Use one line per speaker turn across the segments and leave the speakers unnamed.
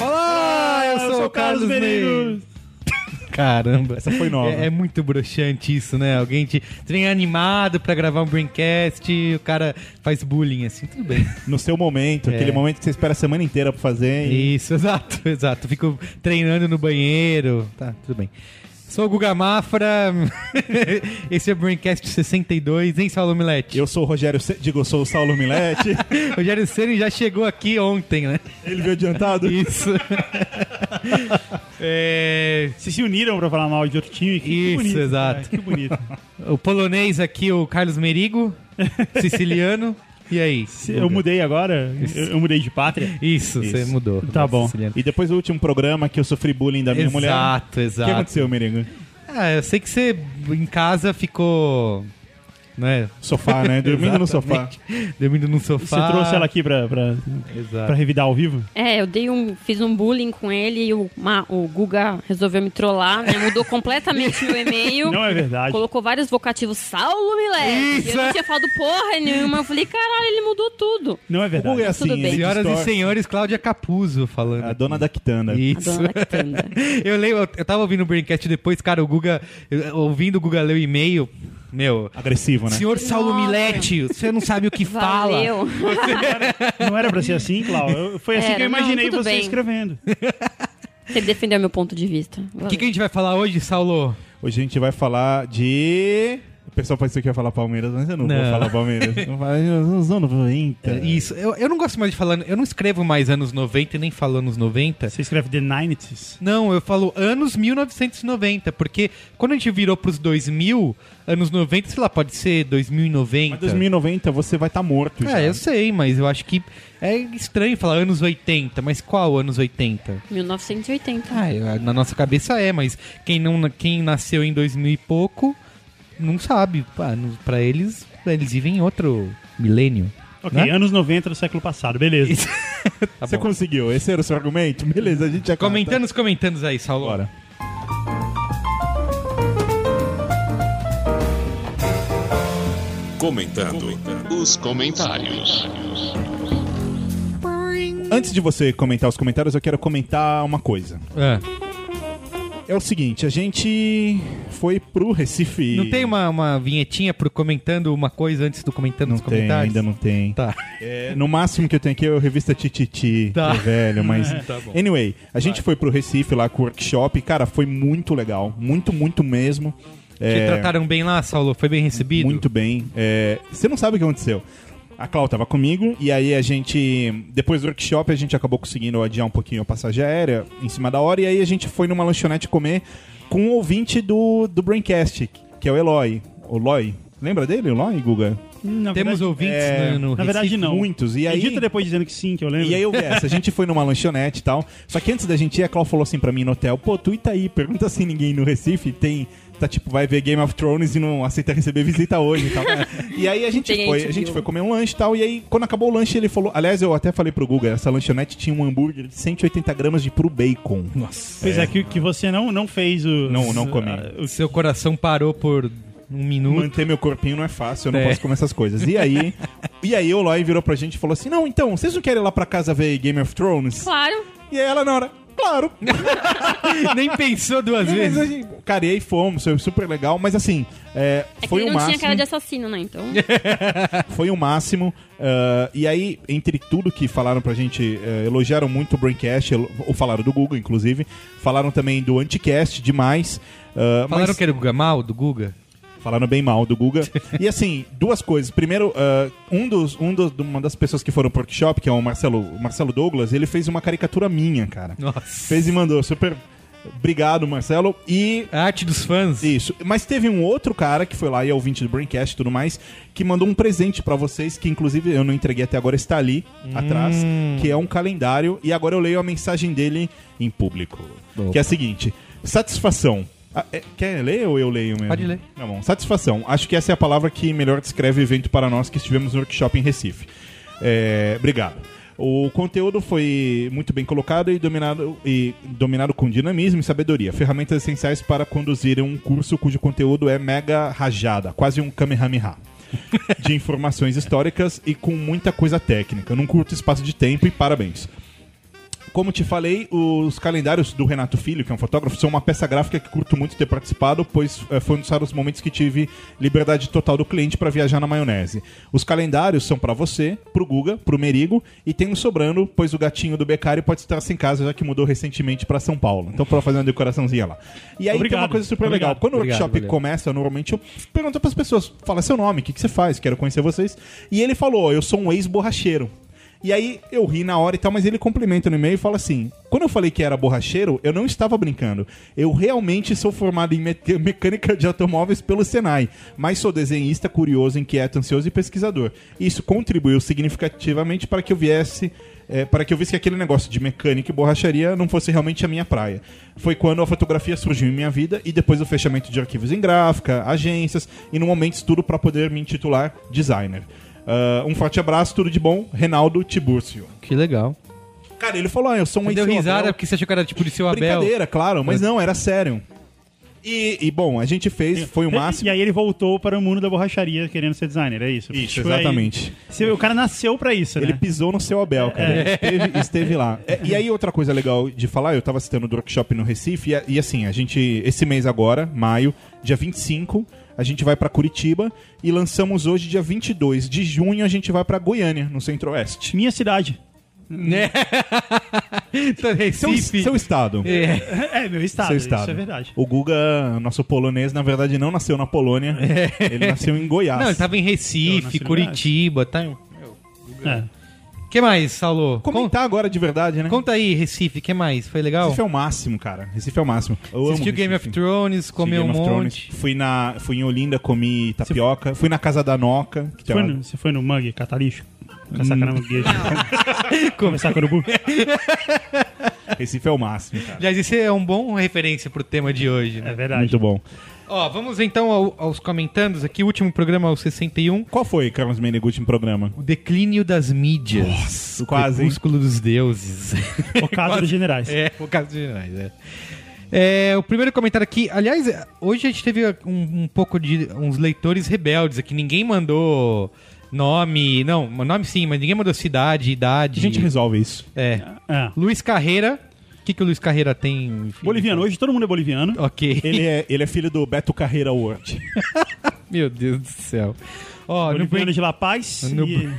Ah,
dos perigos.
Caramba.
Essa foi nova.
É, é muito broxante isso, né? Alguém te tem animado pra gravar um Braincast, o cara faz bullying assim, tudo bem.
No seu momento,
É.
aquele momento que você espera a semana inteira pra fazer. e-
Isso, exato, exato. Fico treinando no banheiro. Tá, tudo bem. Sou o Guga Mafra. Esse é o Braincast 62, hein, Saulo Milete?
Eu sou o Rogério, Se- digo, eu sou o Saulo Milete.
O Rogério Ceni já chegou aqui ontem, né?
Ele veio adiantado.
Isso. É,
Vocês se uniram pra falar mal de outro time? Que, que
Isso,
bonito,
exato.
cara, que bonito.
o polonês aqui, o Carlos Merigo, siciliano. E aí?
Se- Eu mudei agora, eu, eu mudei de pátria.
Isso, você
Isso.
mudou.
Tá bom.
Siciliano.
E depois do último programa que eu sofri bullying da minha mulher.
Exato,
O que
exato.
aconteceu, Merigo?
Ah, eu sei que você em casa ficou. Né?
Sofá, né? Dormindo no sofá.
Dormindo num sofá.
Você trouxe ela aqui pra, pra, pra
Exato.
revidar ao vivo?
É, eu dei um, fiz um bullying com ele e o, Ma- o Guga resolveu me trollar, né? Mudou completamente meu e-mail.
Não é verdade.
Colocou vários vocativos, Saulo Milete.
Isso,
Eu
é.
não tinha falado porra nenhuma. Eu falei, caralho, ele mudou tudo.
Não é
O Google é
verdade.
assim,
Tudo bem.
ele
Senhoras e
distorce. Ah, tá.
senhores, Cláudia Capuzzo falando.
A dona da Quitanda.
A
Isso.
dona da Quitanda.
Eu lembro, eu- eu tava ouvindo o Braincast depois, cara, o Guga, eu- ouvindo o Guga ler o e-mail, meu.
Agressivo, né?
Senhor Saulo
Nossa.
Milete, você não sabe o que fala.
Valeu.
Não era pra ser assim, Cláudio. Eu- Foi assim
Era,
que eu
não,
imaginei
tudo
você
bem.
escrevendo.
Você defendeu meu ponto de vista.
O que, que a gente vai falar hoje, Saulo?
Hoje a gente vai falar de. O pessoal pensou que ia falar Palmeiras, mas eu não,
Não.
vou falar Palmeiras. É, Eu vou falar de anos 90.
Isso, eu, eu não gosto mais de falar, eu não escrevo mais anos 90 e nem falo anos 90.
Você escreve The Nineties.
Não, eu falo anos 1990, porque quando a gente virou pros 2000, anos 90, sei lá, pode ser 2090.
Mas 2090 você vai estar morto já.
É, eu sei, mas eu acho que é estranho falar anos 80, mas qual anos 80?
1980.
Ah, eu- na nossa cabeça é, mas quem, não, quem nasceu em 2000 e pouco não sabe. Pá, no- Pra eles, eles vivem em outro milênio.
Ok,
Né?
anos 90 do século passado, beleza.
Isso. Tá
Você
bom.
conseguiu? Esse era o seu argumento? Beleza, a gente já
Comentando os comentários aí, Saulo.
Bora.
Comentando os comentários.
Antes de você comentar os comentários, eu quero comentar uma coisa.
Ah,
É o seguinte, a gente foi pro Recife.
não tem uma, uma vinhetinha pro comentando uma coisa antes do comentando
Não
os
tem,
comentários?
ainda não tem.
Tá.
É, no máximo que eu tenho aqui é o revista Tititi,
Tá.
que é velho, mas...
Tá bom.
Anyway, a gente foi pro Recife lá com o workshop, e, cara, foi muito legal, muito, muito mesmo.
Te
É,
trataram bem lá, Saulo? Foi bem recebido?
Muito bem. É, você não sabe o que aconteceu. A Clau tava comigo e aí a gente, depois do workshop, a gente acabou conseguindo adiar um pouquinho a passagem aérea em cima da hora e aí a gente foi numa lanchonete comer com um ouvinte do, do Braincast, que é o Eloy. O Loy. Lembra dele, o Loy, Guga?
Na
Temos
verdade,
ouvintes
é,
no, no
Na verdade,
Recife?
não.
muitos, e aí-
Edita depois dizendo que sim, que eu lembro.
E aí eu vi essa, a gente foi numa lanchonete e tal. Só que antes da gente ir, a Clau falou assim pra mim no hotel, pô, tuita aí, pergunta se ninguém no Recife tem. Tá tipo, vai ver Game of Thrones e não aceita receber visita hoje e tal. e aí a gente
Tem
foi,
HBO.
a gente foi comer um lanche e tal. E aí, quando acabou o lanche, ele falou. Aliás, eu até falei pro Guga, essa lanchonete tinha um hambúrguer de 180 gramas de puro bacon.
Nossa.
Pois é, que, que você não, não fez o...
Não, não comi.
a-
O seu coração parou por um minuto.
Manter meu corpinho não é fácil, eu não
É.
posso comer essas coisas. E aí, e aí o Loy virou pra gente e falou assim: Não, então, vocês não querem ir lá pra casa ver Game of Thrones?
Claro.
E aí ela na hora, claro,
Nem pensou duas
Não, mas
vezes.
a gente- Cara, e aí fomos, foi super legal, mas assim, é,
É que
foi,
ele
o
não
máximo,
tinha cara de assassino, né? Então,
É.
foi o máximo. ah, e aí, entre tudo que falaram pra gente, eh, elogiaram muito o Braincast, elo- ou falaram do Google, inclusive. Falaram também do Anticast demais. ah,
Falaram
mas-
que era o Guga Mal, do Guga?
Falaram bem mal do Guga. E assim, duas coisas. Primeiro, ah, um dos, um dos, uma das pessoas que foram pro workshop, que é o Marcelo, o Marcelo Douglas, ele fez uma caricatura minha, cara.
Nossa.
Fez e mandou. Super. Obrigado, Marcelo. E
A arte dos fãs.
Isso. Mas teve um outro cara que foi lá e é ouvinte do Braincast e tudo mais, que mandou um presente pra vocês, que inclusive eu não entreguei até agora, está ali atrás, que é um calendário. E agora eu leio a mensagem dele em público. Que é a seguinte: satisfação. Ah, é- quer ler ou eu leio mesmo?
Pode ler.
Tá bom. Satisfação. Acho que essa é a palavra que melhor descreve o evento para nós que estivemos no workshop em Recife. É, obrigado. O conteúdo foi muito bem colocado e dominado, e dominado com dinamismo e sabedoria. Ferramentas essenciais para conduzir um curso cujo conteúdo é mega rajada, quase um Kamehameha. De informações históricas e com muita coisa técnica, num curto espaço de tempo e parabéns. Como te falei, os calendários do Renato Filho, que é um fotógrafo, são uma peça gráfica que curto muito ter participado, pois eh, foi um dos raros momentos que tive liberdade total do cliente para viajar na maionese. Os calendários são para você, pro Guga, pro Merigo e tem um sobrando, pois o gatinho do Becário pode estar sem casa, já que mudou recentemente para São Paulo. Então, para fazer uma decoraçãozinha lá. E aí tem
Obrigado.
uma coisa super
Obrigado.
legal. Quando
Obrigado,
o workshop
valeu.
começa, eu normalmente eu pergunto para as pessoas, fala seu nome, o que, que você faz, quero conhecer vocês. E ele falou, eu sou um ex-borracheiro. E aí eu ri na hora e tal, mas ele complementa no e-mail e fala assim: quando eu falei que era borracheiro, eu não estava brincando. Eu realmente sou formado em me- mecânica de automóveis pelo Senai, mas sou desenhista, curioso, inquieto, ansioso e pesquisador. Isso contribuiu significativamente para que eu viesse é, para que eu visse que aquele negócio de mecânica e borracharia não fosse realmente a minha praia. Foi quando a fotografia surgiu em minha vida e depois o fechamento de arquivos em gráfica, agências e no momento estudo para poder me intitular designer. Ah, um forte abraço, tudo de bom, Reinaldo Tiburcio.
Que legal.
Cara, ele falou, ah, eu sou um
Você deu
Eliseu
risada
Abel.
porque você achou que era tipo Liceu Abel.
Brincadeira, claro, mas não, era sério. E, e, bom, a gente fez, foi o máximo.
E aí ele voltou para o mundo da borracharia querendo ser designer, é isso?
Isso,
Foi aí.
exatamente.
Se- o cara nasceu pra isso,
Ele
É.
né?
pisou no seu Abel, cara. Ele Esteve, esteve lá. É, E aí, outra coisa legal de falar, eu tava citando do workshop no Recife, e, a- e assim, a gente, esse mês agora, maio, dia 25, a gente vai pra Curitiba e lançamos hoje, dia 22 de junho, a gente vai pra Goiânia, no Centro-Oeste.
Minha cidade.
Então,
Seu,
Recife.
seu estado.
É.
É, meu estado.
seu
Isso
estado.
é verdade.
O Guga, nosso polonês, na verdade não nasceu na Polônia, ele nasceu em Goiás.
É. Não, ele tá tava em
Eu nasci
Recife,
no
Curitiba, tá?
É.
que mais, Saulo? Con-
Comentar agora de verdade, né?
Conta aí, Recife, que mais? Foi legal?
Recife é o máximo, cara. Recife é o máximo. Eu amo
Assistiu Game
Recife.
of Thrones, comeu um
Game of Thrones.
monte.
Fui, na, fui em Olinda, comi tapioca. Fui na casa da Noca. Que tem
Foi
uma-
no- você foi no Mug, catalixo?
Hum.
Caçar caramba, Começar com o urubu?
Recife é o máximo, cara.
Aliás, esse é um bom referência pro tema de hoje, né?
É verdade.
Muito bom.
Ó, vamos então ao- aos comentandos aqui. O último programa, o 61,
Qual foi, Carlos Menegut, em programa?
o declínio das mídias.
Nossa,
o
quase, hein?
Crepúsculo dos deuses.
O caso dos generais.
É, o caso de Gerais, é. É, o primeiro comentário aqui, aliás, hoje a gente teve um, um pouco de uns leitores rebeldes aqui, ninguém mandou nome, não, nome sim, mas ninguém mandou cidade, idade.
A gente resolve Ah. isso.
É.
É.
Luiz Carreira, o que, que o Luiz Carreira tem? enfim?
Boliviano, hoje todo mundo é boliviano.
Ok,
Ele é, ele é filho do Beto Carreira Word.
meu Deus do céu. Ó, no,
Boliviano
Brain-
de La Paz.
No-
E...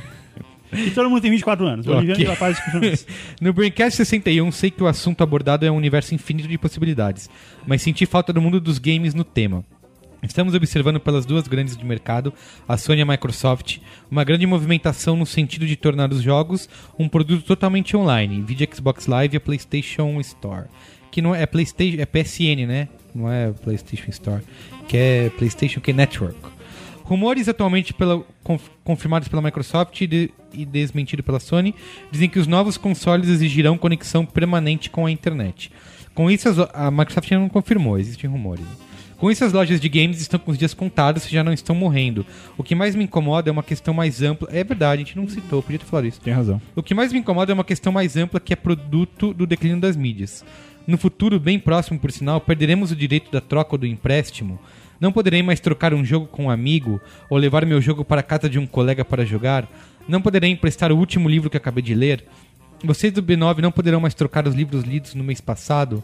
e todo mundo tem 24 anos. Boliviano
Ok.
de La Paz.
no Braincast 61, sei que o assunto abordado é um universo infinito de possibilidades, mas senti falta do mundo dos games no tema. Estamos observando pelas duas grandes de mercado, a Sony e a Microsoft, uma grande movimentação no sentido de tornar os jogos um produto totalmente online, vide Xbox Live e a PlayStation Store, que não é PlayStation, é PSN, né? Não é PlayStation Store, que é PlayStation que é Network. Rumores atualmente pela- conf- confirmados pela Microsoft e, de- e desmentido pela Sony dizem que os novos consoles exigirão conexão permanente com a internet. Com isso, as lo- a Microsoft ainda não confirmou, existem rumores. Com isso, as lojas de games estão com os dias contados e já não estão morrendo. O que mais me incomoda é uma questão mais ampla. É verdade, a gente não citou, podia ter falado isso.
Tem razão.
O que mais me incomoda é uma questão mais ampla que é produto do declínio das mídias. No futuro, bem próximo, por sinal, perderemos o direito da troca ou do empréstimo. Não poderei mais trocar um jogo com um amigo ou levar meu jogo para a casa de um colega para jogar. Não poderei emprestar o último livro que acabei de ler. Vocês do B9 não poderão mais trocar os livros lidos no mês passado.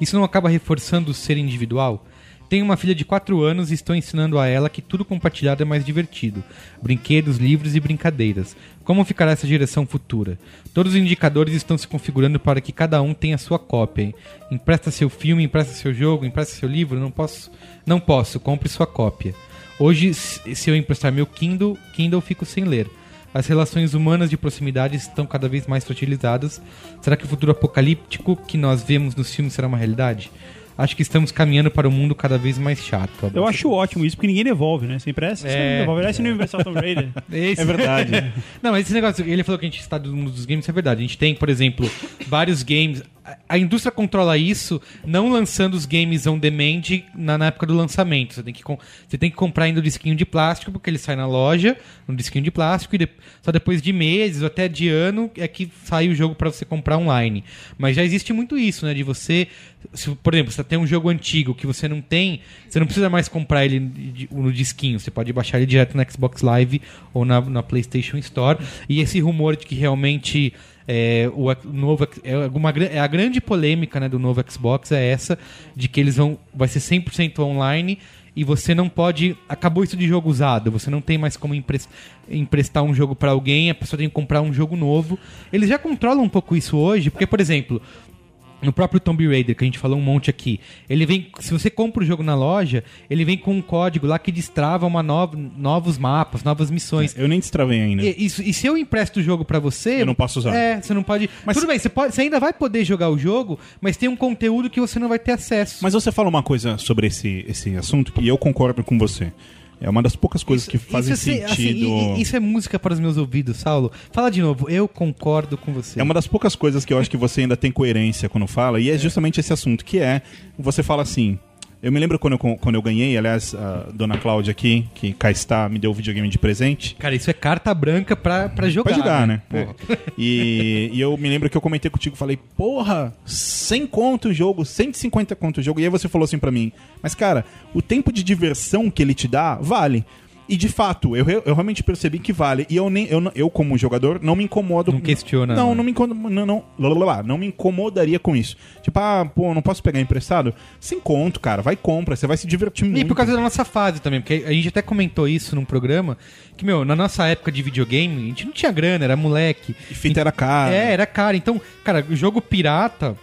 Isso não acaba reforçando o ser individual? Tenho uma filha de 4 anos e estou ensinando a ela que tudo compartilhado é mais divertido. Brinquedos, livros e brincadeiras. Como ficará essa geração futura? Todos os indicadores estão se configurando para que cada um tenha sua cópia. hein? Empresta seu filme, empresta seu jogo, empresta seu livro? Não posso. Não posso, compre sua cópia. Hoje, se se eu emprestar meu Kindle, Kindle fico sem ler. As relações humanas de proximidade estão cada vez mais fragilizadas. Será que o futuro apocalíptico que nós vemos nos filmes será uma realidade? Acho que estamos caminhando para um mundo cada vez mais chato.
Eu acho ótimo isso, porque ninguém devolve, né? Sem pressa, você
É.
não devolve. Aliás, se no Universal Tomb Raider.
Esse-
É verdade.
Não, mas esse negócio, ele falou que a gente está do mundo dos games, isso é verdade. A gente tem, por exemplo, vários games. A- A indústria controla isso, não lançando os games on demand na, na época do lançamento. Você tem, que, com- você tem que comprar ainda o disquinho de plástico, porque ele sai na loja, um disquinho de plástico, e de- só depois de meses ou até de ano é que sai o jogo para você comprar online. Mas já existe muito isso, né? De você. se, por exemplo, você tem um jogo antigo que você não tem, você não precisa mais comprar ele de- no disquinho, você pode baixar ele direto na Xbox Live ou na, na PlayStation Store. E esse rumor de que realmente É, o X- novo, X- é alguma, gran- é a grande polêmica né, do novo Xbox é essa, de que eles vão. Vai ser 100% online e você não pode. Acabou isso de jogo usado, você não tem mais como empres- emprestar um jogo pra alguém, a pessoa tem que comprar um jogo novo. Eles já controlam um pouco isso hoje, porque, por exemplo, no próprio Tomb Raider, que a gente falou um monte aqui, ele vem. Se você compra o jogo na loja, ele vem com um código lá que destrava uma nova, novos mapas, novas missões.
Eu nem destravei ainda.
E, isso- e se eu empresto o jogo pra você.
É. Eu não posso usar.
É, você não pode.
Mas-
Tudo bem, você, pode, você ainda vai poder jogar o jogo, mas tem um conteúdo que você não vai ter acesso.
Mas você fala uma coisa sobre esse, esse assunto que eu concordo com você. É uma das poucas coisas que fazem
isso, assim, assim,
sentido.
i- i- isso é música para os meus ouvidos, Saulo. Fala de novo, eu concordo com você.
É uma das poucas coisas que eu acho que você ainda tem coerência quando fala, e é justamente esse assunto, que é, você fala assim, eu me lembro quando eu, quando eu ganhei, aliás, a dona Cláudia aqui, que cá está, me deu o videogame de presente,
Cara, isso é carta branca pra, pra jogar.
Pra jogar, né?
Porra.
É. E, e eu me lembro que eu comentei contigo, falei, porra, 100 conto o jogo, 150 conto o jogo. E aí você falou assim pra mim, mas cara, o tempo de diversão que ele te dá, vale. E de fato, eu, re- eu realmente percebi que vale. E eu, nem, eu, não- eu, como jogador, não me incomodo.
Não questiona,
É. Não,
né?
não me, incomodo, não, não, lá, lá, lá, não me incomodaria com isso. Tipo, ah, pô, não posso pegar emprestado? Sem conto, cara. Vai compra, você vai se divertir muito.
E por causa da nossa fase também, porque a gente até comentou isso num programa, que, meu, na nossa época de videogame, a gente não tinha grana, era moleque.
E fita era
Ah.
cara.
É, era cara. Então, cara, o jogo pirata,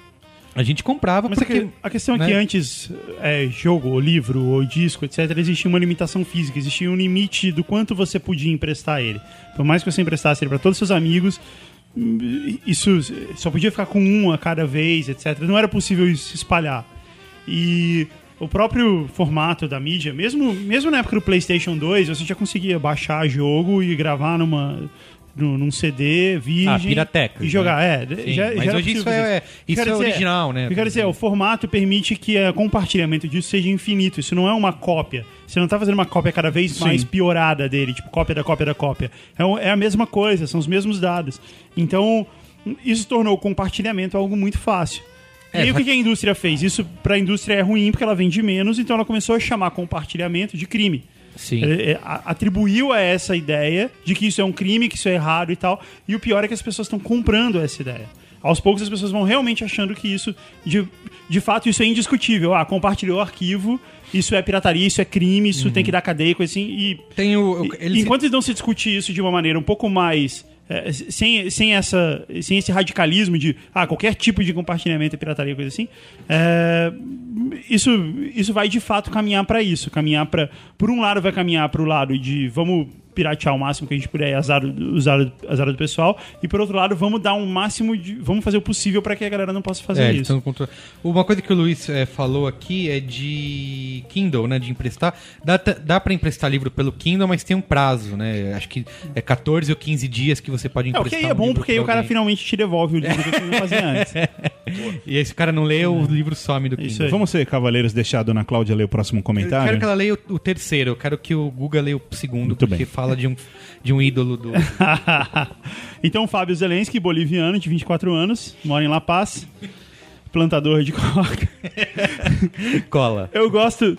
a gente comprava
Mas é
porque...
que a questão é
né?
que antes, é, jogo, ou livro, ou disco, etc., existia uma limitação física, existia um limite do quanto você podia emprestar ele. Por mais que você emprestasse ele para todos os seus amigos, hum, isso só podia ficar com um a cada vez, etc. Não era possível isso espalhar. E o próprio formato da mídia, mesmo, mesmo na época do PlayStation 2, você já conseguia baixar jogo e gravar numa. num num CD, virgem.
Ah, piratecas, né?
E jogar, é.
Sim,
já,
mas
já era
hoje isso
possível fazer
é- isso é
Quero
original, né?
Eu quero dizer, é, o formato permite que o compartilhamento disso seja infinito. Isso não é uma cópia. Você não tá fazendo uma cópia cada vez mais piorada dele, tipo cópia da cópia da cópia. É, o- é a mesma coisa, são os mesmos dados. Então, isso tornou o compartilhamento algo muito fácil.
É,
e aí, o
fa-
que, que a indústria fez? Isso pra indústria é ruim porque ela vende menos, então ela começou a chamar compartilhamento de crime.
Sim.
É, é, a- atribuiu a essa ideia de que isso é um crime, que isso é errado e tal. E o pior é que as pessoas estão comprando essa ideia. Aos poucos as pessoas vão realmente achando que isso, de, de fato, isso é indiscutível. Ah, compartilhou o arquivo, isso é pirataria, isso é crime, isso tem que dar cadeia, e coisa assim. E
Tem o...
e-
eles-
Enquanto não se discute isso de uma maneira um pouco mais. eh, sem, sem, essa, sem esse radicalismo de ah, qualquer tipo de compartilhamento é pirataria, coisa assim, eh, isso, isso vai de fato caminhar para isso. Caminhar para. Por um lado, vai caminhar para o lado de vamos piratear o máximo que a gente puder, e azar, do- usar, azar do pessoal, e por outro lado, vamos dar um máximo de. Vamos fazer o possível para que a galera não possa fazer
É, eles
isso.
estão contro- Uma coisa que o Luiz eh, falou aqui é de Kindle, né? De emprestar. Dá, t- dá para emprestar livro pelo Kindle, mas tem um prazo, né? Acho que é 14 ou 15 dias que você pode
É, o
emprestar.
que aí é
um
bom,
livro
porque aí
pra
o cara
alguém.
finalmente te devolve o livro que você não fazia antes.
E aí, se o cara não lê, o livro some do
É
Kindle.
isso aí.
Vamos ser cavaleiros deixar a dona Cláudia ler o próximo
Eu
comentário?
quero que ela leia o, o terceiro, eu quero que o Guga leia o segundo,
Muito
porque
bem.
fala de um, de um ídolo do.
então, Fábio Zelensky, boliviano, de 24 anos, mora em La Paz, plantador de coca.
Cola.
Eu gosto.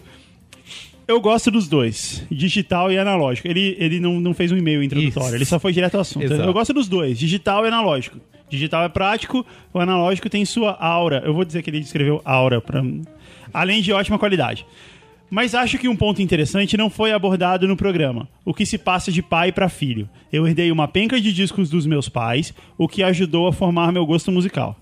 Eu gosto dos dois, digital e analógico. Ele, ele não, não fez um e-mail introdutório,
Isso.
ele só foi direto ao assunto.
Exato.
Eu gosto dos dois, digital e analógico. Digital é prático, o analógico tem sua aura. Eu vou dizer que ele escreveu aura, pra... mim. além de ótima qualidade. Mas acho que um ponto interessante não foi abordado no programa: o que se passa de pai para filho. Eu herdei uma penca de discos dos meus pais, o que ajudou a formar meu gosto musical.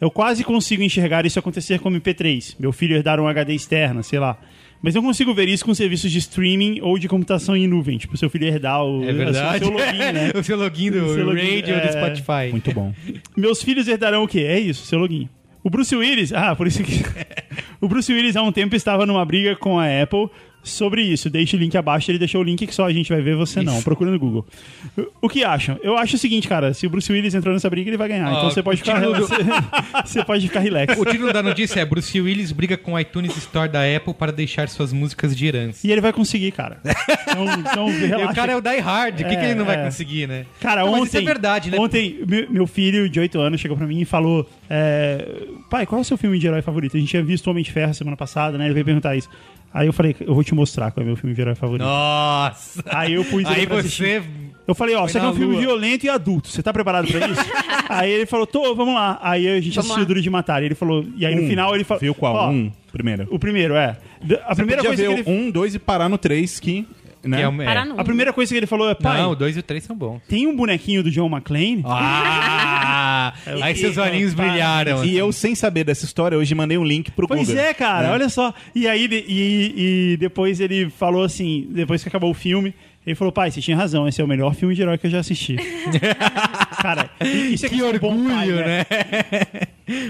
Eu quase consigo enxergar isso acontecer como MP3. Meu filho herdar um HD externa, sei lá. Mas eu consigo ver isso com serviços de streaming ou de computação em nuvem. Tipo, seu filho herdar o,
É verdade.
o seu login, né?
o seu login do
O seu login,
Radio
é.
do Spotify.
Muito bom.
Meus filhos herdarão o quê? É isso, seu login. O Bruce Willis, ah, por isso que. o Bruce Willis há um tempo estava numa briga com a Apple sobre isso. Deixe o link abaixo, ele deixou o link que só a gente vai ver, você não.
Isso.
Procura no Google. O o que acham? Eu acho o seguinte, cara, se o Bruce Willis entrou nessa briga, ele vai ganhar.
Ah,
então você pode ficar.
continua.
você- você pode ficar relax.
O título da notícia é Bruce Willis briga com a iTunes Store da Apple para deixar suas músicas de herança.
E ele vai conseguir, cara. Então, então
E
relaxa.
o cara é o Die Hard, o que, que ele não
É,
vai
é.
conseguir, né?
Cara,
Não,
ontem.
mas isso é verdade, né?
Ontem, meu, meu filho de 8 anos chegou pra mim e falou: é, Pai, qual é o seu filme de herói favorito? A gente tinha visto Homem de Ferro semana passada, né? Ele veio perguntar isso. Aí eu falei: Eu vou te mostrar qual é meu filme de herói favorito.
Nossa!
Aí eu pus ele
Aí
pra
você
assistir. Eu falei, ó,
Foi
isso aqui é
na
um filme
lua.
violento e adulto. Você tá preparado pra isso? aí ele falou, tô, vamos lá. Aí a gente
Vamos
assistiu
lá.
Duro de Matar. E ele falou, e aí no
Um.
final ele falou.
Viu qual?
ó,
um, primeiro.
O primeiro, é. D- A primeira
Podia
coisa que
ver
ele.
o um, dois e parar no três, que... Né?
Que é o- é.
Parar no-
A primeira coisa que ele falou é, pai,
Não, o 2 e o 3 são bons.
tem um bonequinho do John McClane?
Ah!
É
aí seus olhinhos
Tá.
brilharam.
E eu, sem saber dessa história, hoje mandei um link pro
Pois
Guga.
é, cara,
Né?
olha só. E aí, ele- e, e depois ele falou assim, depois que acabou o filme, ele falou, pai, você tinha razão, esse é o melhor filme de herói que eu já assisti. cara, isso é
que
é um bom
orgulho,
pai,
né?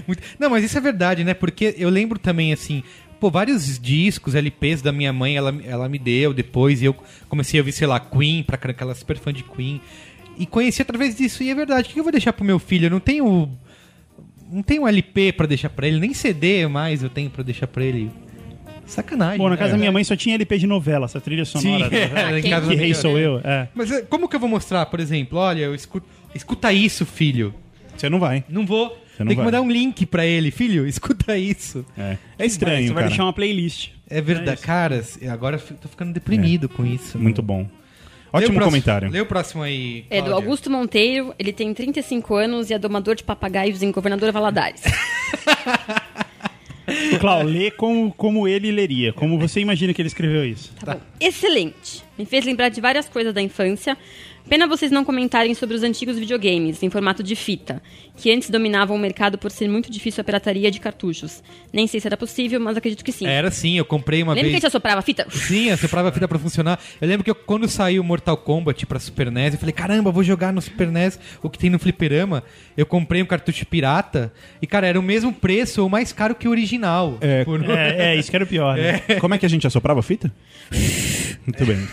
Muito- Não, mas isso é verdade, né? Porque eu lembro também, assim, pô, vários discos, LPs da minha mãe, ela, ela me deu depois, e eu comecei a ouvir, sei lá, Queen, pra cara que ela é super fã de Queen. E conheci através disso, e é verdade, o que eu vou deixar pro meu filho? Eu não tenho. Não tenho LP pra deixar pra ele, nem CD mais eu tenho pra deixar pra ele. Sacanagem.
Bom, na
né?
casa da minha mãe só tinha LP de novela, essa trilha
Sim,
sonora.
é,
né?
em
Que
casa da
Que
minha
rei
mãe.
sou eu? É.
Mas é, como que eu vou mostrar, por exemplo? Olha, eu escuto, escuta isso, filho.
Você não vai.
Não vou.
Você
Tem
não
que
vai.
mandar um link pra ele, filho. Escuta isso.
É, É
Você
estranho,
vai
cara.
deixar uma playlist.
É verdade,
isso.
cara. Agora eu fico- tô ficando deprimido com
um-
isso.
Muito
mano.
bom.
Lê o
Ótimo
próximo-
comentário.
Lê o próximo aí.
É do
Cláudia.
Augusto Monteiro, ele tem 35 anos e é domador de papagaios em Governador Valadares.
Clau, lê como, como ele leria, como você imagina que ele escreveu isso.
Tá bom. Excelente. Me fez lembrar de várias coisas da infância. Pena vocês não comentarem sobre os antigos videogames em formato de fita, que antes dominavam o mercado por ser muito difícil a pirataria de cartuchos. Nem sei se era possível, mas acredito que sim.
Era sim, eu comprei uma
Lembra que a
vez.
gente assoprava a fita?
Sim, eu soprava a fita pra funcionar. Eu lembro que eu- quando saiu Mortal Kombat pra Super NES, eu falei, caramba, eu vou jogar no Super NES o que tem no fliperama. Eu comprei um cartucho pirata e, cara, era o mesmo preço ou mais caro que o original.
É,
Por-
É, é, isso que era o pior. né?
Como é que a gente assoprava a fita? Muito bem.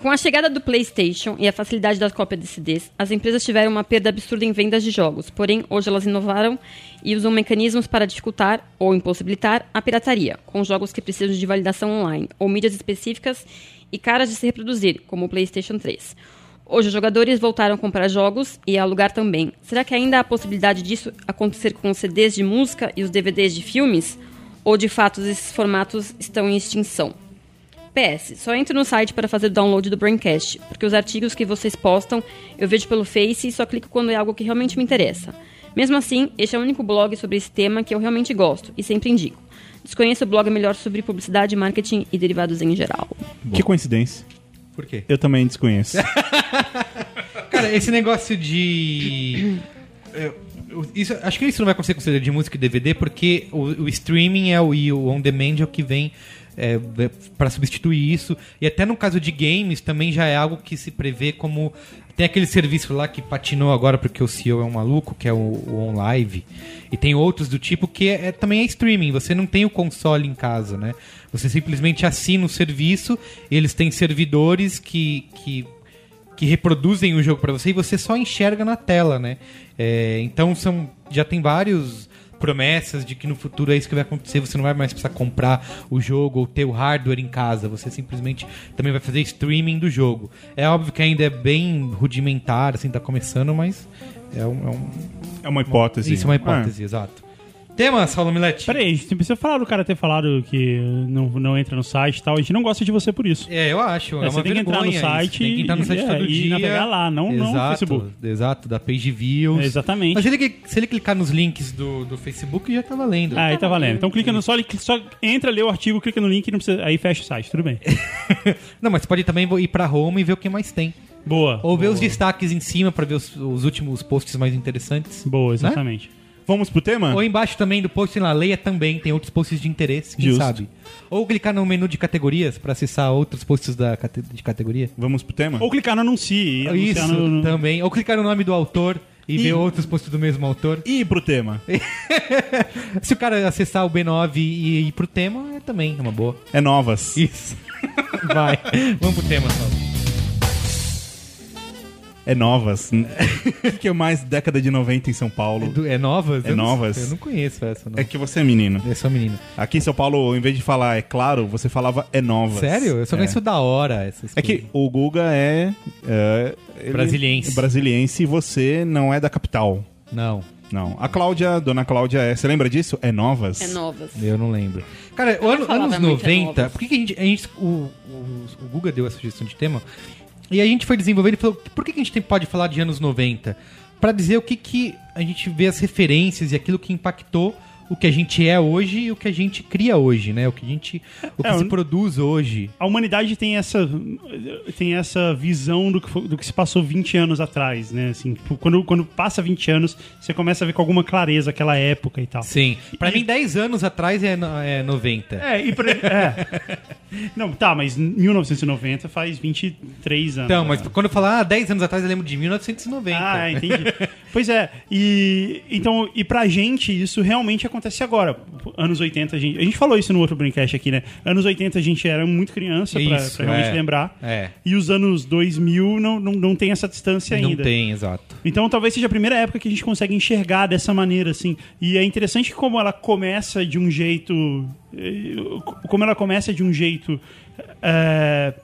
Com a chegada do PlayStation e a facilidade da cópia de CDs, as empresas tiveram uma perda absurda em vendas de jogos. Porém, hoje elas inovaram e usam mecanismos para dificultar ou impossibilitar a pirataria, com jogos que precisam de validação online ou mídias específicas e caras de se reproduzir, como o PlayStation 3. Hoje os jogadores voltaram a comprar jogos e a alugar também. Será que ainda há a possibilidade disso acontecer com os CDs de música e os DVDs de filmes? Ou de fato esses formatos estão em extinção? PS, só entro no site para fazer o download do Braincast, porque os artigos que vocês postam eu vejo pelo Face e só clico quando é algo que realmente me interessa. Mesmo assim, este é o único blog sobre esse tema que eu realmente gosto e sempre indico. Desconheço o blog melhor sobre publicidade, marketing e derivados em geral.
Que coincidência.
Por quê?
Eu também desconheço.
Cara, esse negócio de. Eu- eu- Isso, acho que isso não vai acontecer com CD de música e DVD, porque o, o streaming é o, e o on-demand é o que vem é, para substituir isso. E até no caso de games também já é algo que se prevê como. Tem aquele serviço lá que patinou agora porque o CEO é um maluco, que é o, o OnLive. E tem outros do tipo que é, é- também é streaming, você não tem o console em casa, né? Você simplesmente assina o serviço, eles têm servidores que, que que reproduzem o jogo pra você e você só enxerga na tela, né? É, então são já tem vários promessas de que no futuro é isso que vai acontecer, você não vai mais precisar comprar o jogo ou ter o hardware em casa, você simplesmente também vai fazer streaming do jogo. É óbvio que ainda é bem rudimentar, assim, tá começando, mas é, um, é um-
É uma hipótese.
isso é uma hipótese, exato. Tema, Saulo Milete?
Peraí, a gente não precisa falar do cara ter falado que não, não entra no site e tal. A gente não gosta de você por isso.
É, eu acho. É,
É,
uma
você tem que entrar
vergonha
no
isso.
site
Tem que entrar no
e-
site
é,
todo
e
dia.
navegar lá, não- não no Facebook.
Exato, da page views.
É, exatamente.
Mas ele que- se ele clicar nos links do, do Facebook, já tá valendo.
Aí tá valendo. Então clica no só, só entra, lê o artigo, clica no link, não precisa, aí fecha o site, tudo bem.
Não, mas pode também ir pra home e ver o que mais tem.
Boa.
Ou ver os destaques em cima pra ver os, os últimos posts mais interessantes. Né?
Boa, exatamente.
Ah, Vamos pro tema?
Ou embaixo também do post, sei lá, leia também, tem outros posts de interesse, quem
Justo.
sabe. Ou clicar no menu de categorias pra acessar outros posts da, cate- de categoria.
Vamos pro tema?
Ou clicar no anuncie. e anunciar
Isso, então.
no- no-
também. Ou clicar no nome do autor e
E-
ver outros posts do mesmo autor.
E pro tema?
Se o cara acessar o B9 e ir pro tema, é também é uma boa.
É novas.
Isso. Vai. Vamos pro tema, Saulo.
É novas. O que é mais década de 90 em São
É,
Paulo?
do- é novas?
É
Eu não-
novas.
eu não conheço essa, não.
É que você é menino.
É só menina.
Aqui em São Paulo, em vez de falar é claro, você falava é novas.
Sério? Eu só
é.
conheço da hora essas
É que o Guga é. é ele-
Brasiliense.
é Brasiliense e você não é da capital.
coisas. Não,
Não. A Cláudia, dona Cláudia, é. Você lembra disso? É novas?
É novas.
eu não lembro. Cara, o ano,
falava
anos
muito é
90,
novas.
por que, que a gente. a gente- o, o, o Guga deu a sugestão de tema? E a gente foi desenvolvendo e falou, por que que a gente tem- pode falar de anos 90? Pra dizer o que, que a gente vê as referências e aquilo que impactou o que a gente é hoje e o que a gente cria hoje, né? O que a gente. O que
É,
se
eu-
produz hoje.
A humanidade tem essa, tem essa visão do que, fo- do que se passou 20 anos atrás, né? Assim, tipo, quando, quando passa 20 anos, você começa a ver com alguma clareza aquela época e tal.
Sim. Pra
E-
mim, 10 anos atrás é, no- é 90.
É, e pra, é. Não, tá, mas 1990 faz 23 anos.
Então,
né?
mas quando eu falar ah, 10 anos atrás, eu lembro de 1990.
Ah, entendi. pois é, e então, e pra gente isso realmente acontece agora. Anos 80 a gente, a gente falou isso no outro Brincast aqui, né? Anos 80 a gente era muito criança pra,
Isso,
pra realmente
é.
lembrar.
É.
E os anos 2000 não, não, não tem essa distância
Não
ainda.
tem, exato.
Então talvez seja a primeira época que a gente consegue enxergar dessa maneira, assim. E é interessante como ela começa de um jeito. eh, Como ela começa de um jeito. eh,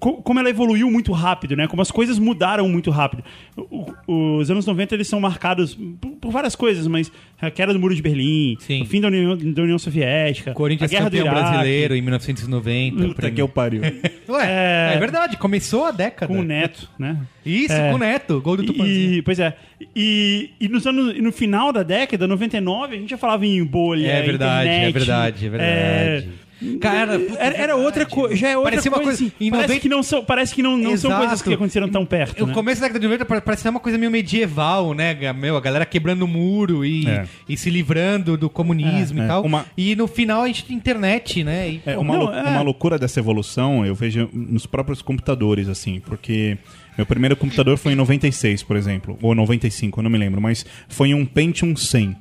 co- como ela evoluiu muito rápido, né? Como as coisas mudaram muito rápido. O- o- Os anos 90 eles são marcados por, por várias coisas, mas a queda do Muro de Berlim,
Sim.
o fim da União, da União Soviética,
Corinthians
a guerra
campeão
do Iraque,
brasileiro em 1990.
Puta que eu pariu.
Ué,
É.
é... verdade, começou a década.
com o Neto, né?
Isso,
É.
com o Neto, gol do Tupanzinho.
E, pois é. E, e nos anos, e no final da década, 99, a gente já falava em bolha.
É verdade,
internet,
é verdade, é verdade.
é,
Cara, puta,
era, era outra coisa. Já é outra
Parecia uma
coisa.
coisa-
assim,
em
parece,
90
que não são, parece que não, não são
Exato.
coisas que aconteceram tão perto.
O
né?
começo da década de 90 pare- parece ser uma coisa meio medieval, né? ga- Meu, a galera quebrando o muro e,
É.
e se livrando do comunismo
É,
e
é.
tal.
Uma-
E no final a gente tem internet, né? E,
É,
pô,
uma,
Não,
lou-
é.
uma loucura dessa evolução eu vejo nos próprios computadores, assim, porque meu primeiro computador foi em 96, por exemplo, ou 95, eu não me lembro, mas foi um Pentium 100.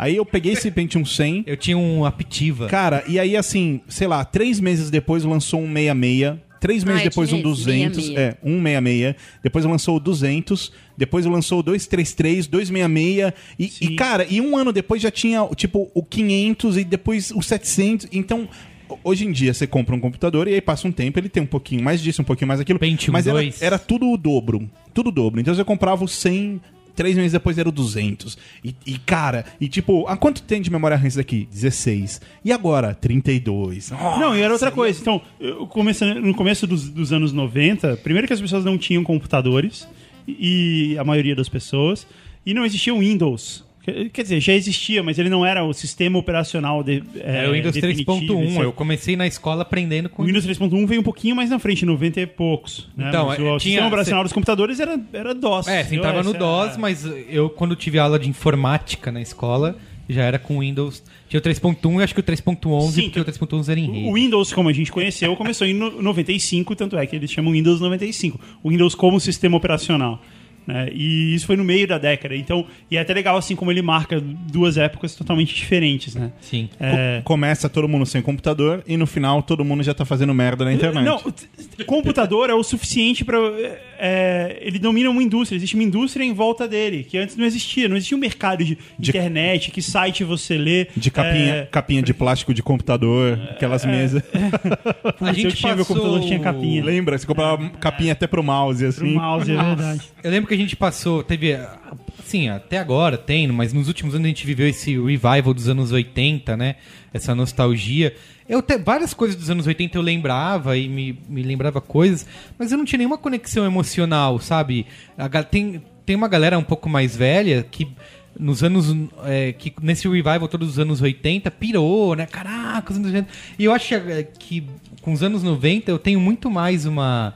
Aí eu peguei esse Pentium 100,
Eu tinha um Aptiva.
cara, e aí assim, sei lá, três meses depois lançou um 66, três meses
Ah, eu
depois um
tinha esse,
200,
66.
é, um 66, depois lançou o 200, depois lançou o 233, 266, e, e cara, e um ano depois já tinha, tipo, o 500 e depois o 700, então... Hoje em dia você compra um computador e aí passa um tempo, ele tem um pouquinho mais disso, um pouquinho mais daquilo.
Pentium
mas era,
2.
era tudo o dobro. Tudo o dobro. Então você comprava o 100, três meses depois era o 200. E, e, cara, e tipo, a quanto tem de memória RAM isso daqui? 16. E agora? 32. Nossa.
Não, e era outra coisa. Então, eu comecei- no começo dos, dos anos 90, primeiro que as pessoas não tinham computadores, e a maioria das pessoas, e não existia o Windows. Quer- Quer dizer, já existia, mas ele não era o sistema operacional de, é,
Era o Windows
definitivo,
3.1.
etc.
Eu comecei na escola aprendendo com
O Windows 3.1 veio um pouquinho mais na frente, 90 e poucos. Né?
Então,
Mas o
é, tinha-
sistema operacional dos computadores era, era DOS.
É, sentava no
iOS,
DOS,
era-
mas eu, quando tive aula de informática na escola, já era com Windows. Tinha o 3.1 e acho que o 3.11,
Sim,
porque o 3.11 era em rede.
O Windows, como a gente conheceu, começou em no- 95, tanto é que eles chamam Windows 95. O Windows como sistema operacional. né? E isso foi no meio da década. Então, e é até legal assim como ele marca duas épocas totalmente diferentes, né?
Sim.
É,
Começa todo mundo sem computador e no final todo mundo já tá fazendo merda na internet.
Não, t- t- computador é o suficiente para ele domina uma indústria, existe uma indústria em volta dele, que antes não existia, não existia um mercado de,
De-
internet, que site você lê.
De capinha,
é,
capinha de plástico de computador, aquelas mesas.
A
putz, eu
gente
tinha meu
passou
computador tinha capinha. É.
Lembra? Você comprava capinha até pro mouse,
Pro
assim.
mouse, é verdade.
Eu lembro que a gente passou, teve, assim, até agora tem, mas nos últimos anos a gente viveu esse revival dos anos 80, né? Essa nostalgia. Eu te, várias coisas dos anos 80 eu lembrava e me, me lembrava coisas, mas eu não tinha nenhuma conexão emocional, sabe? A ga- tem, tem uma galera um pouco mais velha que nos anos é, que nesse revival todos os anos 80 pirou, né? Caraca, os anos 80. E eu acho é, que com os anos 90 eu tenho muito mais uma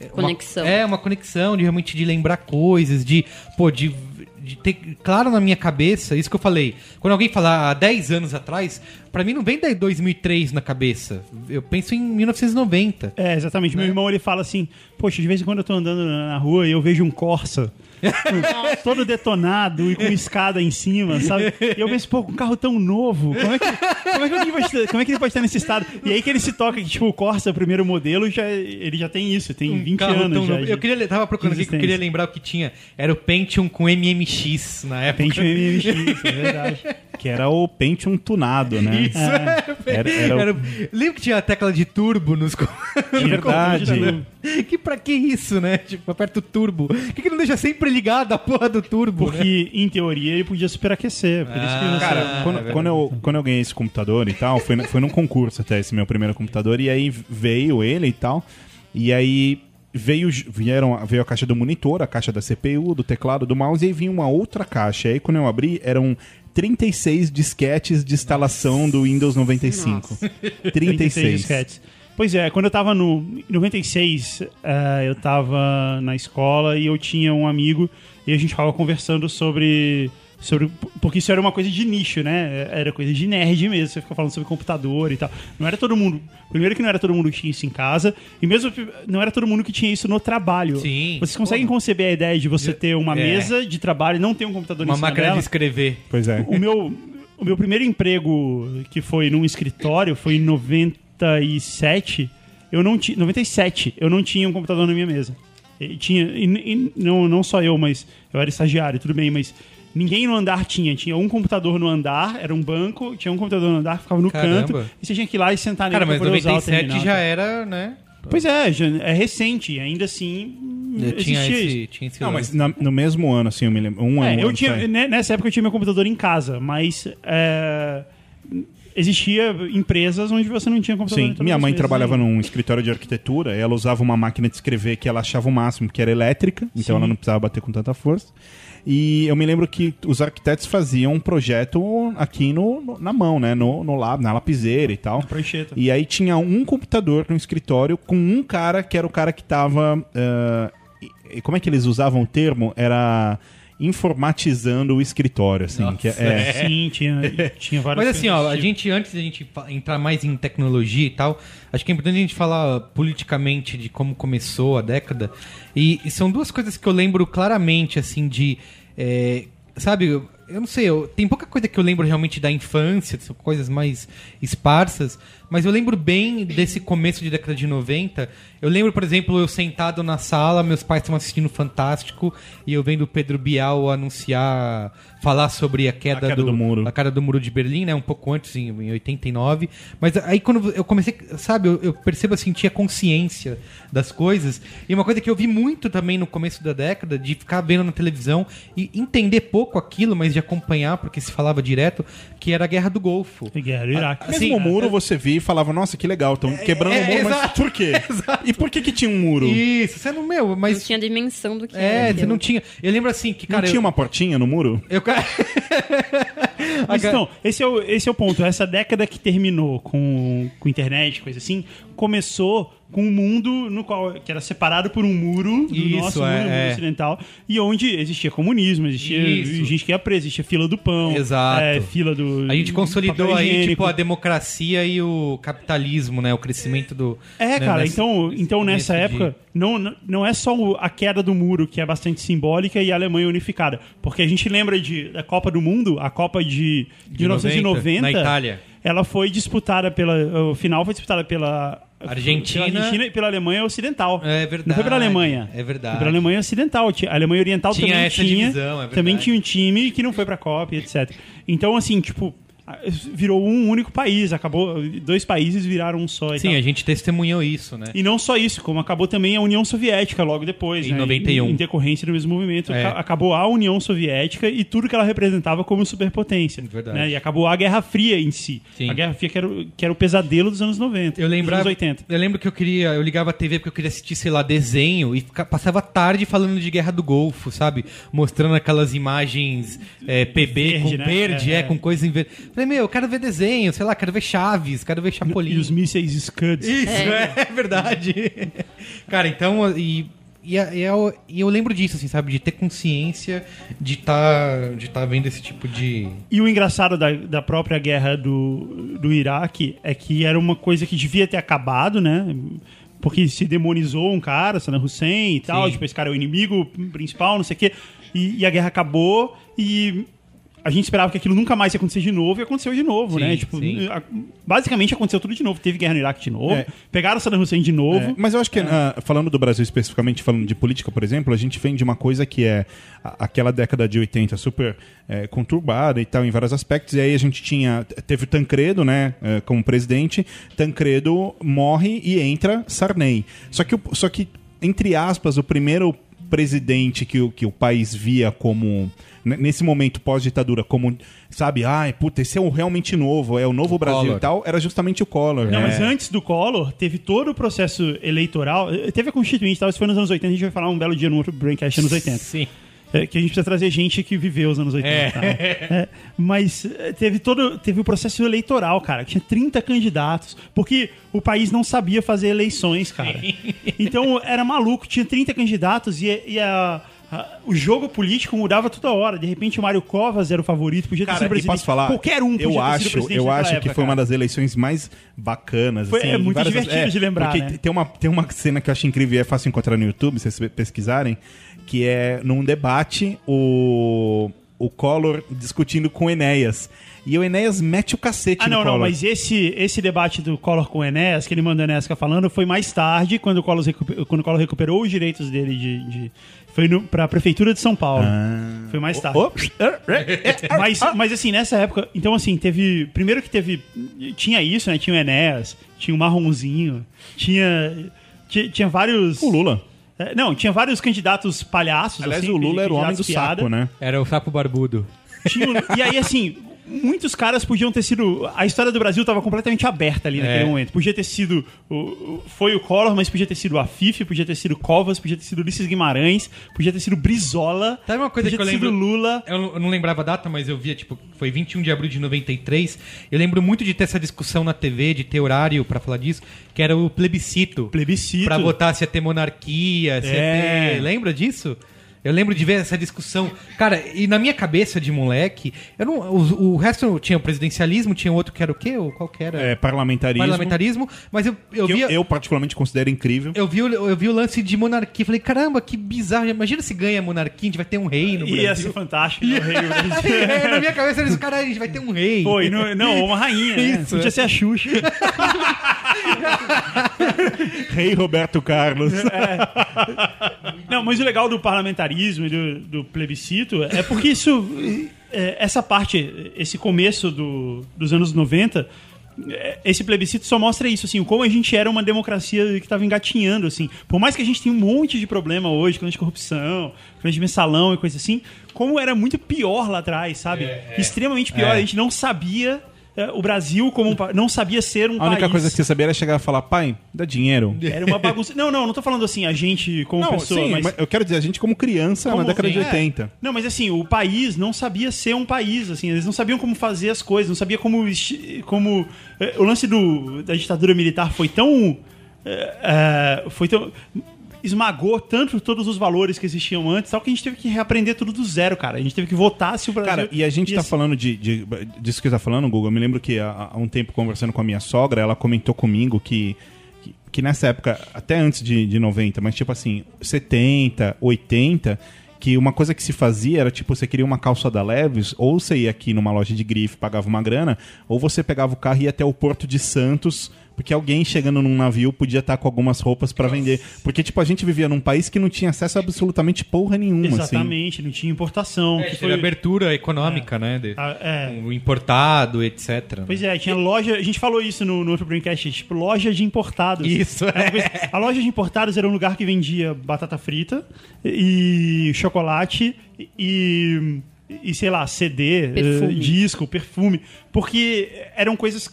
é, uma-
Conexão.
é, uma conexão de realmente de lembrar coisas, de, pô, de, de ter claro na minha cabeça, isso que eu falei. Quando alguém falar há 10 anos atrás, pra mim não vem daí 2003 na cabeça. Eu penso em 1990.
É, exatamente.
Né?
Meu irmão ele fala assim: Poxa, de vez em quando eu tô andando na na rua e eu vejo um Corsa com- todo detonado e com escada em cima, sabe? E eu penso, pô, com um carro tão novo, como é que, como é que, alguém vai estar- como é que ele pode estar nesse estado? E aí que ele se toca que, tipo, o Corsa, o primeiro modelo, já, ele já tem isso, tem 20
Um Carro
anos.
tão
já,
novo. eu queria, tava procurando aqui que eu
existência.
queria lembrar o que tinha. Era o Pentium com MMX na época.
Pentium MMX, é verdade.
Que era o Pentium tunado, né?
Isso, era,
Era- era o-
era o- Lembra que tinha a tecla de turbo nos. co-
É
Né?
verdade.
que pra que isso, né? Tipo, aperta o turbo. Por que, que não deixa sempre ligada a porra do turbo? né?
Porque, em teoria, ele podia superaquecer. Por isso que
Ah,
você-
Cara,
é
quando,
verdade.
quando eu, quando eu ganhei esse computador e tal, foi, na- foi num concurso até esse meu primeiro computador, e aí veio ele e tal, e aí veio, vieram, veio a caixa do monitor, a caixa da CPU, do teclado, do mouse, e aí vinha uma outra caixa. E aí quando eu abri, eram 36 disquetes de instalação do Windows 95. 36.
disquetes. Pois é, quando eu tava no em 96, eh, eu tava na escola e eu tinha um amigo e a gente tava conversando sobre sobre porque isso era uma coisa de nicho, né? Era coisa de nerd mesmo, você fica falando sobre computador e tal. Não era todo mundo. Primeiro que não era todo mundo que tinha isso em casa e mesmo que- não era todo mundo que tinha isso no trabalho.
Sim.
Vocês conseguem conceber a ideia de você ter uma
É.
mesa de trabalho e não ter um computador
Uma
em cima
máquina
dela?
de escrever.
Pois é.
o meu, o meu primeiro emprego que foi num escritório foi em 97. Eu não tinha 97. Eu não tinha um computador na minha mesa. E tinha e- e não não só eu, mas eu era estagiário, tudo bem, mas ninguém no andar tinha. Tinha um computador no andar, era um banco, tinha um computador no andar, ficava no
Caramba.
canto. E você tinha que ir lá e sentar nele
Cara,
pra
mas
poder usar o
97
terminal. então.
já era, né?
Pois é, já- é recente, ainda assim
Tinha
existia isso.
esse, tinha esse
Não,
lance.
mas na- no mesmo ano, assim, eu me lembro. Um
É,
ano. um
eu
ano,
tinha,
sabe?
né, nessa época eu tinha meu computador em casa, mas é, existia empresas onde você não tinha computador. em
Sim,
todas
minha
as
mãe
mesas
trabalhava
ainda.
num escritório de arquitetura, e ela usava uma máquina de escrever que ela achava o máximo, que era elétrica, então ela não precisava bater com tanta força. E eu me lembro que os arquitetos faziam um projeto aqui no, no- na mão, né? No, no lab, na lapiseira e tal.
prancheta.
E aí tinha um computador no escritório com um cara que era o cara que tava. ah, e- e como é que eles usavam o termo? Era informatizando o escritório, assim. que é- é.
Sim, tinha, tinha várias
Mas assim, ó,
coisas tipo
a
desse
gente, antes da gente fa- entrar mais em tecnologia e tal, acho que é importante a gente falar ó, politicamente de como começou a década. E, e são duas coisas que eu lembro claramente, assim, de. é, sabe, eu eu não sei, eu- tem pouca coisa que eu lembro realmente da infância, são coisas mais esparsas, mas eu lembro bem desse começo de década de 90. Eu lembro, por exemplo, eu sentado na sala, meus pais estavam assistindo Fantástico e eu vendo o Pedro Bial anunciar, falar sobre a queda,
queda do muro.
a cara do Muro de Berlim, né? Um pouco antes, em, em 89. Mas aí quando eu comecei, sabe, eu, eu percebo assim, tinha consciência das coisas. E uma coisa que eu vi muito também no começo da década, de ficar vendo na televisão e entender pouco aquilo, mas de acompanhar, porque se falava direto, que era a Guerra do Golfo.
tipo. Guerra do Iraque.
Assim,
Mesmo o muro você via e falava, nossa, que legal, estão quebrando
é,
o muro, mas
exato,
por quê? E por que que tinha um muro?
Isso, você não, meu,
Não
mas...
tinha dimensão do que
É,
era
você
aquilo.
não tinha... Eu lembro assim que,
Não
cara...
tinha
eu-
uma portinha no muro?
eu,
Mas
A-
então, esse é, o, esse é o ponto. Essa década que terminou com, com internet, coisa assim, começou com um mundo no qual que era separado por um muro do
Isso,
nosso
é,
mundo, mundo
é.
ocidental, e onde existia comunismo, existia
Isso.
gente que ia presa, existia fila do pão,
Exato.
é, fila do.
A gente
do
consolidou
papel
aí,
higiênico.
tipo, a democracia e o capitalismo, né? O crescimento do.
É,
né,
cara,
nessa-
então,
nesse
então nessa
começo de-
época, não, não é só o- a queda do muro, que é bastante simbólica, e a Alemanha unificada. Porque a gente lembra de, da Copa do Mundo, a Copa de, de 1990.
na Itália.
Ela foi disputada pela. O final foi disputada pela.
Argentina.
pela Argentina e pela Alemanha Ocidental.
É verdade,
Não foi pela Alemanha.
é verdade.
Foi pela Alemanha Ocidental. Ti- A Alemanha Oriental
Tinha
também
essa
tinha.
divisão, é verdade.
também tinha um time que não foi pra Copa, e etc. Então, assim, tipo. Virou um único país, acabou. Dois países viraram um só. e
Sim,
tal.
a gente testemunhou isso, né?
E não só isso, como acabou também a União Soviética logo depois,
Em
né?
91.
Em decorrência do mesmo movimento,
É.
aca- acabou a União Soviética e tudo que ela representava como superpotência.
Verdade.
né? E acabou a Guerra Fria em si.
Sim.
A Guerra Fria que era, o- que era o pesadelo dos anos 90.
Eu
Dos
lembrava.
anos 80.
Eu lembro que eu queria. Eu ligava a TV porque eu queria assistir, sei lá, desenho e fica- passava a tarde falando de Guerra do Golfo, sabe? Mostrando aquelas imagens é, PB
Verde,
com
né?
verde, é,
É, é.
com coisa em verde. Falei, meu, eu quero ver desenho, sei lá, quero ver Chaves, quero ver Chapolin.
E os mísseis Scuds.
Isso, é, verdade. Cara, então, e, e, a- e eu, e eu lembro disso, assim, sabe? De ter consciência de tá, de tá vendo esse tipo de.
E o engraçado da, da própria guerra do, do Iraque é que era uma coisa que devia ter acabado, né? Porque se demonizou um cara, Saddam Hussein e tal,
Sim.
tipo, esse cara é o inimigo principal, não sei o quê. E, e a guerra acabou e a gente esperava que aquilo nunca mais ia acontecer de novo e aconteceu de novo,
Sim,
né? Tipo,
sim.
a- basicamente aconteceu tudo de novo. Teve guerra no Iraque de novo,
É.
pegaram Saddam Hussein de novo.
É, mas eu acho que, ah, falando do Brasil especificamente, falando de política, por exemplo, a gente vem de uma coisa que é a- aquela década de 80 super eh, conturbada e tal, em vários aspectos. E aí a gente tinha. Teve o Tancredo, né, eh, como presidente. Tancredo morre e entra Sarney. Só que, o- só que entre aspas, o primeiro presidente que, o- que o país via como, n- nesse momento pós-ditadura, como, sabe, ai, puta, esse é o realmente novo, é o novo Brasil
Collor.
e tal, era justamente o Collor.
Não,
né?
É.
mas antes do Collor, teve todo o processo eleitoral. Eh, Teve a Constituinte e tal, isso foi nos anos 80. A gente vai falar um belo dia no outro Braincast anos 80.
Sim.
É, que a gente precisa trazer gente que viveu os anos 80.
É.
tá? É, mas é, teve todo teve o processo eleitoral, cara. que Tinha 30 candidatos. Porque o país não sabia fazer eleições, cara. Então era maluco. Tinha 30 candidatos e, e a- a- o jogo político mudava toda hora. De repente o Mário Covas era o favorito, podia ter sido
Cara, e
presidente.
posso falar?
Qualquer um podia
eu
ter
acho,
sido presidente
Eu
naquela
acho que
época,
foi uma
cara.
das eleições mais bacanas.
Foi-
assim,
é muito
em várias-
divertido de lembrar,
Porque
né?
te- tem, uma, tem uma cena que eu acho incrível e é fácil encontrar no YouTube, se vocês pesquisarem, que é num debate o, o Collor discutindo com o Enéas. E o Enéas mete o cacete
Ah,
no
não, não,
Collor.
mas esse, esse debate do Collor com o Enéas, que ele mandou o Enéas ficar falando, foi mais tarde, quando o Collor, recupe- quando o Collor recuperou os direitos dele de. de- foi no, pra Prefeitura de São Paulo. Foi mais tarde.
Oh, tipo
Mas,
ah.
mas assim, nessa época. Então, assim, teve. Primeiro que teve. Tinha isso, né? Tinha o Enéas, tinha o Marronzinho, tinha. Tinha, tinha vários.
o Lula.
É, Não, tinha vários candidatos palhaços.
Aliás,
assim,
o Lula era o homem do
candidatos piada.
saco, né?
Era o sapo barbudo.
Tinha um- e aí, assim, muitos caras podiam ter sido. A história do Brasil estava completamente aberta ali
É.
naquele momento. Podia ter sido. o- o- Foi o Collor, mas podia ter sido a Fife, podia ter sido Covas, podia ter sido Ulisses Guimarães, podia ter sido Brizola.
Sabe uma coisa
podia
que eu
ter
lembro?
sido Lula.
Eu não- eu não lembrava a data, mas eu via, tipo, foi 21 de abril de 93. Eu lembro muito de ter essa discussão na TV, de ter horário pra falar disso, que era o plebiscito.
Plebiscito.
Pra votar se ia ter monarquia, se
É.
ia ter... Lembra disso? Eu lembro de ver essa discussão. Cara, e na minha cabeça de moleque, eu não, o, o resto tinha o presidencialismo, tinha outro que era o quê? Ou qual que era?
É, parlamentarismo.
Parlamentarismo. Mas eu, eu
que eu,
via...
eu particularmente considero incrível.
Eu vi, o- eu vi o lance de monarquia. Falei, caramba, que bizarro. Imagina se ganha a monarquia, a gente vai ter um rei no Brasil.
Ia ser fantástico. né, o rei do Brasil.
É, na minha cabeça eles, caralho, a gente vai ter um rei.
Pô, e não, não, uma rainha. né?
Isso,
Podia
é.
ser a Xuxa. É,
Rei Roberto Carlos.
Não, mas o legal do parlamentarismo e do, do plebiscito é porque isso. é, essa parte, esse começo do- dos anos 90, é, esse plebiscito só mostra isso, assim, como a gente era uma democracia que estava engatinhando, assim. Por mais que a gente tenha um monte de problema hoje, com anticorrupção, com mensalão e coisa assim, como era muito pior lá atrás, sabe?
É,
Extremamente pior. A gente não sabia. é, O Brasil, como um pa- não sabia ser um
A única
país.
coisa que você sabia era chegar e falar, pai, dá dinheiro.
Era uma bagunça. Não, não, não tô falando assim, a gente como pessoa,
sim,
mas.
mas eu quero dizer, a gente como criança
Como
na década
assim?
de 80.
Não, mas assim, o país não sabia ser um país, assim, eles não sabiam como fazer as coisas, não sabia como esti- como eh, o lance do, da ditadura militar foi tão eh, eh, foi tão esmagou tanto todos os valores que existiam antes, tal que a gente teve que reaprender tudo do zero, cara. A gente teve que votar se o Brasil
Cara, e a gente
ia
tá
se-
falando de, de, disso que você tá falando, Google. Eu me lembro que há, há um tempo conversando com a minha sogra, ela comentou comigo que, que, que nessa época, até antes de, de 90, mas tipo assim, 70, 80, que uma coisa que se fazia era tipo, você queria uma calça da Leves, ou você ia aqui numa loja de grife, pagava uma grana, ou você pegava o carro e ia até o Porto de Santos. Porque alguém chegando num navio podia estar com algumas roupas pra vender. Porque, tipo, a gente vivia num país que não tinha acesso a absolutamente porra nenhuma, assim.
Exatamente, não tinha importação,
É,
que
teve
foi
abertura econômica, né? de-
Ah, é.
O importado, etc. né?
Pois é, tinha loja. A gente falou isso no, no outro Braincast, tipo, loja de importados.
Isso,
Era uma
é.
coisa- A loja de importados era um lugar que vendia batata frita e chocolate e. e sei lá, CD,
Perfume.
eh, disco, perfume. Porque eram coisas.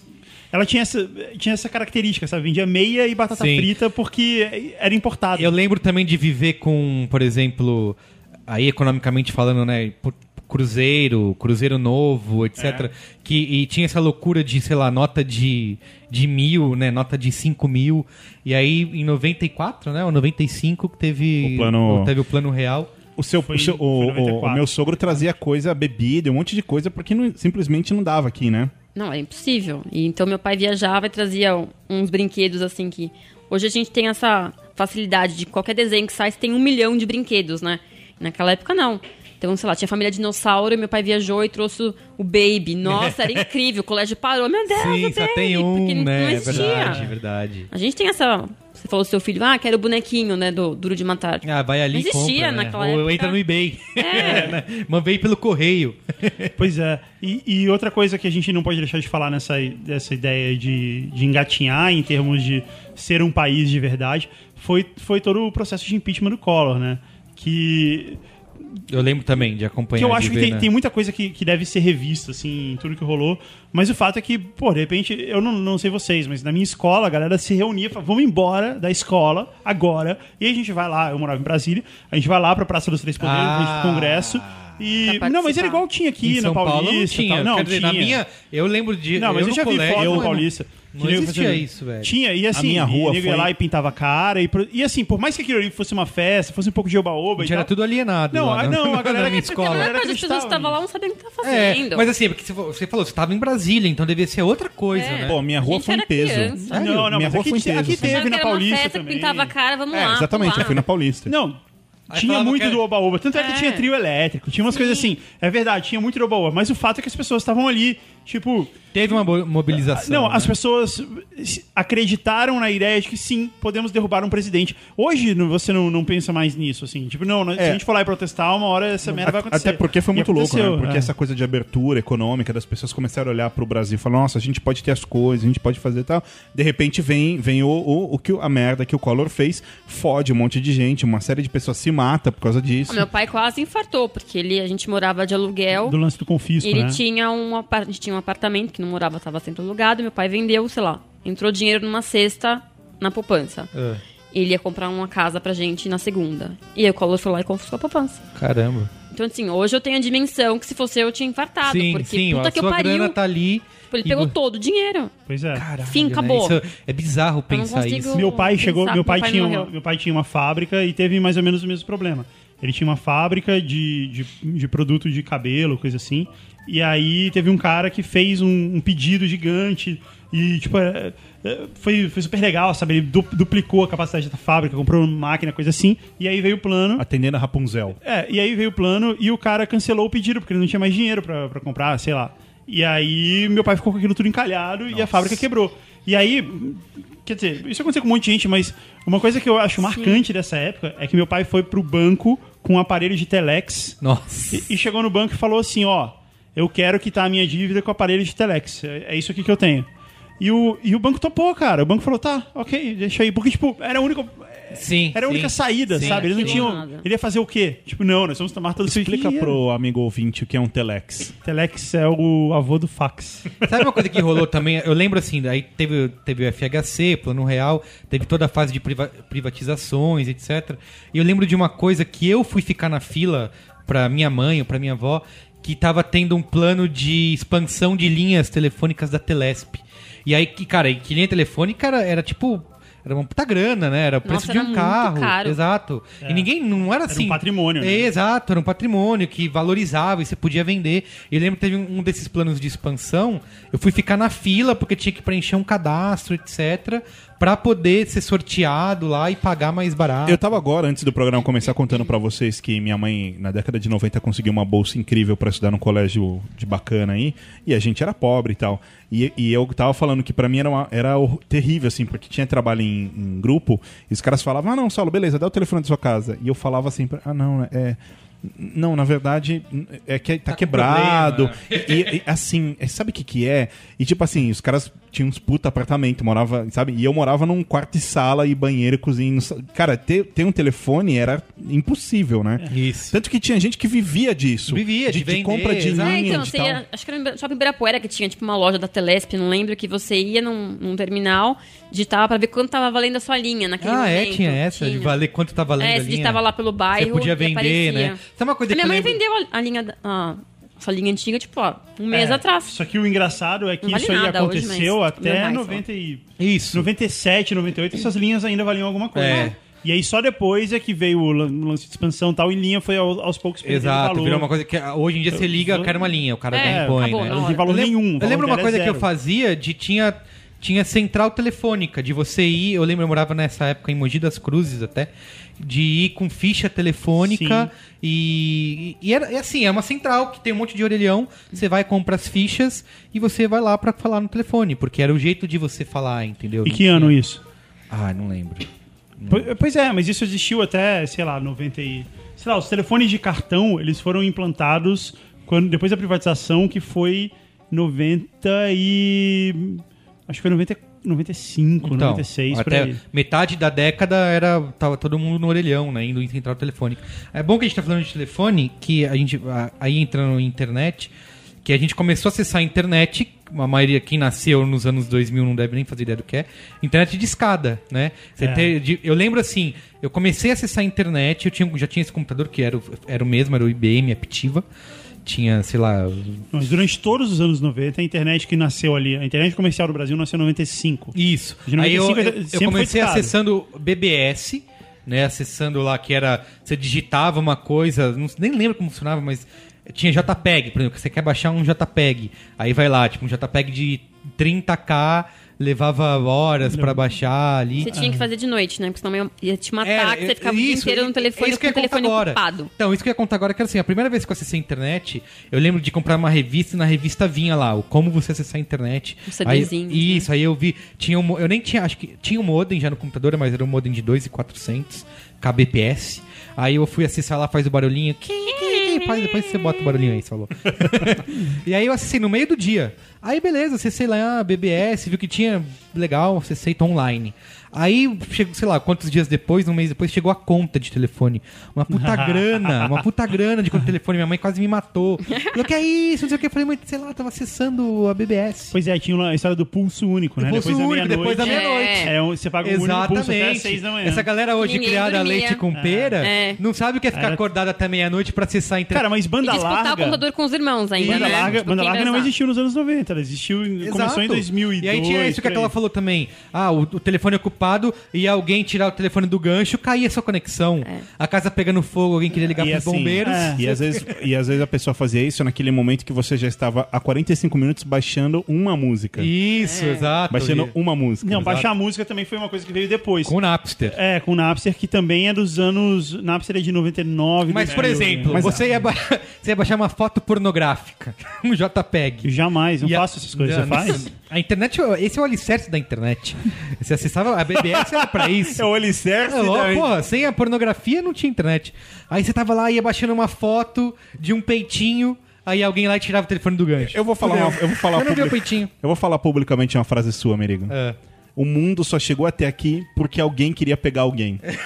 Ela tinha essa, tinha essa característica, sabe? Vendia meia e batata
Sim.
frita porque era importado.
Eu lembro também de viver com, por exemplo, aí economicamente falando, né? por- Cruzeiro, Cruzeiro Novo,
É.
etc. Que, e tinha essa loucura de, sei lá, nota de, de mil, né? Nota de cinco mil. E aí, em 94, né? Ou 95, que teve
O plano-
teve o plano real.
O seu,
Foi-
o, seu- o-
foi
o-
94.
o meu sogro trazia coisa, bebida, um monte de coisa, porque não- simplesmente não dava aqui, né?
Não, era impossível. E, então meu pai viajava e trazia um- uns brinquedos assim que. Hoje a gente tem essa facilidade de qualquer desenho que sai, você tem um milhão de brinquedos, né? Naquela época não. Então, sei lá, tinha família dinossauro e meu pai viajou e trouxe o- o Baby. Nossa, era incrível. O colégio parou. Meu Deus,
Sim,
o
só
Baby!
tem
porque
um, né?
não- não
É
existia.
verdade, é verdade.
A gente tem essa. Você falou do seu filho, ah, quero o bonequinho, né? Do Duro de Matar.
Ah, vai ali
Não
e
existia
compra, né?
naquela
Ou
época. É.
entra no eBay. né? Mandei pelo correio.
Pois é. E, e outra coisa que a gente não pode deixar de falar nessa dessa ideia de, de engatinhar em termos de ser um país de verdade foi, foi todo o processo de impeachment do Collor, né? que
Eu lembro também de
que
acompanhar.
eu
de
acho que
ver,
tem, um
né?
tem muita coisa que, que deve ser revista, assim, em tudo que rolou. Mas o fato é que, pô, de repente, eu não, não sei vocês, mas na minha escola a galera se reunia e falava, vamos embora da escola agora. E aí a gente vai lá, eu morava em Brasília, a gente vai lá pra Praça dos Três Poderes,
Ah.
a gente pro Congresso. E.
Pra
Não, mas era
participar.
igual tinha
Em
aqui na
São
Paulista.
Paulo não
e
tinha.
tal. Não,
Quer dizer,
tinha.
Na minha, eu lembro de.
Não, mas eu,
no
já vi
colégio,
foto
eu
no
não-
Paulista.
Não,
que nego
existia
fazia-
isso, velho.
Tinha, e assim,
minha rua
e nego ia
foi-
lá e pintava a cara. E, pro- e assim, por mais que aquilo ali fosse uma festa, fosse um pouco de oba-oba
A
e
gente era
tal,
tudo alienado.
Não,
lá,
a-
na-
não, a
na
galera
minha
que-
É
A
escola.
galera
verdade, as pessoas
acreditava
que estavam lá não sabiam o que tá fazendo.
É, mas assim, porque você falou, você falou, você estava em Brasília, então devia ser outra coisa,
É.
né?
Pô, minha
A
rua
gente
foi em
era
peso.
criança.
Sério?
Não, não,
minha
mas
rua
aqui
foi em
te-
peso.
aqui teve
Achava que
na
era uma
Paulista
festa que
também.
pintava a cara, vamos
É,
lá.
exatamente, eu
pular.
fui na Paulista.
Não.
Aí
tinha
falava
muito
que-
do oba-oba. Tanto é.
É.
que tinha trio elétrico, tinha umas coisas assim. É verdade, tinha muito do oba-oba. Mas o fato é que as pessoas estavam ali, tipo.
Teve uma bo- mobilização.
não,
né?
as pessoas se- acreditaram na ideia de que sim, podemos derrubar um presidente. Hoje não- você não, não pensa mais nisso, assim. Tipo, não, nós- se a gente for lá e protestar, uma hora essa merda vai acontecer.
É. Até porque foi
E
muito louco, né?
aconteceu,
Porque
é.
essa coisa de abertura econômica, das pessoas começaram a olhar pro Brasil e falar, nossa, a gente pode ter as coisas, a gente pode fazer e tal. De repente vem, vem o, o, o que o- a merda que o Collor fez, fode um monte de gente, uma série de pessoas se mata por causa disso.
O meu pai quase infartou, porque ele, a gente morava de aluguel.
Do lance do confisco,
Ele
né?
tinha um, apar- a gente tinha um apartamento que não morava, estava sempre alugado. Meu pai vendeu, sei lá, entrou dinheiro numa cesta na poupança.
Ah,
Ele ia comprar uma casa pra gente na segunda. E aí o Collor foi lá e confiscou a poupança.
caramba.
Então, assim, hoje eu tenho a dimensão que se fosse eu tinha infartado.
sim,
porque
sim,
puta
a
que eu
sua grana
pariu.
tá ali.
Tipo, Ele
e
pegou
vo-
todo o dinheiro.
Pois é.
Caralho,
Fim,
né?
acabou.
Isso é- é bizarro
não
pensar
consigo-
isso.
Meu pai
Pensar
chegou,
que
meu pai,
meu pai
tinha
morreu.
uma, meu pai tinha uma fábrica e teve mais ou menos o mesmo problema. Ele tinha uma fábrica de, de, de produto de cabelo, coisa assim. E aí teve um cara que fez um, um pedido gigante e, tipo, é, é, foi, foi super legal, sabe? Ele du- duplicou a capacidade da fábrica, comprou uma máquina, coisa assim. E aí veio o plano.
Atendendo a Rapunzel.
É, e aí veio o plano e o cara cancelou o pedido, porque ele não tinha mais dinheiro pra pra comprar, sei lá. E aí meu pai ficou com aquilo tudo encalhado e a fábrica quebrou. E aí, quer dizer, isso aconteceu com um monte de gente, mas uma coisa que eu acho marcante dessa época é que meu pai foi pro banco com um aparelho de telex
Nossa.
e, e chegou no banco e falou assim, ó, eu quero quitar a minha dívida com o aparelho de telex. É é isso aqui que eu tenho. E o, e o banco topou, cara. O banco falou, tá, ok, deixa aí. Porque, tipo, era a única,
Sim.
era a única
sim.
saída,
Sim. é
sabe? Eles não
Aquilo
tinham.
nada.
Ele ia fazer o quê? Tipo, não, nós vamos tomar todo o seu
Explica
dinheiro.
pro amigo ouvinte o que é um telex.
Telex é o avô do fax.
Sabe uma coisa que rolou também? Eu lembro assim, aí teve, teve o FHC, Plano Real, teve toda a fase de priva- privatizações, etc. E eu lembro de uma coisa que eu fui ficar na fila pra minha mãe ou pra minha avó, que tava tendo um plano de expansão de linhas telefônicas da Telesp. E aí, que, cara, e que linha telefônica era, era tipo. Era uma puta grana, né? Era o preço
Nossa,
de um
era muito
carro.
caro.
Exato. E ninguém. Não era assim.
É. patrimônio, né?
É, Exato, era um patrimônio que valorizava e você podia vender. E Eu lembro que teve um um desses planos de expansão, eu fui ficar na fila porque tinha que preencher um cadastro, etc, Pra poder ser sorteado lá e pagar mais barato.
Eu tava agora, antes do programa começar, contando pra vocês que minha mãe, na década de 90, conseguiu uma bolsa incrível pra estudar num colégio de bacana aí, e a gente era pobre e tal. E, e eu tava falando que pra mim era, uma- era hor- terrível, assim, porque tinha trabalho em, em grupo, e os caras falavam, ah, não, Saulo, beleza, dá o telefone da sua casa. E eu falava assim, ah, não, é... Não, na verdade, é que tá,
com
quebrado.
problema.
E, e, assim, é, sabe o que que é? E tipo assim, os caras tinham uns puta apartamento, morava, sabe? E eu morava num quarto e sala e banheiro e cozinha. no sa- Cara, ter, ter um telefone era impossível, né?
Isso.
Tanto que tinha gente que vivia disso.
Vivia,
de,
de vender,
compra de
exato.
linha
É, então,
de
você
tal.
ia, acho que era no Shopping Ibirapuera que tinha, tipo, uma loja da Telesp, não lembro, que você ia num, num terminal, digitava pra ver quanto tava valendo a sua linha naquele
Ah, é,
momento.
tinha essa de valer quanto tá valendo
É,
a
você
linha.
digitava lá pelo bairro
Você podia
e
vender,
aparecia.
né? Sabe uma coisa
a minha
que eu lembro-
mãe vendeu a, a linha, da- a, essa linha antiga, tipo, ó, um mês atrás.
Só que o engraçado é que
Não vale
isso aí
nada hoje,
aconteceu
mas é meu
até
pai só.
90 e...
Isso.
97, 98, essas linhas ainda valiam alguma coisa.
É.
E aí só depois é que veio o lan- lance de expansão e tal, e linha foi ao- aos poucos perdendo
Exato,
valor.
virou uma coisa que ah, hoje em dia você liga, eu quero uma linha, o cara
É,
é, põe,
acabou,
né?
na
Não tem
hora.
valor
Eu lem-
nenhum.
Eu
valor
lembro uma
dela é
coisa que eu
zero.
fazia de tinha tinha central telefônica, de você ir, eu lembro, eu morava nessa época em Mogi das Cruzes até, de ir com ficha telefônica e, e era, é assim, é uma central que tem um monte de orelhão, você vai, compra as fichas e você vai lá pra falar no telefone, porque era o jeito de você falar, entendeu?
E que ano isso?
Ah, não lembro.
Po- Pois é, mas isso existiu até, sei lá, 90 e... Sei lá, os telefones de cartão, eles foram implantados quando, depois da privatização, que foi 90 e... Acho que foi 94. 95,
Então,
96, por
até
aí.
metade da década era tava todo mundo no orelhão, né, indo em central telefônica. É bom que a gente tá falando de telefone, que a gente a- aí entrando na internet, que a gente começou a acessar a internet, a maioria quem nasceu nos anos 2000 não deve nem fazer ideia do que é, internet de escada, né? Você
É.
ter- de- eu lembro assim, eu comecei a acessar a internet, eu tinha, já tinha esse computador que era o, era o mesmo, era o IBM Aptiva, tinha, sei lá,
Mas durante todos os anos 90, a internet que nasceu ali, a internet comercial do Brasil nasceu em 95.
Isso.
De 95
Aí eu, eu-
sempre
eu
foi
comecei
discado.
acessando BBS, né? Acessando lá que era. Você digitava uma coisa, não, nem lembro como funcionava, mas tinha JPEG, por exemplo, que você quer baixar um JPEG. Aí vai lá, tipo, um JPEG de 30k, levava horas pra baixar ali.
Você tinha que fazer de noite, né? Porque senão ia- ia te matar,
Era,
que você ficava o dia
É, isso,
inteiro no telefone
isso que
com
eu
o
ia contar
telefone
agora.
ocupado.
Então, isso que eu ia contar agora, que era assim, a primeira vez que eu acessei a internet, eu lembro de comprar uma revista e na revista vinha lá, o como você acessar a internet.
Os
aí,
CDzinhos,
Isso, aí eu vi, tinha um, mo- eu nem tinha, acho que tinha um modem já no computador, mas era um modem de 2,400 kbps. Aí eu fui acessar lá, faz o barulhinho, que, que, que, faz, depois você bota o barulhinho aí, você falou. e aí eu acessei no meio do dia. Aí beleza, acessei lá, BBS, viu que tinha, legal, acessei, tô online. Aí, chegou, sei lá, quantos dias depois, um mês depois, chegou a conta de telefone. Uma puta grana, uma puta grana de conta de telefone. Minha mãe quase me matou. Falou, que é isso, não sei o que. Eu falei, mãe, sei lá, tava acessando a BBS.
Pois é, tinha lá a história do pulso único, né?
Pulso único, depois da
meia-noite.
meia-noite.
É, você paga o único pulso até às 6 da manhã.
Essa galera hoje
Ninguém
criada a
dormia.
leite com pera
É.
não sabe o que é ficar
Era-
acordado até meia-noite pra acessar a internet.
Cara, mas
E
banda
disputar o
larga...
computador com os irmãos ainda,
Banda
né?
larga,
Tipo,
banda
quem
larga
vai
não
usar?
existiu nos anos 90, ela existiu em- começou em 2002.
E aí tinha isso que
por aí.
aquela falou também. Ah, o, o telefone ocupado e alguém tirar o telefone do gancho, caía a sua conexão. A casa pegando fogo, alguém queria ligar
E
pros
assim,
bombeiros.
é.
E às, vezes, e às vezes a pessoa fazia isso naquele momento que você já estava há 45 minutos baixando uma música.
Isso, exato.
Baixando
E-
uma música.
Não, baixar a música também foi uma coisa que veio depois.
Com o Napster.
É, com o Napster, que também é dos anos... Napster é de 99,
Mas, por
2000,
exemplo,
né?
você, ia ba- você ia baixar uma foto pornográfica, um JPEG.
Jamais, não
E a-
faço essas coisas. Você
Não,
faz?
A internet, esse é o alicerce da internet. Você acessava a BBS era pra isso.
É o alicerce
É louco,
da-
porra, sem a pornografia não tinha internet. Aí você tava lá, ia baixando uma foto de um peitinho, aí alguém lá e tirava o telefone do gancho.
Eu vou falar, uma- eu vou falar
Eu não vi o
public-
peitinho.
Eu vou falar publicamente uma frase sua, Merigo.
É.
O mundo só chegou até aqui porque alguém queria pegar alguém.
É.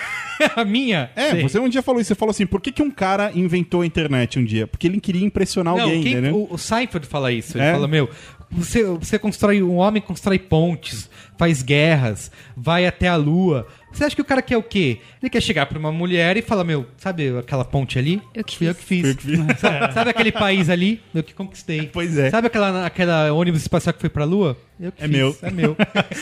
a minha?
É,
Sei.
você um dia falou isso, você falou assim, por que, que um cara inventou a internet um dia? Porque ele queria impressionar
Não,
alguém,
quem-
né?
o, o Seinfeld fala isso. Ele
É?
fala, meu, você, você constrói, um homem constrói pontes, faz guerras, vai até a lua. Você acha que o cara quer o quê? Ele quer chegar pra uma mulher e falar, meu, sabe aquela ponte ali?
Eu que
Fui eu
fiz.
que fiz. sabe, sabe aquele país ali? Eu que conquistei.
Pois é.
Sabe aquela, aquela ônibus espacial que foi pra lua? Eu que
É meu.
É meu.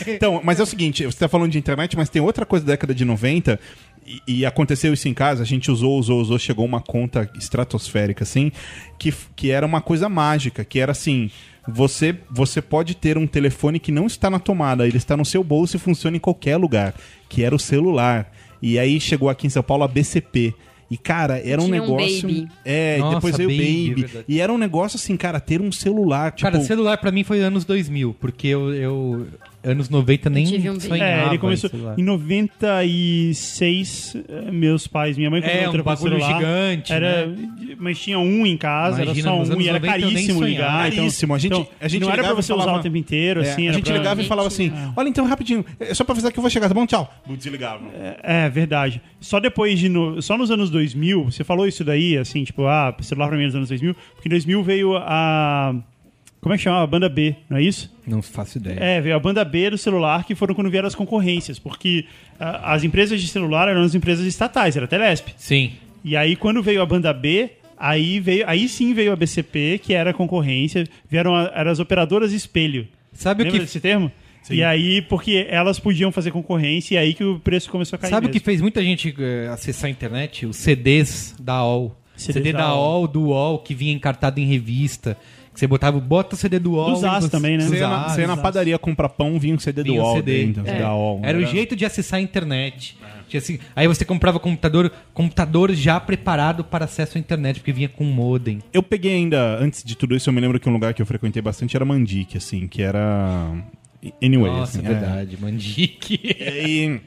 Então, mas é o seguinte, você tá falando de internet, mas tem outra coisa da década de 90, e, e aconteceu isso em casa, a gente usou, usou, usou, chegou uma conta estratosférica, assim, que, f- que era uma coisa mágica, que era assim, você, você pode ter um telefone que não está na tomada, ele está no seu bolso e funciona em qualquer lugar, que era o celular. E aí chegou aqui em São Paulo a BCP. E, cara, era um
Tinha um
negócio.
Baby.
É,
Nossa,
depois veio o
Baby, é
Baby.
verdade.
e era um negócio assim, cara, ter um celular. Tipo,
Cara, celular pra mim foi anos 2000, porque eu, eu anos 90 nem
tive um
sonhava.
É, ele começou
em celular.
em 96. eh, Meus pais, minha mãe comprou
É, um
telefone
bagulho
celular.
gigante, né?
Era, Mas tinha um em casa,
Imagina,
era
nos
só um
anos
e
90
era
eu nem
caríssimo
sonhava.
ligar. então-
Caríssimo, a gente-
então,
a gente
não era pra
ligava e
você usar
falava-
o tempo inteiro,
É,
assim.
a
era
gente
pra-
ligava e falava assim: olha, então rapidinho, é só pra avisar que eu vou chegar, tá bom? Tchau. Desligava.
É, verdade. Só depois de. no- Só nos anos 2000, você falou isso daí, assim, tipo, ah, celular pra mim nos anos 2000, porque em 2000 veio a. Como é que chama? A banda B, não é isso?
Não faço ideia.
É, veio a banda B do celular, que foram quando vieram as concorrências, porque ah, as empresas de celular eram as empresas estatais, era a Telesp.
Sim.
E aí, quando veio a banda B, aí, veio, aí sim veio a BCP, que era a concorrência, vieram a- eram as operadoras espelho.
Sabe o
Lembra
que-
desse termo? E aí, porque elas podiam fazer concorrência, e aí que o preço começou a cair.
Sabe o que
mesmo.
fez muita gente eh, acessar a internet? Os CDs da OL.
CDs
CD
da
da OL, do OL, que vinha encartado em revista. Que você botava, bota o CD do OL.
Dos
e
As
você-
também, né?
dos
Você ia na,
As,
você ia na
exato.
padaria comprar pão, vinha um CD do
Vinha um
UOL
CD.
dentro, da UOL. né?
Era o jeito de acessar a internet.
É.
Tinha assim- aí você comprava computador, computador já preparado para acesso à internet, porque vinha com modem.
Eu peguei ainda, antes de tudo isso, eu me lembro que um lugar que eu frequentei bastante era Mandic, assim, que era. Anyway,
Nossa,
assim,
é verdade, mandique. É,
E aí,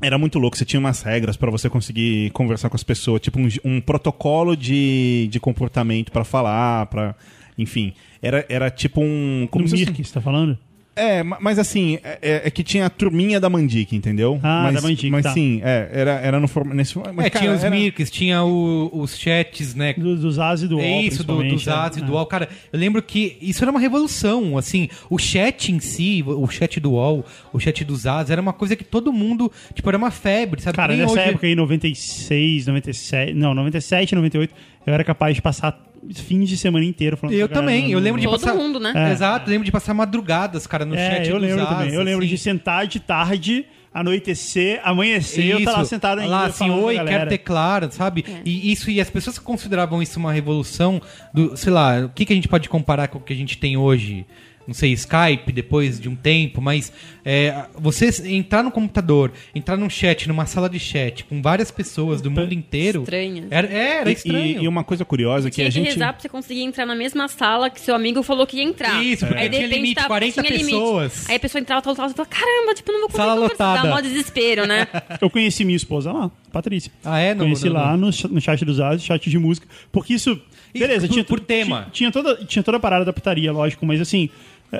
era muito louco, você tinha umas regras pra você conseguir conversar com as pessoas, tipo um, um protocolo de, de comportamento pra falar, para enfim, era, era tipo um como
No
se fosse-
Mirk, você tá falando?
É, ma- mas assim, é, é- é que tinha a turminha da Mandic, entendeu?
Ah,
mas,
da Mandic,
Mas
tá.
sim, é, era, era no formato. Nesse, forma- mas,
É,
cara,
tinha os
era-
Mirks, tinha o- os chats, né?
Do- dos As e do
é
All,
isso, do,
principalmente,
dos atos
é.
e do UOL. Cara, eu lembro que isso era uma revolução, assim. O chat em si, o chat do UOL, o chat dos atos, era uma coisa que todo mundo, tipo, era uma febre, sabe?
Cara,
Que nem
nessa
hoje-
época aí, 96, 97, não, 97, 98, eu era capaz de passar fins de semana inteiro falando
Eu
com a galera
também,
no-
eu lembro de
Todo
passar...
mundo, né? É.
Exato, lembro de passar madrugadas, cara, no
É,
chat
eu
dos
lembro
atos,
também. Eu lembro
assim.
de sentar de tarde, anoitecer, amanhecer, eu tava
Isso.
lá sentado ainda
Lá assim,
falando com a
oi,
galera.
quero teclar, sabe? E isso, e as pessoas consideravam isso uma revolução do, sei lá, o que, que a gente pode comparar com o que a gente tem hoje? Não sei, Skype, depois de um tempo, mas é, você entrar no computador, entrar num chat, numa sala de chat, com várias pessoas do mundo inteiro.
Estranhas.
Era, é, era
E-
estranho.
E, e uma coisa curiosa que
Tinha
a
que
gente.
rezar pra você conseguir entrar na mesma sala que seu amigo falou que ia entrar.
Isso, porque
de
tinha
repente,
limite, 40
tinha limite.
pessoas.
Aí a pessoa entrava, tal, tal, e falava, caramba, tipo, não vou conseguir
Sala
conversar. Dá
lotada.
mó desespero, né?
Eu conheci minha esposa lá, Patrícia.
Ah, é? No-
conheci
no-
lá no, cha- no chat dos As, chat de música. Porque isso.
Isso,
Beleza,
por-
tinha.
por
ti-
tema.
Tinha toda, tinha toda a parada da putaria, lógico, mas assim.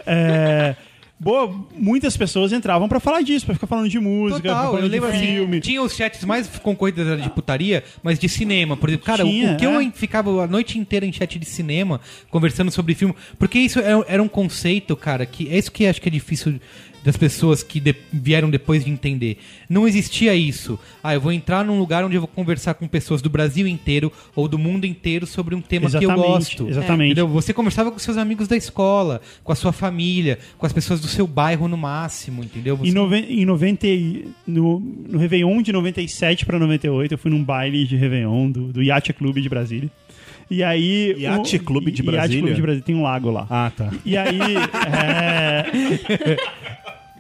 é, boa, muitas pessoas entravam pra falar disso, pra ficar falando de música, pra
Total,
falar
eu
de
lembro assim,
filme.
tinha os chats mais concorridos era de putaria, mas de cinema, por exemplo. Cara, o-
Tinha,
o que eu
é.
en- ficava a noite inteira em chat de cinema, conversando sobre filme, porque isso era, era um conceito, cara, que é isso que acho que é difícil das pessoas que de- vieram depois de entender. Não existia isso. Ah, eu vou entrar num lugar onde eu vou conversar com pessoas do Brasil inteiro ou do mundo inteiro sobre um tema que eu
Exatamente,
gosto.
exatamente.
Entendeu? Você conversava com seus amigos da escola, com a sua família, com as pessoas do seu bairro no máximo, entendeu? Você
Em, noven- em 90, e- no, no Réveillon de 97 pra 98, eu fui num baile de Réveillon do, do Yacht Clube de Brasília. E aí.
Yacht
o-
Clube de
Yacht Clube
Brasília?
de Brasília, tem um lago lá.
Ah, tá.
E aí. é,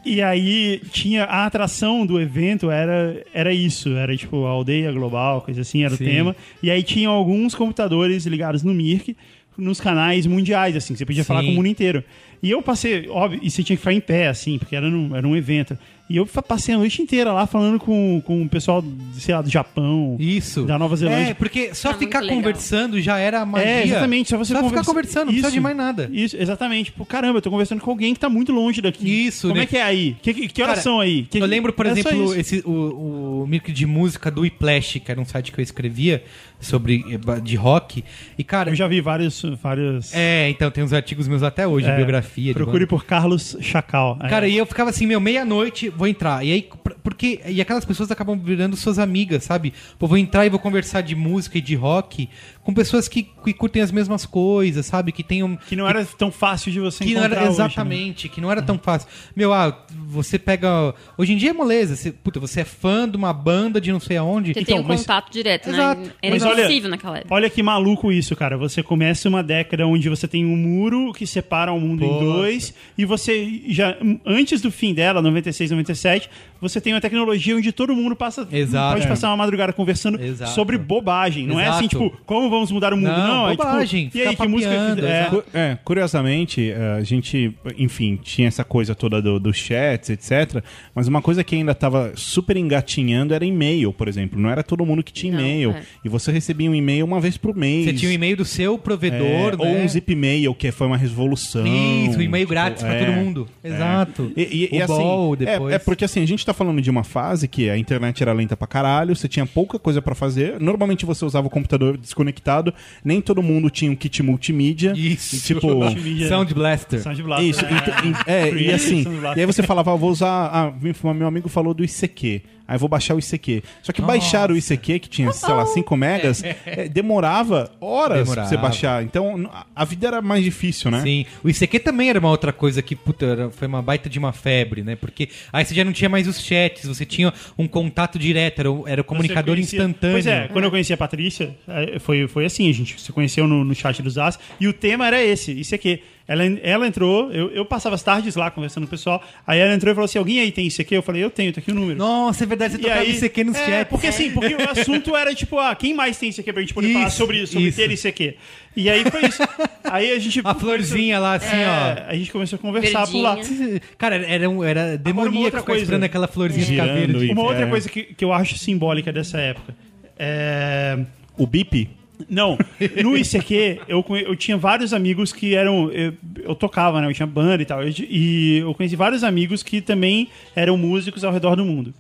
E aí tinha a atração do evento era era isso, era tipo a aldeia global, coisa assim, era
Sim.
o tema. E aí tinha alguns computadores ligados no Mirk nos canais mundiais assim, que você podia
Sim.
falar com o mundo inteiro. E eu passei, óbvio, e você tinha que ficar em pé assim, porque era num, era um evento. E eu fa- passei a noite inteira lá falando com, com o pessoal, sei lá, do Japão,
Isso.
da Nova Zelândia.
É, porque só
Tá muito
ficar
legal.
conversando já era a magia.
É, exatamente. Só você
Só
conversa-
ficar conversando, não precisa de mais nada.
Isso, exatamente. Tipo, caramba, eu tô conversando com alguém que tá muito longe daqui.
Isso,
Como
né?
é que é aí? Que, que, que horas
Cara,
são aí? Que-
eu lembro, por
é só
exemplo,
isso.
esse, o, o Mirk de música do Iplash, que era um site que eu escrevia sobre eh, ba- de rock. E, cara.
Eu já vi vários. vários
É, então tem uns artigos meus até hoje, de
é,
biografia. de
Procure
banda.
por Carlos Chacal. É.
Cara, e eu ficava assim, meu, meia-noite, vou entrar. E aí, pr- porque. E aquelas pessoas acabam virando suas amigas, sabe? Pô, vou entrar e vou conversar de música e de rock com pessoas que, que curtem as mesmas coisas, sabe? Que tenham.
que não era tão fácil de você
que não
encontrar.
era
hoje, né?
exatamente, que não era tão fácil. Meu, ah, você pega hoje em dia é moleza, você, puta, você é fã de uma banda de não sei aonde.
Você tem um
mas-
contato direto,
Então, Exato.
né? Era
Mas olha-
impossível naquela época.
Olha que maluco isso, cara. Você começa uma década onde você tem um muro que separa o mundo em
Pô.
dois e você já antes do fim dela, 96, 97, você tem uma tecnologia onde todo mundo passa
Exato.
pode
É.
passar uma madrugada conversando
Exato.
sobre bobagem, não é
Exato.
assim tipo, como vamos mudar o mundo,
Não,
não,
bobagem,
é tipo, e aí
ficar
que música
papeando,
que- é,
exato.
Cu- É, curiosamente, é, a gente, enfim, tinha essa coisa toda do- dos chats, etc. Mas uma coisa que ainda tava super engatinhando era e-mail, por exemplo. Não era todo mundo que tinha
Não,
e-mail.
é.
E você recebia um e-mail uma vez por mês.
Você tinha um e-mail do seu provedor, né?
é, Ou um zip mail, que foi uma resvolução.
Isso, um e-mail
tipo,
grátis pra
é.
todo mundo. Exato.
E, e-
o
e assim,
Ball
é-
depois.
É, porque assim, a gente tá falando de uma fase que a internet era lenta pra caralho, você tinha pouca coisa pra fazer. Normalmente você usava o computador desconectado, nem todo mundo tinha um kit multimídia.
Isso. um
E, tipo,
Multimídia.
Sound Blaster.
né? Sound Blaster,
isso.
é.
ent- ent- é, e
um
Creative
assim,
Sound
e
Blaster.
aí você falava, ah, vou usar. Ah, meu- meu amigo falou do ICQ. Aí vou baixar o ICQ. Só que
Nossa.
baixar o ICQ, que tinha, sei lá, 5 megas, é, demorava horas pra você
Demorava.
baixar. Então n- a- a vida era mais difícil, né?
Sim. O ICQ também era uma outra coisa que, puta, era- foi uma baita de uma febre, né? Porque aí você já não tinha mais os chats, você tinha um contato direto, era o, era o comunicador
Você conhecia-
instantâneo.
Pois é, quando eu conheci a Patrícia, eh, foi, foi assim, a gente se conheceu no, no chat dos As, e o tema era esse, isso aqui. Ela, ela entrou, eu, eu passava as tardes lá conversando com o pessoal, aí ela entrou e falou assim, alguém aí tem isso aqui? Eu falei, eu tenho, tá aqui o número.
Nossa, é verdade, você
E
tocava
aí-
ICQ nos
é,
chats.
Porque assim, porque o assunto era tipo, ah, quem mais tem isso aqui pra gente poder falar
Isso,
sobre isso, sobre
isso.
ter isso aqui. E aí foi isso. aí a gente.
A florzinha lá, assim, ó.
É, a gente começou a conversar por lá.
Verdinha.
Cara, era, um, era
uma
demoníaco
outra
ficar
coisa.
esperando aquela florzinha ficar
Girando
verde.
e-
Uma
É.
outra coisa que, que eu acho simbólica dessa época. É.
O BIP
Não, no ICQ eu, conhe- eu tinha vários amigos que eram. Eu, eu tocava, né? Eu tinha banda e tal. eu ti- e eu conheci vários amigos que também eram músicos ao redor do mundo.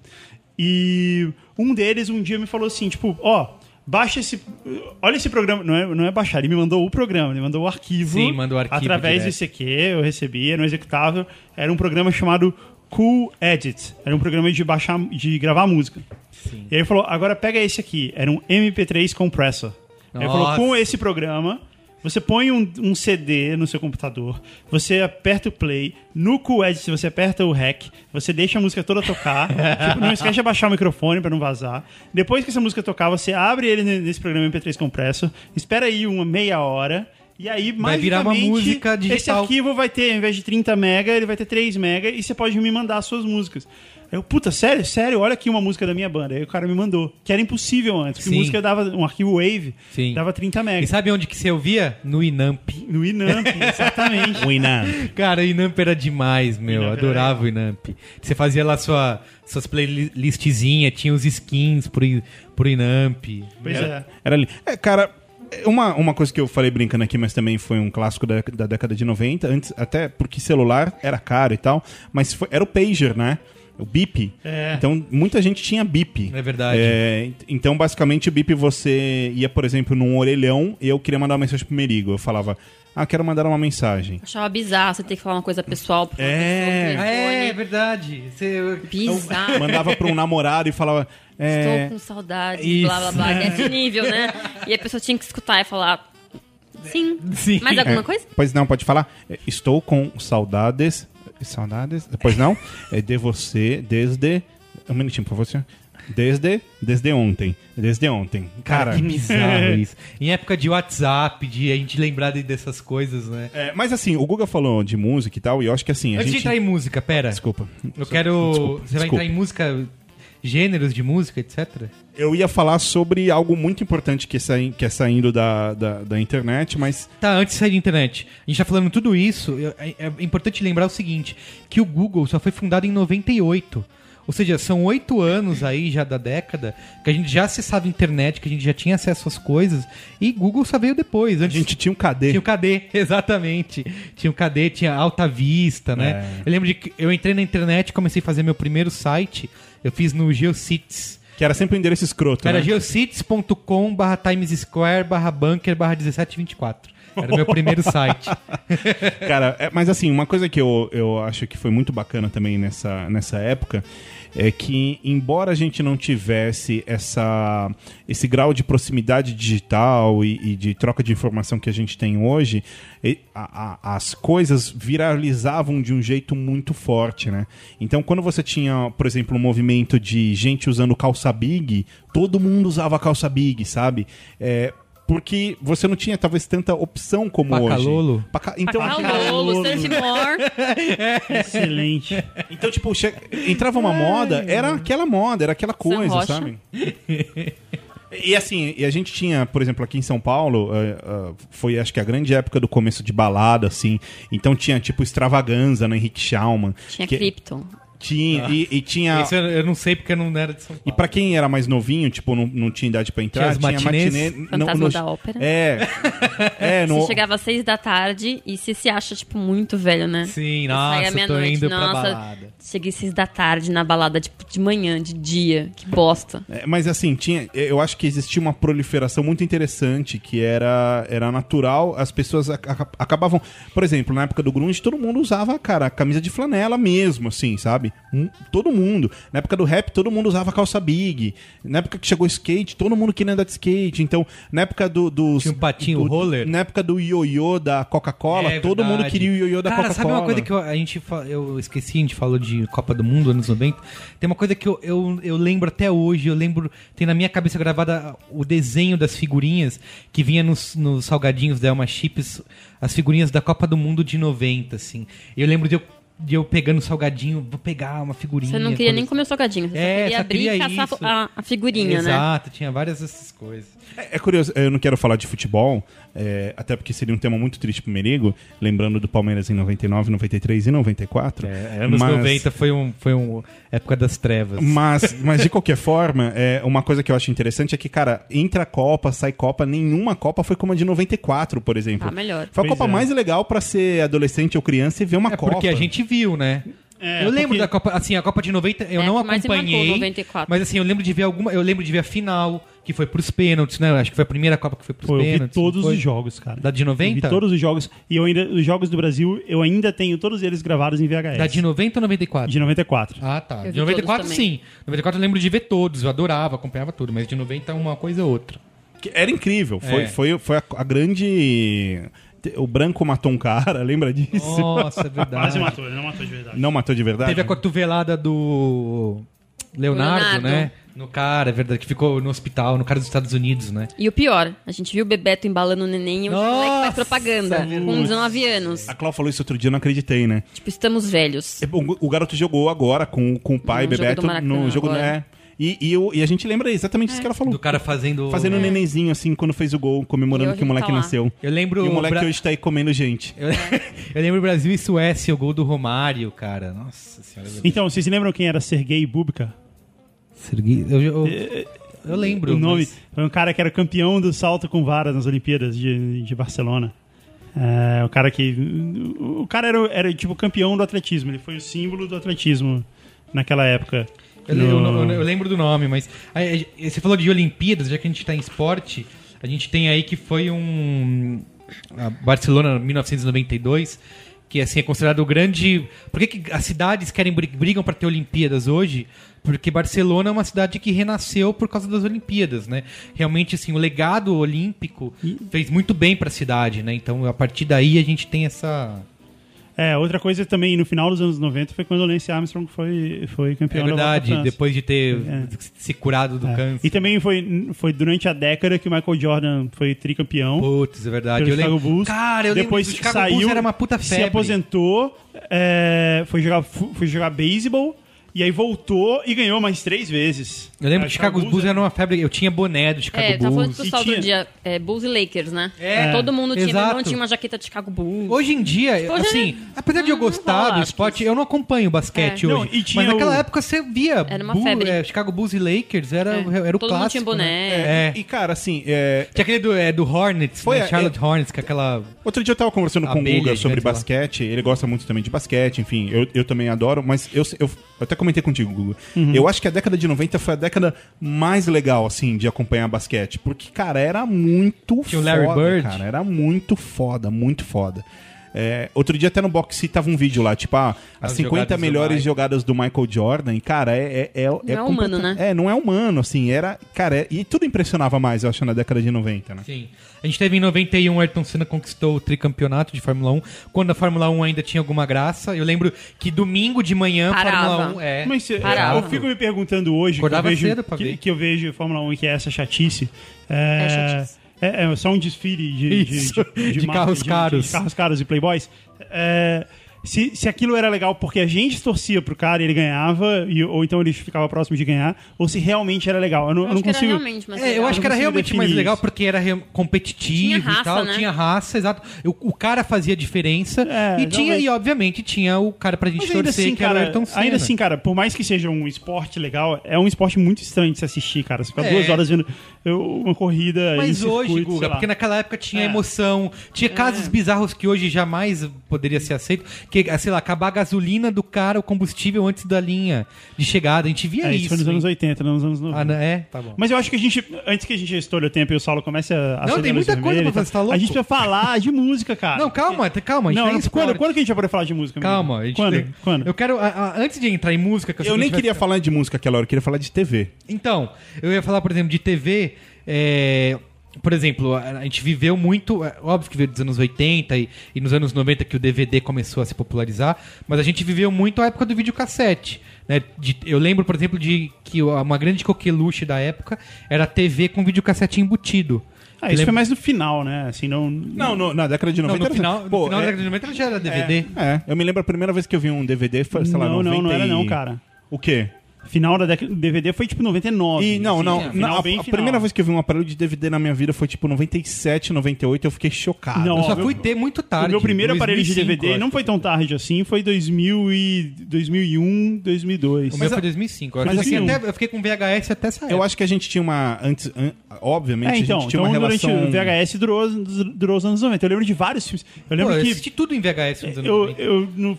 E um deles um dia me falou assim: tipo, ó, baixa esse. Olha esse programa. Não é, não é baixar, ele me mandou o programa, ele mandou o arquivo.
Sim, mandou o arquivo
Através do
direto.
ICQ, eu recebia, era um executável. Era um programa chamado Cool Edit. Era um programa de baixar, de gravar música. E aí ele falou, agora pega esse aqui. Era um MP3 compressor. Aí ele falou,
Nossa.
com esse programa, você põe um, um CD no seu computador, você aperta o play, no Coedit você aperta o REC, você deixa a música toda tocar, tipo, não esquece de abaixar o microfone pra não vazar. Depois que essa música tocar, você abre ele ne- nesse programa MP3 compressor, espera aí uma meia hora... E aí,
Vai virar uma
magicamente,
música
Esse
digital.
arquivo vai ter, ao invés de 30 mega, ele vai ter 3 mega e você pode me mandar as suas músicas. Aí Eu, puta, sério, sério, olha aqui uma música da minha banda. Aí o cara me mandou, que era impossível antes, porque
Sim.
música dava um arquivo Wave,
Sim.
dava 30 mega.
E sabe onde que você ouvia? No Inamp.
No Inamp, exatamente.
Cara, o Inamp era demais, meu.
Inamp era
Adorava o Inamp. Você fazia lá sua, suas playlistzinhas, tinha os skins pro, I- pro Inamp.
Pois é.
Era ali. É, cara, uma, uma coisa que eu falei brincando aqui, mas também foi um clássico da, da década de 90, antes, até porque celular era caro e tal, mas foi- era o pager, né? O bip.
É.
Então, muita gente tinha bip.
É verdade.
É, ent- então, basicamente, o bip você ia, por exemplo, num orelhão e eu queria mandar uma mensagem pro Merigo. Eu falava, ah, quero mandar uma mensagem.
Achava bizarro você ter que falar uma coisa pessoal pra uma
É.
pessoa no telefone.
verdade. É.
Bizarro.
Mandava pra um namorado e falava, é,
Estou com saudade,
Então, Isso. É.
blá blá blá. Nesse nível, né? E a pessoa tinha que escutar e falar. Sim.
Sim.
Mais alguma
É,
coisa?
Pois não, pode falar. É, Estou com saudades. Saudades? Pois não? É de você desde. Um minutinho, por você. Desde. Desde ontem. Desde ontem. Cara.
Cara, que bizarro isso. Em época de WhatsApp, de a gente lembrar de- dessas coisas, né?
é, mas assim, o Guga falou de música e tal, e eu acho que assim. A
Antes de
gente...
entrar em música, pera.
Desculpa.
Eu quero.
Desculpa,
você vai
desculpa.
entrar em música, gêneros de música, etc?
Eu ia falar sobre algo muito importante que, sai, que é saindo da, da, da internet, mas.
Tá, antes de sair da internet. A gente tá falando tudo isso. eu- É, é importante lembrar o seguinte: que o Google só foi fundado em 98. Ou seja, são oito anos aí já da década que a gente já acessava a internet, que a gente já tinha acesso às coisas. E Google só veio depois.
A
Antes
gente tinha um cadê?
Tinha o KD, exatamente. Tinha o KD, tinha Alta Vista,
É.
né? Eu lembro de que eu entrei na internet, comecei a fazer meu primeiro site. Eu fiz no GeoCities.
Que era sempre um endereço escroto.
Era
né?
geocities.com barra Times Square barra Bunker barra 1724. Era o meu primeiro site.
Cara, é, mas assim, uma coisa que eu, eu acho que foi muito bacana também nessa, nessa época é que, embora a gente não tivesse essa, esse grau de proximidade digital e, e de troca de informação que a gente tem hoje, e- a- a- as coisas viralizavam de um jeito muito forte, né? Então, quando você tinha, por exemplo, um movimento de gente usando calça big, todo mundo usava calça big, sabe? É, porque você não tinha talvez tanta opção como hoje.
Pacalolo.
Paca- então,
Ah,
Paca-
o Lolo, Surf More.
É.
Excelente.
então, tipo, che- entrava uma moda,
É.
era aquela moda, era aquela coisa,
Rocha.
sabe? E assim, e a gente tinha, por exemplo, aqui em São Paulo, eh, ah, foi acho que a grande época do começo de balada, assim. Então tinha, tipo, extravaganza na Henrique Schaumann.
Tinha
que-
Krypton.
Tinha, e, e tinha.
Isso eu, eu não sei porque eu não era de São
E
Paulo.
pra quem era mais novinho, tipo, não, não tinha idade pra entrar,
Tinha as matinês.
matinê-
Fantasma
não-
da Ópera.
É. É, no,
Você chegava às seis da tarde e você se acha, tipo, muito velho, né?
Sim,
Você
nossa,
sai à
eu tô
meia-noite,
indo pra
nossa,
balada.
Cheguei seis da tarde na balada, tipo, de manhã, de dia. Que bosta.
É, Mas assim, tinha, eu acho que existia uma proliferação muito interessante que era, era natural, as pessoas ac- ac- acabavam. Por exemplo, na época do Grunge, todo mundo usava, cara, camisa de flanela mesmo, assim, sabe? Hum, Todo mundo. Na época do rap, todo mundo usava calça big. Na época que chegou o skate, todo mundo queria andar de skate. Então, na época do. dos-
Tinha um patinho
do-
roller.
Na época do ioiô da Coca-Cola,
É
todo
verdade.
mundo queria o ioiô da
Cara,
Coca-Cola.
sabe uma coisa que eu, a gente fa- eu esqueci, a gente falou de Copa do Mundo, anos 90. Tem uma coisa que eu, eu, eu lembro até hoje, eu lembro, tem na minha cabeça gravada o desenho das figurinhas que vinha nos, nos salgadinhos da Elma Chips, as figurinhas da Copa do Mundo de 90, assim. Eu lembro de eu de eu pegando salgadinho, vou pegar uma figurinha.
Você não queria nem
coisa-
comer o salgadinho, você
É,
só queria
só
abrir
queria
e caçar
isso.
a, a figurinha, né?
Exato, tinha várias dessas coisas.
É, é curioso, eu não quero falar de futebol, é, até porque seria um tema muito triste pro Merigo, lembrando do Palmeiras em 99, 93 e 94.
É, anos 90 foi um, foi um época das trevas.
Mas, mas de qualquer forma, é, uma coisa que eu acho interessante é que, cara, entra Copa, sai Copa, nenhuma Copa foi como a de 94, por exemplo.
Ah, melhor.
Foi a
Pois
Copa
é.
mais legal pra ser adolescente ou criança e ver uma
É
Copa.
porque a gente viu, né?
É,
eu lembro
porque-
da Copa, assim, a Copa de 90 eu
É,
não
mas marcou,
acompanhei.
94.
Mas assim, eu lembro de ver alguma, eu lembro de ver a final, que foi pros pênaltis, né? Eu Acho que foi a primeira Copa que foi pros
Pô, eu vi
pênaltis. não
todos
foi?
os jogos, cara.
Da de 90?
Eu vi todos os jogos. E eu ainda, os jogos do Brasil, eu ainda tenho todos eles gravados em VHS.
Da de 90 ou 94?
De 94.
Ah, tá. De
Eu vi
94
todos
sim. 94 eu lembro de ver todos, eu adorava, acompanhava tudo, mas de 90 uma coisa ou outra.
Que Era incrível. Foi,
É.
foi, foi a, a grande. te- O branco matou um cara, lembra disso?
Nossa, é
Quase
verdade.
matou, ele não matou de verdade.
Não matou de verdade?
Oh. Teve a cotovelada do Leonardo,
Leonardo.
né? No cara, é verdade, que ficou no hospital, no cara dos Estados Unidos, né?
E o pior, a gente viu o Bebeto embalando o neném e o
Nossa,
moleque faz
É
propaganda com
putz.
19 anos.
A Cláudia falou isso outro dia, eu não acreditei, né?
Tipo, estamos velhos.
É, bom, O garoto jogou agora com, com o pai,
No jogo
Bebeto,
do Maracanã,
no jogo.
agora. É.
É. E, e, o- e a gente lembra exatamente isso que ela falou.
Do né? cara fazendo.
Fazendo um nenenzinho, assim, quando fez o gol,
E
comemorando
hoje
que o moleque
tá lá.
nasceu.
Eu lembro.
E o moleque
Bra-
hoje tá aí comendo gente.
Eu, eu lembro Brasil e Suécia, o gol do Romário, cara. Nossa senhora. é eu-
Então, vocês lembram quem era Sergei Bubka?
Sergui- Eu, eu, eu lembro.
É, o nome
mas-
foi um cara que era campeão do salto com varas nas Olimpíadas de, de Barcelona. É, o cara que. O cara era, era tipo campeão do atletismo, ele foi o símbolo do atletismo naquela época.
Eu,
No-
eu- eu- eu lembro do nome, mas. aí, aí, Você falou de Olimpíadas, já que a gente tá em esporte, a gente tem aí que foi um. A Barcelona 1992, que assim é considerado o grande. Por que, que as cidades querem bri- brigam para ter Olimpíadas hoje? Porque Barcelona é uma cidade que renasceu por causa das Olimpíadas, né? Realmente, assim, o legado olímpico fez muito bem para a cidade, né? Então, a partir daí, a gente tem essa.
É, outra coisa também, no final dos anos 90 foi quando o Lance Armstrong foi, foi
É
campeão da
verdade,
Volta à França.
depois de ter
É.
se curado do
É.
câncer.
E também foi, foi durante a década que o Michael Jordan foi tricampeão.
Putz, é verdade.
pelo
Eu
Chicago
lembro...
Bulls.
Cara, eu
Depois
lembro que o Chicago
saiu,
Bulls era uma puta febre.
Se aposentou, é, foi jogar fu- foi jogar beisebol e aí voltou e ganhou mais três vezes.
Eu lembro
É,
que o Chicago Bulls era uma febre. Eu tinha boné do Chicago
É, tava falando
Bulls.
do
E
pessoal
tinha-
do dia. É, Bulls e Lakers, né?
É,
Todo mundo tinha, meu irmão
exato.
tinha uma jaqueta de Chicago Bulls.
Hoje em dia,
hoje Ah,
assim,
não-
apesar de eu
não- não
gostar
rola,
do
acho
esporte,
que-
eu não acompanho basquete
É. Não,
hoje.
e tinha
mas naquela
o-
época você via.
Era uma
Bulls,
febre.
é, Chicago Bulls e Lakers era,
É.
era o
Todo mundo
clássico.
tinha boné.
né? É.
E, cara, assim, é,
Tinha aquele do, é, do Hornets,
Foi
né?
a-
Charlotte Hornets, que é aquela.
Outro dia eu tava conversando com
Abelha
o Guga
gigante
sobre
lá.
basquete, ele gosta muito também de basquete, enfim, eu, eu também adoro, mas eu, eu, eu até comentei contigo, Guga.
Uhum.
Eu acho que a década de 90 foi a década mais legal, assim, de acompanhar basquete, porque, cara, era muito
Tinha o Larry
foda,
Bird.
cara, era muito foda, muito foda. É, outro dia até no boxe tava um vídeo lá, tipo, ah, as
As
50
jogadas do
melhores
Mike.
jogadas do Michael Jordan, e, cara, é... é, é não
é humano, né?
É, não é humano, assim, era... Cara, é- e tudo impressionava mais, eu acho, na década de 90, né?
Sim. A gente teve em 91, Ayrton Senna conquistou o tricampeonato de Fórmula 1, quando a Fórmula 1 ainda tinha alguma graça. Eu lembro que domingo de manhã, a
Parava.
Fórmula 1. É,
Mas cê-
Parava.
eu fico me perguntando hoje, que eu,
Acordava
vejo,
cedo pra
que,
ver.
que eu vejo Fórmula 1 e que é essa chatice. É,
É chatice.
é- é só um desfile de, de-
Isso,
de-
de carros caros.
de carros caros e playboys. É, se, se aquilo era legal porque a gente torcia pro cara e ele ganhava, e- ou então ele ficava próximo de ganhar, ou se realmente era legal. Eu não, eu
acho
não
que era
consigo.
realmente, mas
É, eu acho que era
consigo
realmente
definir
mais legal
isso.
porque era re- competitivo
Tinha
e
raça,
tal,
né?
tinha raça, exato. O, o cara fazia diferença
É,
e tinha
realmente.
e obviamente tinha o cara pra gente
Mas
torcer
ainda assim,
que era o
cara,
Ayrton Senna.
ainda assim, cara, por mais que seja um esporte legal, é um esporte muito estranho de se assistir, cara. Você fica
É.
duas horas vendo eu- uma corrida em
mas
circuito,
hoje,
sei
Guga,
lá.
porque naquela época tinha
É.
emoção, tinha casos bizarros que hoje jamais poderia ser aceito, que ah, sei lá, acabar a gasolina do cara, o combustível antes da linha de chegada. A gente via
É, isso
isso.
foi nos anos
hein?
80, não nos anos 90.
ah, não, é, tá bom.
Mas eu acho que a gente, antes que a gente estoure o tempo e o Saulo comece a acender
tem
a luz
muita coisa pra
vermelha e tal,
fazer, tá louco?
A gente precisa falar de música, cara.
não, calma, te- calma, a gente
não,
tá em
não, quando,
esporte.
quando que a gente vai poder falar de música? amigo?
Calma, a gente
Quando?
tem-
Quando?
Eu quero, ah, ah, antes de entrar em música, que eu, sei
Eu
que a
nem
gente vai
queria falar de música aquela hora, eu queria falar de TV.
Então, eu ia falar, por exemplo, de TV. é, Por exemplo, a a gente viveu muito, é, óbvio que veio dos anos 80 e, e nos anos 90 que o DVD começou a se popularizar, mas a gente viveu muito a época do videocassete. Né? De- eu lembro, por exemplo, de que o- uma grande coqueluche da época era a TV com videocassete embutido.
Ah, isso
Lembra-
foi mais no final, né? Assim, não.
Não, no- na década de
Não,
90.
no
era-
final, no
pô,
final
é-
da década de 90 ela já era DVD.
É, eu me lembro a primeira vez que eu vi um DVD, foi, sei lá,
Não,
90
não, não era
e-
não, cara.
O quê?
Final da década do DVD foi tipo 99.
E não,
assim,
não.
né?
na-
Final
a,
bem
a
final.
primeira vez que eu vi um aparelho de DVD na minha vida foi tipo 97, 98, eu fiquei chocado.
Não,
Eu
Ó,
só
meu-
fui ter muito
O
tarde.
meu primeiro aparelho de
2005,
DVD
acho.
não foi tão tarde assim, foi 2000 e 2001, 2002.
O meu
Mas é,
foi 2005. Eu,
Mas
fiquei
assim,
até- eu fiquei com um VHS até essa época.
Eu acho que a gente tinha uma. Antes, an- obviamente,
É, então,
a gente tinha
então
uma
durante
relação.
o VHS durou, durou os anos 90. Eu lembro de vários filmes. Eu
Pô,
lembro
eu
que
assisti tudo em VHS nos anos
eu,
90.
eu, no-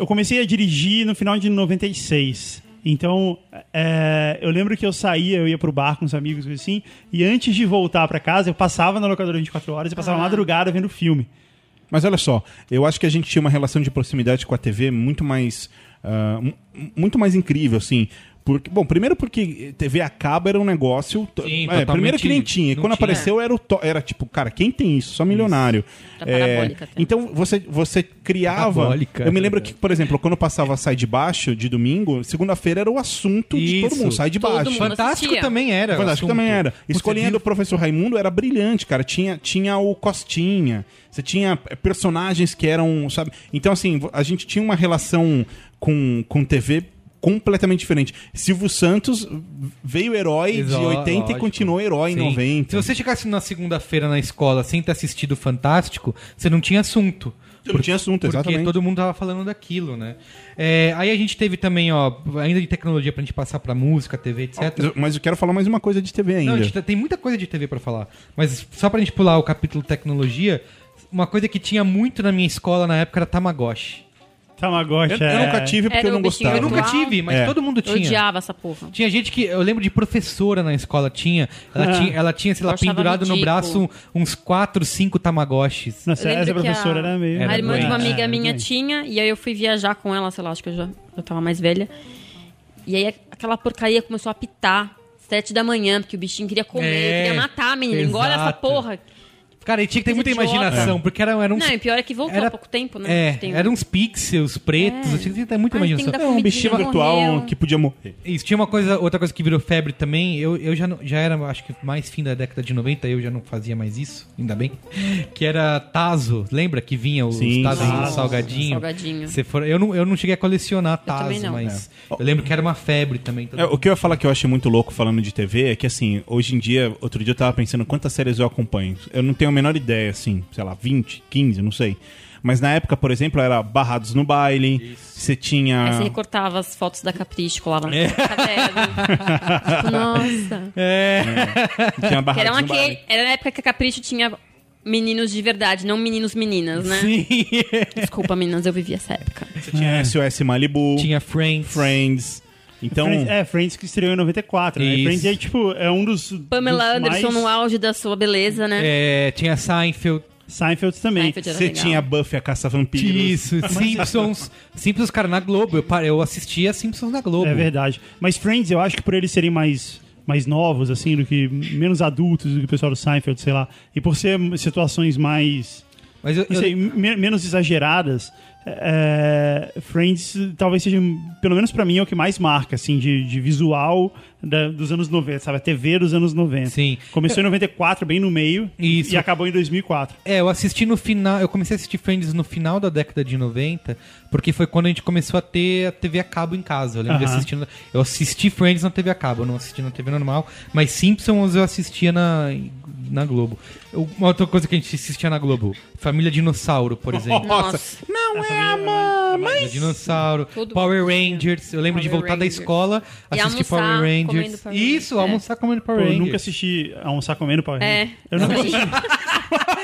eu comecei a dirigir no final de 96. Então, é, eu lembro que eu saía, eu ia pro bar com os amigos e assim, e antes de voltar pra casa, eu passava na locadora 24 horas e passava a madrugada vendo filme.
Mas olha só, eu acho que a gente tinha uma relação de proximidade com a TV muito mais. ah, mu- muito mais incrível, assim. Porque, bom, primeiro porque TV a cabo era um negócio. to-
Sim,
é,
totalmente
primeiro que nem tinha. E
não
Quando
tinha.
apareceu era, o to- era tipo, cara, quem tem isso? Só milionário.
Era parabólica até.
então você, você criava.
Parabólica,
eu me lembro
é.
que, por exemplo, quando eu passava Sai de Baixo de domingo, segunda-feira era o assunto de todo
Isso.
mundo. Sai de
Todo
Baixo.
mundo
Fantástico
assistia.
também era. o
Fantástico
assunto.
também era.
Você
Escolhendo o
um viu-
professor Raimundo era brilhante, cara. Tinha, tinha o Costinha, você tinha eh, personagens que eram, sabe? Então, assim, vo- a gente tinha uma relação com, com TV completamente diferente. Silvio Santos veio herói
Exó-
de 80 e
lógico.
continuou herói
Sim. Então, assim,
em 90.
Se você chegasse na segunda-feira na escola sem ter assistido Fantástico, você não tinha assunto.
Não tinha assunto,
Porque
exatamente.
todo mundo tava falando daquilo, né? É, aí a gente teve também, ó, ainda de tecnologia pra gente passar pra música, TV, etc.
Mas eu- Mas eu quero falar mais uma coisa de TV ainda.
Não, a gente tá- tem muita coisa de TV pra falar. Mas só pra gente pular o capítulo tecnologia, uma coisa que tinha muito na minha escola na época era Tamagotchi.
Tamagotchi.
eu, eu
é-
nunca tive porque
Era
eu não
o bichinho
gostava.
Eu nunca
Uau.
tive, mas
É.
todo mundo
Eu
tinha.
odiava essa porra.
Tinha gente que. Eu lembro de professora na escola tinha. Ela,
Ah.
tinha, ela tinha, sei lá,
Eu achava
pendurado no
ridículo.
braço uns 4, 5 tamagotchis.
Nossa,
Eu
essa
lembro que
professora
a-
era meio.
Era
a irmã de uma
doente.
amiga
É,
minha
doente.
tinha, e aí eu fui viajar com ela, sei lá, acho que eu já eu tava mais velha. E aí aquela porcaria começou a apitar. Sete da manhã, porque o bichinho queria comer,
É,
queria matar a menina. Engole essa
exato.
porra.
Cara, e tinha que ter
Coisa
muita
é idiota.
imaginação, porque era, era uns.
Não, e pior é que voltou
era-
há pouco tempo, né?
é,
Tem-
eram uns pixels pretos,
É.
tinha que ter muita
Ai, tem que
imaginação.
dar
É um bichinho
Comidinha
virtual
morreu.
que podia morrer.
Isso, tinha uma coisa, outra coisa que virou febre também. Eu, eu já, não- já era, acho que mais fim da década de 90, eu já não fazia mais isso, ainda bem. Que era Tazo, lembra que vinha os
Sim,
Tazos
sim.
salgadinho?
Salgadinho.
Você for, eu, não, eu não cheguei a colecionar
também
Tazo,
não.
mas eu lembro que era uma febre também. todo
É, o que eu ia falar que eu acho muito louco falando de TV é que, assim, hoje em dia, outro dia eu tava pensando quantas séries eu acompanho. Eu não tenho a menor ideia, assim, sei lá, 20, 15, não sei. Mas na época, por exemplo, era Barrados no Baile, você
Aí você
tinha.
recortava as fotos da Capricho, colava no caderno. tipo, nossa.
tinha
Que
Barrados
eram
no
aquele,
Baile.
era na época que a Capricho tinha meninos de verdade, não meninos meninas, né?
Sim.
Desculpa, meninas, eu vivi essa época.
Você tinha SOS Malibu,
É. Tinha Friends.
Friends. Então.
Friends, é, Friends que estreou em 94, né?
Isso.
Friends é tipo, é um dos.
Pamela
dos
Anderson
mais-
no auge da sua beleza, né?
É, tinha Seinfeld.
Seinfeld também.
Seinfeld né? era
Você
legal.
tinha Buffy, a Caça-Vampiros.
Ah,
Isso,
é
Simpsons. Simpsons, cara, na Globo. Eu, pa- eu assistia Simpsons na Globo.
É verdade. Mas Friends, eu acho que por eles serem mais, mais novos, assim, do que menos adultos do que o pessoal do Seinfeld, sei lá, e por ser situações mais,
Mas eu,
não
eu-
sei, me- menos exageradas, é, Friends talvez seja, pelo menos pra mim, é o que mais marca, assim, de, de visual da- dos anos 90, sabe? A TV dos anos 90.
Sim.
Começou em 94, bem no meio,
Isso.
e acabou em 2004.
É, eu assisti no final. Eu comecei a assistir Friends no final da década de 90, porque foi quando a gente começou a ter a TV a cabo em casa. Eu lembro de
Aham.
assistindo. Eu assisti Friends na TV a cabo, eu não assisti na TV normal, mas Simpsons eu assistia na, na Globo. Eu- Uma outra coisa que a gente assistia na Globo: Família Dinossauro, por exemplo.
Nossa.
Não é a mamãe!
Família Dinossauro,
Tudo
Power Rangers. Eu lembro de
Power
voltar
Rangers.
da escola,
E
assistir
almoçar
Power
comendo
Rangers.
Power Rangers.
Isso,
É.
almoçar comendo Power
Pô, eu
Rangers.
nunca assisti Almoçar Comendo Power
É.
Rangers. Eu nunca assisti.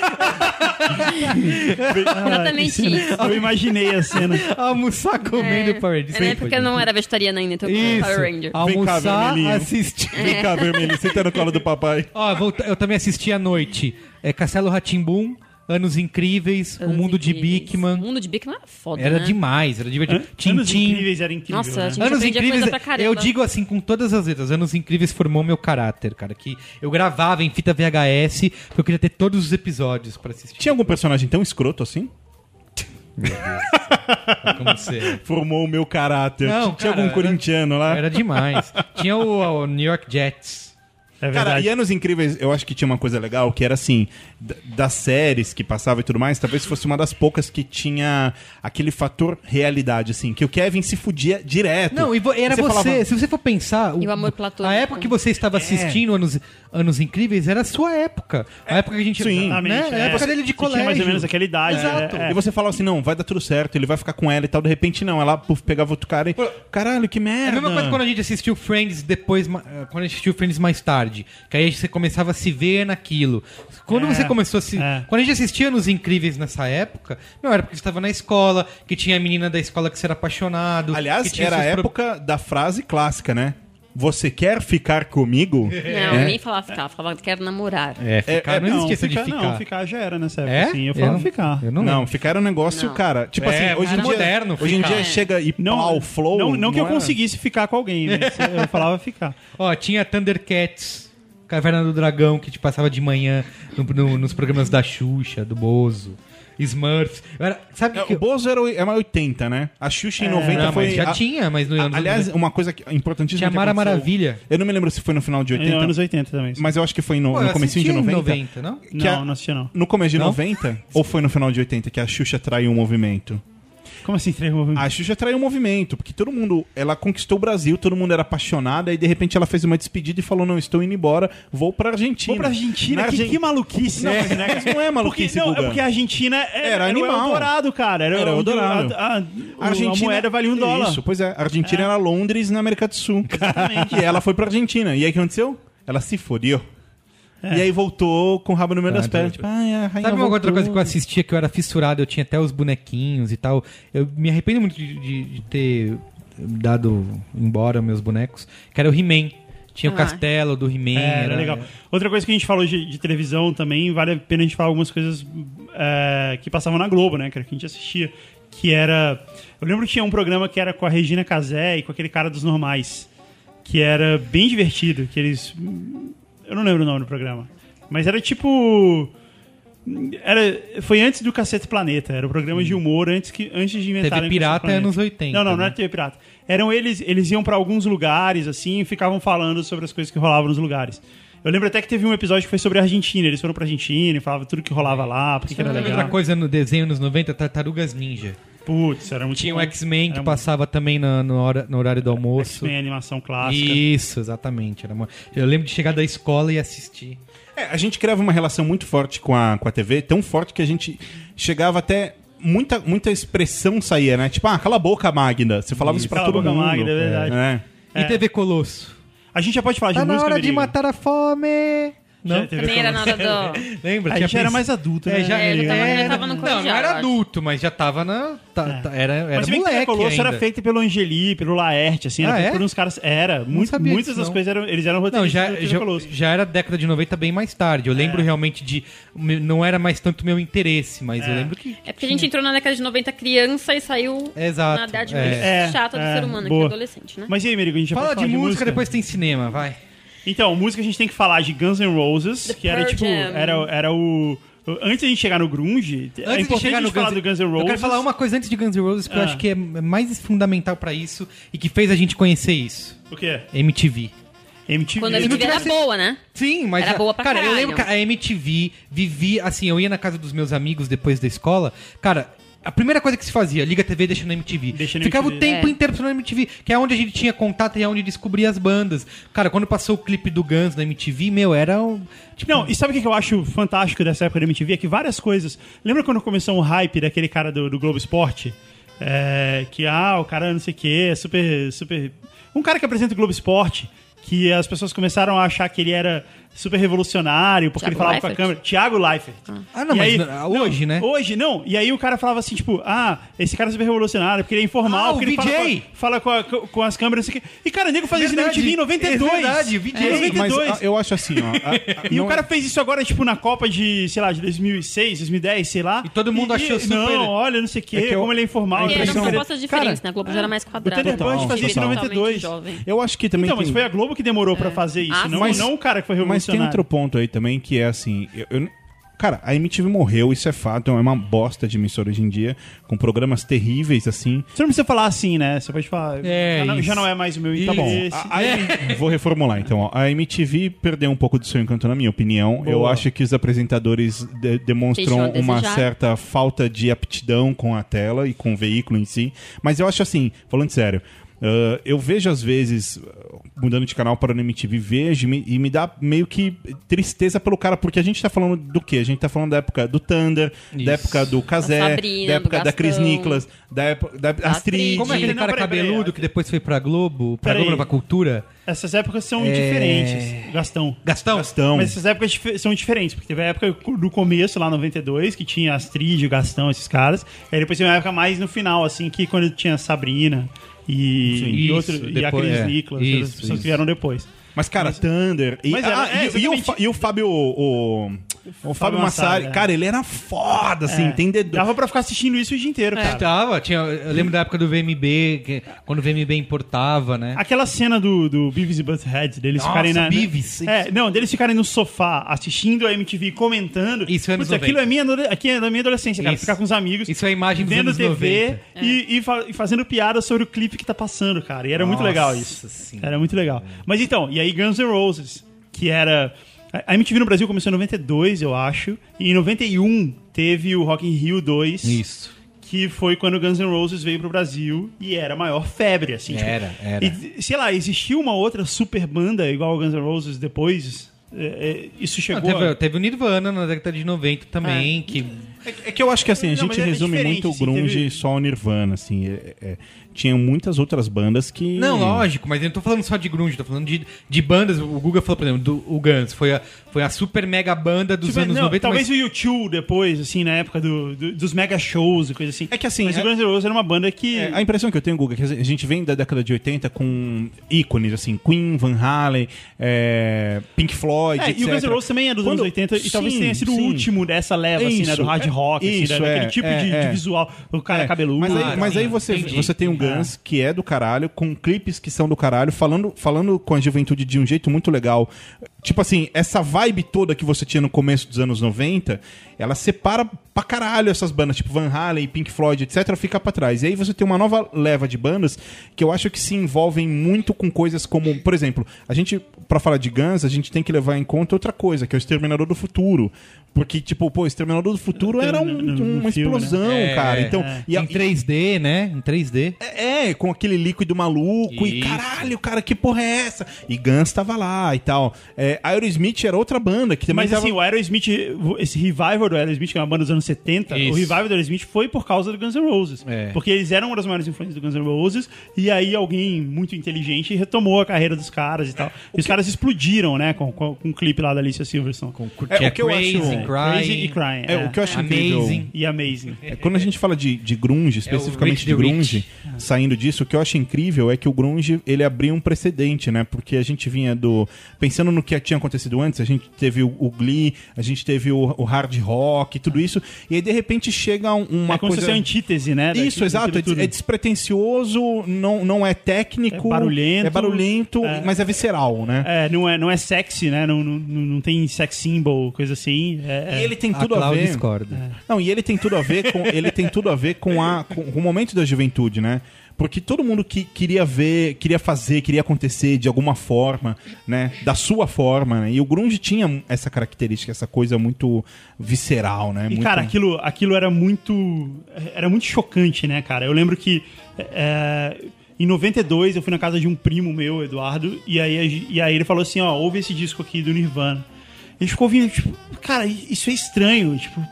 ah,
Exatamente isso.
Eu imaginei a cena.
Almoçar comendo
É.
Power Rangers.
Era na época que eu não era vegetariana ainda, então eu comia
Isso. Ah,
Power Ranger.
Vem cá,
Almoçar,
vermelhinho.
assistir.
Vem cá, vermelho, senta no colo do papai.
Ó, volta- eu também assisti à noite. É Castelo Ratimbum, Anos Incríveis, O Mundo de
Incríveis. O
Bickman.
Mundo de Bickman era foda,
Era
né?
demais, era divertido.
Anos
Tintim.
Incríveis era incrível.
Nossa,
né?
a gente
Anos
aprendia
Incríveis,
coisa pra caramba.
eu digo assim com todas as letras, Anos Incríveis formou meu caráter, cara, que eu gravava em fita VHS, porque eu queria ter todos os episódios pra assistir
Tinha algum personagem tão escroto assim?
com você.
Formou o meu caráter.
Não,
tinha
cara,
algum
era-
corintiano lá?
Era demais. Tinha o, o New York Jets.
Cara,
É verdade.
e né? Anos Incríveis, eu acho que tinha uma coisa legal, que era assim, d- das séries que passava e tudo mais, talvez fosse uma das poucas que tinha aquele fator realidade, assim, que o Kevin se fudia direto.
Não, e vo- era
Você
você.
falava- "É."
se você for pensar. É.
E o amor platônico.
A época que você estava assistindo anos, anos Incríveis era a sua época. A época que a gente.
Sim.
né?
Exatamente,
A
é.
época dele
Você
de
tinha
colégio.
mais ou menos aquela idade.
Exato.
é, é.
E você falava assim, não, vai dar tudo certo, ele vai ficar com ela e tal, de repente não, ela puf, pegava outro cara e. Caralho, que
É a
merda!
mesma coisa quando a gente assistiu Friends depois, ma- eh, quando a gente assistiu Friends mais tarde, que aí você começava a se ver naquilo. Quando
É,
você começou a se.
é.
Quando a gente assistia nos incríveis nessa época, não era porque você estava na escola, que tinha a menina da escola que você era apaixonado. que
Aliás,
tinha
era a
seus pro-
época da frase clássica, né? Você quer ficar comigo?
Não,
É.
nem falava ficar, falava quero namorar.
É, ficar,
É, é,
não existia essa de
ficar,
ficar.
Não, ficar já era nessa época,
É?
assim. Eu falava
não-
ficar.
Eu
Não,
não, lembro.
ficar é um negócio,
Não.
cara. Tipo
É,
assim, hoje em
era
dia.
moderno
hoje em
ficar.
dia chega e
Não,
pau, flow.
não, não que eu
era-
conseguisse ficar com alguém, mas eu falava ficar.
Ó, tinha Thundercats, Caverna do Dragão, que te passava de manhã no- no- nos programas da Xuxa, do Bozo, Smurfs. Eu era- sabe
É,
que
o Bozo era, o- é uma 80, né? A Xuxa em 90
não,
foi.
mas já
a-
tinha, mas no
a-
anos
aliás,
90.
uma coisa que- é importantíssima.
Tinha
que
Mara
aconteceu-
Maravilha.
Eu não me lembro se foi no final de 80,
Não, É, anos 80 também.
mas eu acho que foi no,
Pô,
no
eu
comecinho de
assistia em 90,
90.
não?
que
não,
a-
não assistia não.
No começo de
Não?
90 ou foi no final de 80 que a Xuxa traiu um movimento?
Como assim, três movimentos?
A Xuxa traiu um movimento, porque todo mundo, ela conquistou o Brasil, todo mundo era apaixonado, aí de repente ela fez uma despedida e falou: "Não, estou indo embora, vou pra Argentina".
Vou pra Argentina,
Na
que,
Argen-
que maluquice,
Não,
né?
mas- mas não é maluquice,
porque, não,
Guga.
é porque a Argentina é-
Era
era,
animal.
o Eldorado, cara. Era,
Era o
o
Eldorado.
A, a, a moeda valia um dólar.
Isso, pois é. A Argentina era Londres na América do Sul.
Exatamente.
e ela foi pra Argentina. E aí o que aconteceu? Ela se fodeu.
É.
E aí voltou com o rabo no
Ah,
meio das pernas. Tipo, ai, a rainha
Sabe uma
voltou.
outra coisa que eu assistia que eu era fissurado, eu tinha até os bonequinhos e tal. Eu me arrependo muito de, de- de ter dado embora meus bonecos, que era o He-Man. Tinha o
Ah.
castelo do He-Man.
É, era legal. Outra coisa que a gente falou de, de televisão também, vale a pena a gente falar algumas coisas é, que passavam na Globo, né, cara, que a gente assistia, que era... Eu lembro que tinha um programa que era com a Regina Casé e com aquele cara dos normais, que era bem divertido, que eles... Eu não lembro o nome do programa, mas era tipo... Era, foi antes do Cacete Planeta, era o programa de humor antes, que, antes de inventarem o Cacete
Hum. Pirata é
Planeta.
anos 80,
Não, não, não
né?
era TV Pirata. Eram eles, eles iam pra alguns lugares, assim, e ficavam falando sobre as coisas que rolavam nos lugares. Eu lembro até que teve um episódio que foi sobre a Argentina. Eles foram pra Argentina e falavam tudo que rolava lá, porque que
Hum.
era
Outra
legal.
coisa no desenho nos 90, Tartarugas Ninja.
Putz, era muito
Tinha o
Hum.
bom.
X-Men que
Era
passava também na- no, hora- no horário do
muito-
almoço.
X-Men, animação clássica.
Isso, exatamente. Era uma- Eu lembro de chegar da escola e assistir.
É, a gente criava uma relação muito forte com a, com a TV, tão forte que a gente chegava até. Muita, muita expressão saía, né? Tipo, ah, cala a boca, Magda. Você falava isso, pra
Cala a
todo
boca,
mundo.
Magda, é verdade.
É.
E TV Colosso.
A gente já pode falar de
Tá na
música,
hora de
Merigo?
matar a fome!
Já
Não?
teve
Também era
como-
nada do...
Lembra?
A
Tinha
gente já era
princ-
mais adulto, né?
É, já,
É, ele
ele
tava-
era...
ele tava no
Não,
colegial,
não era
eu acho.
adulto, mas já tava na... tá- tá- era era
É. Mas bem que a
moleque
Colosso
ainda.
era feita pelo Angeli, pelo Laerte, assim,
Ah,
era
é?
por uns caras. Era. muito-
sabia
muitas
disso,
das
não.
coisas eram. Eles eram
Não,
roteiristas
já,
do TV
já,
Colosso. É.
já era década de 90 bem mais tarde. Eu lembro realmente de... me- Não era mais tanto meu interesse, mas eu lembro que...
É porque a gente entrou na década de 90 criança e saiu
Exato,
na idade
é.
mais
É,
chata do
é,
ser humano, que
boa.
é adolescente, né?
Mas e aí, Merigo, a gente já
Fala
pode
de,
falar
música, depois tem cinema, vai.
Então, música a gente tem que falar de Guns N' Roses,
The
que era
Pearl
tipo,
Jam.
era, era o. Antes de a gente chegar no Grunge, é importante a gente falar do Guns N' Roses.
Eu quero falar uma coisa antes de Guns N' Roses, que eu
Ah.
acho que é mais fundamental pra isso e que fez a gente conhecer isso.
O quê?
MTV.
MTV.
Quando a
eu
gente
não
era
tivesse-
boa, né?
Sim, mas.
Era
a-
boa pra
Cara, eu
caralho.
lembro que a MTV vivia. Assim, eu ia na casa dos meus amigos depois da escola. Cara. A primeira coisa que se fazia, liga a TV e deixa na MTV.
Deixa na
Ficava o
MTV.
tempo
É.
inteiro na MTV, que é onde a gente tinha contato e é onde descobria as bandas. Cara, quando passou o clipe do Guns na MTV, meu, era um. Tipo,
Não, e sabe o que que eu acho fantástico dessa época da MTV? É que várias coisas. Lembra quando começou o hype daquele cara do, do Globo Esporte? É, que, ah, o cara não sei o quê, é super, super. Um cara que apresenta o Globo Esporte, que as pessoas começaram a achar que ele era super revolucionário, porque
Thiago
ele falava com a
Leifert?
câmera. Tiago Leifert.
Ah, não,
E
mas
aí-
não- hoje, né?
Hoje, não. E aí o cara falava assim, tipo, ah, esse cara é super revolucionário, porque ele é informal,
Ah, o
porque ele
VJ.
fala, com a- fala com, a- com as câmeras, não sei o quê. E, cara, o nego fazia
Verdade.
isso na MTV em 92.
É verdade, o VJ.
Em
Mas
92.
ah, eu acho assim, ó. a- a-
E
não- é-
é.
o cara fez isso agora, tipo, na Copa de, sei lá, de 2006, 2010, sei lá.
E todo mundo achou super-
Não, olha, não sei o quê,
É que eu-
como ele é informal.
a
E era
impressão-
uma
ele é diferente.
proposta diferente, né? A Globo já era mais quadrada.
o Thunderbird fazia isso em
total.
92.
Jovem.
Eu acho que também.
Então, mas
tem-
foi a Globo que demorou pra fazer isso,
Ah,
não,
né? mas-
não o cara que foi
Mas tem
revolucionário.
outro ponto aí também que é assim. Eu, eu- Cara, a MTV morreu, isso é fato, é uma bosta de emissora hoje em dia, com programas terríveis assim.
Você não precisa falar assim, né? Você pode falar.
É,
já, não, já
isso.
não é mais o meu
Isso.
interesse.
Tá bom. A- a M- Vou reformular então. ó. A MTV perdeu um pouco do seu encanto, na minha opinião. Eu acho que os apresentadores de- demonstram
Deixou a
uma
desejar.
certa falta de aptidão com a tela e com o veículo em si. Mas eu acho assim, falando sério. ah, eu vejo às vezes, ah, mudando de canal para o MTV, vejo e me- e me dá meio que tristeza pelo cara, porque a gente tá falando do quê? A gente tá falando da época do Thunder,
Isso.
da época do Kazé,
Sabrina,
da
do
época da Cris
Gastão.
Nicolas, da época da Astrid.
Astrid.
Como é aquele
Não,
cara
peraí, peraí,
cabeludo
peraí.
que depois foi pra Globo, pra
Peraí.
Globo, pra Cultura?
Essas épocas são
É.
diferentes, Gastão.
Gastão?
Gastão.
Mas essas épocas dif- são diferentes, porque teve a época do começo, lá 92, que tinha Astrid, o Gastão, esses caras. Aí depois teve uma época mais no final, assim, que quando tinha Sabrina e,
Sim,
e
isso,
outro, e a
depois,
Cris
é.
Nicolas,
Isso,
as pessoas
isso.
que vieram depois.
Mas, cara, Thunder. E,
Mas
ah,
era- é,
e- e o,
exatamente.
Fa- e o Fábio. O, o, o Fábio Massari.
Massari, é.
Cara, ele era foda, assim,
É.
entendedor.
Dava pra ficar assistindo isso o dia
É.
inteiro, cara.
Tava, tinha, eu lembro da época do VMB, que- quando o VMB importava, né?
Aquela cena do, do Beavis e Butthead, deles
Nossa,
ficarem na.
Beavis.
É, não, deles ficarem no sofá assistindo a MTV, comentando.
Isso é anos
Putz, aquilo
90.
é minha, adole- aqui é da minha adolescência, cara.
Isso.
Ficar com os amigos.
Isso é a imagem dos
Vendo
anos É.
TV
90.
e, e fa- e fazendo piada sobre o clipe que tá passando, cara. E era muito
Nossa
legal isso.
Senhora.
Era muito legal. Mas então, e aí Guns N' Roses, que era. A a MTV no Brasil começou em 92, eu acho. E em 91 teve o Rock in Rio 2
Isso.
que foi quando Guns N' Roses veio pro Brasil e era a maior febre, assim. tipo,
Era, era.
E, sei lá, existiu uma outra super banda igual ao Guns N' Roses depois? É, é, isso
Não,
chegou...
Ah, teve,
a-
teve o Nirvana na década de 90 também, que
É que eu acho que assim, a
Não,
gente
mas é
resume
diferente,
muito o
assim,
grunge
teve-
só ao Nirvana, assim. É, é, tinha muitas outras bandas que.
Não, lógico, mas eu não tô falando só de grunge, tô falando de, de bandas. O Guga falou, por exemplo, do, o Guns. Foi a, foi a super mega banda dos
Tipo,
anos
não,
90.
talvez
mas...
o U2 depois, assim, na época do- do- dos mega shows e coisa assim.
É que assim,
Mas
é-
o Guns N' Roses era uma banda que...
É, a impressão que eu tenho, Guga, é que a gente vem da década de 80 com ícones, assim, Queen, Van Halen, é, Pink Floyd,
É,
etc.
e o Guns N' Roses também é dos
Quando-
anos 80 e talvez
Sim,
tenha sido
sim.
o último dessa leva, assim, né?
Isso,
Do hard
é-
rock, assim,
isso,
né,
é,
daquele tipo
é,
de, de
é.
visual, o cara
É,
cabeludo. né.
Mas aí,
Ah,
mas
sim,
aí você,
entendi.
você tem um Guns que é do caralho, com clipes que são do caralho, falando, falando com a juventude de um jeito muito legal. Tipo assim, essa vibe toda que você tinha no começo dos anos 90, ela separa pra caralho essas bandas, tipo Van Halen, Pink Floyd, etc, fica pra trás. E aí você tem uma nova leva de bandas que eu acho que se envolvem muito com coisas como, por exemplo, a gente, pra falar de Guns, a gente tem que levar em conta outra coisa, que é o Exterminador do Futuro. Porque, tipo, pô, Exterminador do Futuro era um-
No- no
uma
filme, né?
explosão, cara. Então, e a-
em 3D, né? Em 3D.
é, com aquele líquido maluco e
Isso.
caralho, cara, que porra é essa? E Guns tava lá e tal. É, Aerosmith era outra banda que também
Mas
tava...
assim, o Aerosmith, esse revival do Aerosmith, que é uma banda dos anos 70,
Isso.
o revival do Aerosmith foi por causa do Guns N' Roses.
É.
Porque eles eram uma das maiores influências do Guns N' Roses, e aí alguém muito inteligente retomou a carreira dos caras e tal. E os caras explodiram, né, com, com, com o clipe lá da Alicia Silverstone. Com
É,
Tinha
o que eu
Crazy, Crying,
acho-
Crazy e Crying.
é, o que eu acho incrível...
Amazing.
E Amazing.
É, quando a gente fala de, de grunge, especificamente
Rich
de
the
grunge,
Rich.
saindo disso, o que eu acho incrível é que o grunge, ele abriu um precedente, né? Porque a gente vinha do... Pensando no que tinha acontecido antes, a gente teve o, o Glee, a gente teve o, o hard rock, tudo isso. E aí, de repente, chega um- uma
é como
coisa...
se fosse a antítese, né? da-
Isso,
da-
exato. É,
tudo.
des- é despretensioso, não, não é técnico.
É barulhento.
É barulhento,
É.
mas é visceral, né?
É, não é, não é sexy, né? Não, não, não não tem sex symbol, coisa assim. É,
E
é-
ele tem
A
tudo a,
Cláudia
ver.
discorda.
Não, e ele tem tudo a ver com ele tem tudo a ver com, a, com o momento da juventude, né? Porque todo mundo que queria ver, queria fazer, queria acontecer de alguma forma, né? Da sua forma, né? E o grunge tinha essa característica, essa coisa muito visceral, né?
E,
Muito-
cara, aquilo, aquilo era muito. Era muito chocante, né, cara? Eu lembro que. é, em 92, eu fui na casa de um primo meu, Eduardo, e aí, a gen- e aí ele falou assim: ó, ouve esse disco aqui do Nirvana. A gente ficou ouvindo, tipo, cara, isso é estranho, tipo.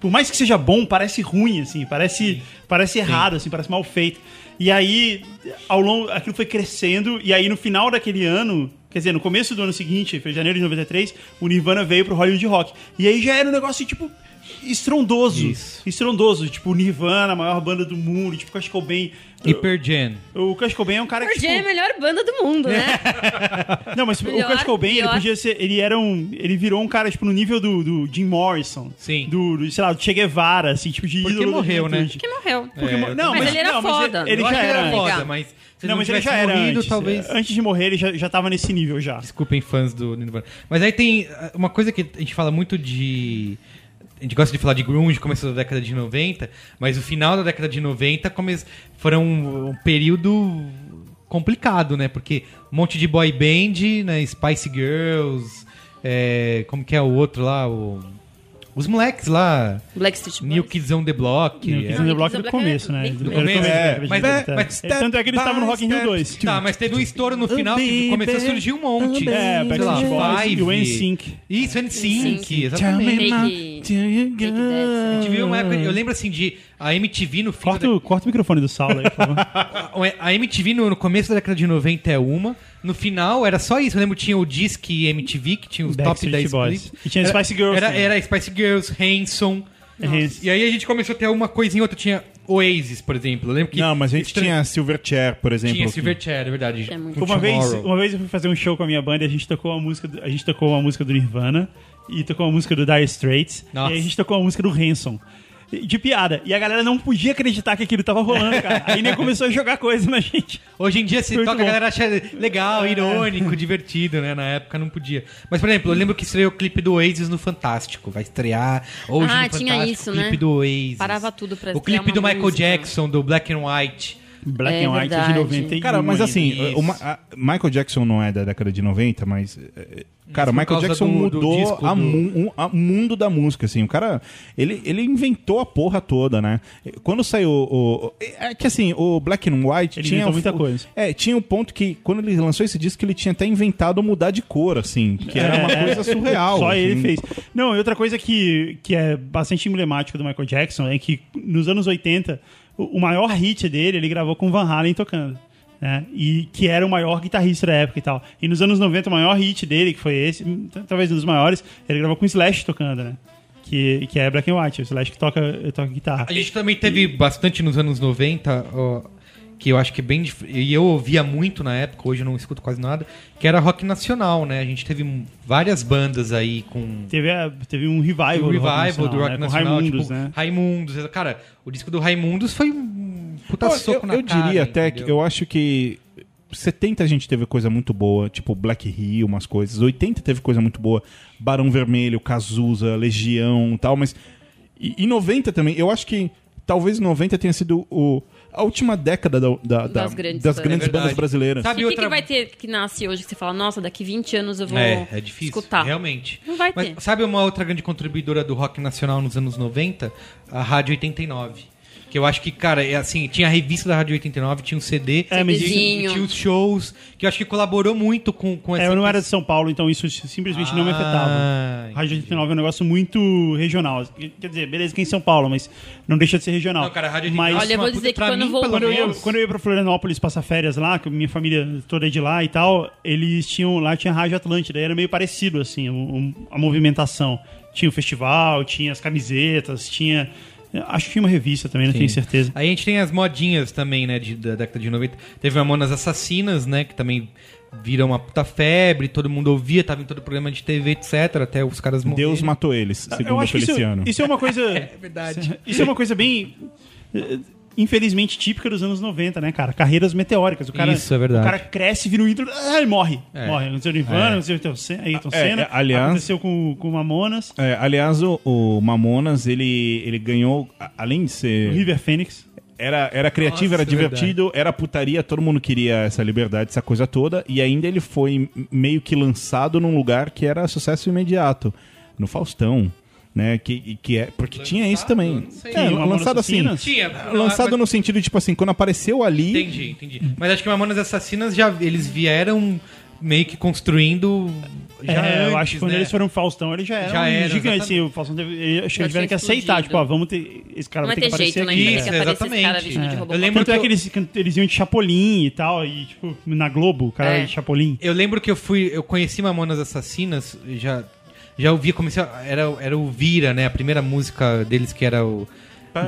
Por mais que seja bom, parece ruim, assim, parece, parece errado, assim, parece mal feito. E aí, ao longo, aquilo foi crescendo, e aí no final daquele ano, Quer dizer, no começo do ano seguinte, foi janeiro de 93, o Nirvana veio pro Hollywood Rock. E aí já era um negócio, tipo, estrondoso.
Isso.
Estrondoso. Tipo, o Nirvana, a maior banda do mundo. Tipo, o Kurt Cobain...
E Pearl Jam.
O Kurt Cobain é um cara que,
Pearl Jam é a
tipo...
melhor banda do mundo, né?
Não, mas o
Melhor,
Kurt Cobain, ele
pior.
podia ser... Ele era um... Ele virou um cara, tipo, no nível do, do Jim Morrison.
Sim.
Do, do, sei lá, do Che Guevara, assim, tipo, de
Porque
ídolo da
morreu, né?
juventude.
que morreu.
Porque mo- não,
Mas ele era
não,
foda.
ele
Eu
já
acho que ele
era...
era
antes.
foda.
mas se
Não, mas ele já era
morrido,
antes. é.
talvez...
Antes de morrer, ele já, já tava nesse nível já.
Desculpem, fãs do Nirvana. Mas aí tem ah, uma coisa que a gente fala muito de gente gosta de falar de grunge, começo da década de 90, mas o final da década de 90 come... foram um, um período complicado, né? Porque um monte de boy band, né? Spice Girls, é, como que é o outro lá? O- Os moleques lá,
Blackstreet Boys.
New Kids on the Block.
New
é.
Kids on the
Não,
Block
Kids on
do
the Block
começo,
é
né?
bem
Do
começo.
primeiro
É,
começo,
mas-
né?
mas-
Tanto é que eles estavam no Rock in Rio 2.
Tá, mas teve um estouro no final que começou a surgir um monte.
É,
Sei lá,
Backstreet Boys e
Five.
o NSYNC.
Isso, NSYNC,
NSYNC.
exatamente.
Take- Take That.
Eu tive uma época- eu lembro assim de a MTV no fim
Hum. Corta, o- corta o microfone do Saulo aí, por favor.
da, a MTV no, no começo da década de 90 é uma, no final era só isso. Eu lembro que tinha o Disque MTV que tinha os top
Backstreet
10
Boys.
clipes.
E tinha
era,
Spice Girls
Era,
também. É
era Spice Girls, Hanson.
Hanson.
E aí a gente começou a ter uma coisinha ou outra, tinha Oasis, por exemplo. Eu lembro que
Não, mas a gente
Estran-
tinha Silverchair, por exemplo.
tinha Silverchair, é verdade.
É muito
Com
um Uma vez,
Tomorrow.
uma vez eu fui fazer um show com a minha banda e a gente tocou uma música, do- a gente tocou uma música do Nirvana e tocou uma música do Dire Straits
Nossa.
e a gente tocou uma música do Hanson. De piada. E a galera não podia acreditar que aquilo tava rolando, cara. Aí nem começou a jogar coisa na gente.
Hoje em dia se
Muito
toca,
bom. É.
a galera acha legal, irônico, divertido, né? Na época não podia. Mas, por exemplo, eu lembro que estreou o clipe do Oasis no Fantástico. Vai estrear hoje
Ah,
no Fantástico
tinha isso,
o clipe
né?
do Oasis.
Parava tudo pra
O
estrear
clipe
uma
do Michael
música.
Jackson, do Black and White.
Black
É
and White de
verdade.
91.
Cara, mas assim,
Isso.
o Ma- a- Michael Jackson não é da década de 90, mas. é, Cara,
por
Michael
causa
Jackson
do- do
mudou
disco
a
do-
mu- um- a mundo da música, assim. O cara, ele, ele inventou a porra toda, né? Quando saiu o... o- É que assim, o Black and White
Ele
tinha...
inventou
o-
muita coisa.
É, tinha um ponto que, quando ele lançou esse disco, ele tinha até inventado mudar de cor, assim. Que era uma coisa surreal.
Só ele
assim.
fez. Não, e outra coisa que, que é bastante emblemática do Michael Jackson é que nos anos 80, o, o maior hit dele ele gravou com Van Halen tocando. Né? E que era o maior guitarrista da época e tal. E nos anos 90, o maior hit dele, que foi esse, hum, t- talvez um dos maiores, ele gravou com Slash tocando, né? Que, que é Black and White, o Slash que toca, toca guitarra.
A gente também teve bastante nos anos 90, ó, que eu acho que é bem dif- e eu ouvia muito na época, hoje eu não escuto quase nada, que era rock nacional, né? A gente teve m- várias bandas aí com
Teve, a- teve um revival,
o revival
Nacional,
do rock
né? Com
nacional,
Raimundos,
tipo,
né?
Raimundos, cara, o disco do Raimundos foi um puta
Eu-
soco
eu,
na
eu
cara.
diria até que
entendeu?
eu acho que 70 a gente teve coisa muito boa, tipo Black Rio, umas coisas. 80 teve coisa muito boa, Barão Vermelho, Cazuza, Legião e tal, mas. E, e 90 também, eu acho que talvez 90 tenha sido o, a última década da- da- da-
Das grandes
das grandes
bandas.
É verdade.
bandas brasileiras.
Sabe
E o que,
outra-
que vai ter que nasce hoje que você fala, nossa, daqui 20 anos eu vou
É, é difícil,
escutar?
realmente.
Não vai
Mas
ter.
sabe uma outra grande contribuidora do rock nacional nos anos 90? A Rádio 89. Que eu acho que, cara, é assim, tinha a revista da Rádio 89, tinha um CD,
É, mas
tinha,
isso-
tinha os shows, que eu acho que colaborou muito com, com
É, eu não era de São Paulo, então isso simplesmente não me afetava.
Ah,
Rádio 89 é um negócio muito regional. Quer dizer, beleza que é em São Paulo, mas não deixa de ser regional.
Não, cara, a Rádio
mas
Olha, eu vou
uma puta-
dizer que
pra
quando
mim,
eu vou-
pelo
quando eu, ia,
menos-
quando eu ia pra Florianópolis passar férias lá, que minha família toda é de lá e tal, eles tinham. Lá tinha a Rádio Atlântida, e era meio parecido, assim, o- o- a movimentação. Tinha o festival, tinha as camisetas, tinha. Acho que tinha uma revista também, não tenho certeza.
Aí a gente tem as modinhas também, né, de, da década de 90. Teve Mamonas Assassinas, né, que também viram uma puta febre, todo mundo ouvia, tava em todo programa de TV, etc, até os caras morreram.
Deus matou eles,
eu
segundo
acho que isso,
Feliciano.
isso é uma coisa. é
verdade.
Isso é uma coisa bem. eh, Infelizmente típica dos anos 90, né, cara? Carreiras meteóricas. O cara,
Isso, é verdade.
O cara cresce, vira um ídolo ah, e morre.
É.
Morre. Aconteceu no Nirvana, aconteceu com o Sen- Ayrton
É,
Senna.
é, aliás-
Aconteceu com, com o Mamonas,
É, aliás, o, o Mamonas, ele, ele ganhou, a- além de
o
ser.
River Phoenix.
Era, era criativo,
Nossa, é
era divertido, era putaria, todo mundo queria essa liberdade, essa coisa toda, e ainda ele foi m- meio que lançado num lugar que era sucesso imediato, no Faustão, né? Que, e que é, porque tinha isso também.
Não sei.
É,
Sim,
lançado assim.
Mamonas
Tinha,
Lançado
mas-
no sentido, tipo assim, quando apareceu ali.
Entendi, entendi. Mas acho que Mamonas Assassinas já eles vieram meio que construindo já
é, eu
antes,
acho que quando
né?
eles foram Faustão, ele já era,
Já
um
era,
gigante.
exatamente.
Assim, o Faustão teve, ele- acho que
Já
eles tiveram
tinha
que aceitar,
explodido.
tipo, ah, vamos ter. Esse cara
Não
vai
vai
ter que
ter
aparecer
jeito, né?
aqui.
Vai ter
Isso,
que aparecer esse cara
exatamente.
vestido de
É.
robô.
Eu lembro
Tanto é
que
que eles, eles iam de Chapolin e tal, e tipo, na Globo, o cara
É.
de Chapolin.
Eu lembro que eu fui, eu conheci Mamonas Assassinas, já já ouvia, comecei a, era era o Vira, né, a primeira música deles que era o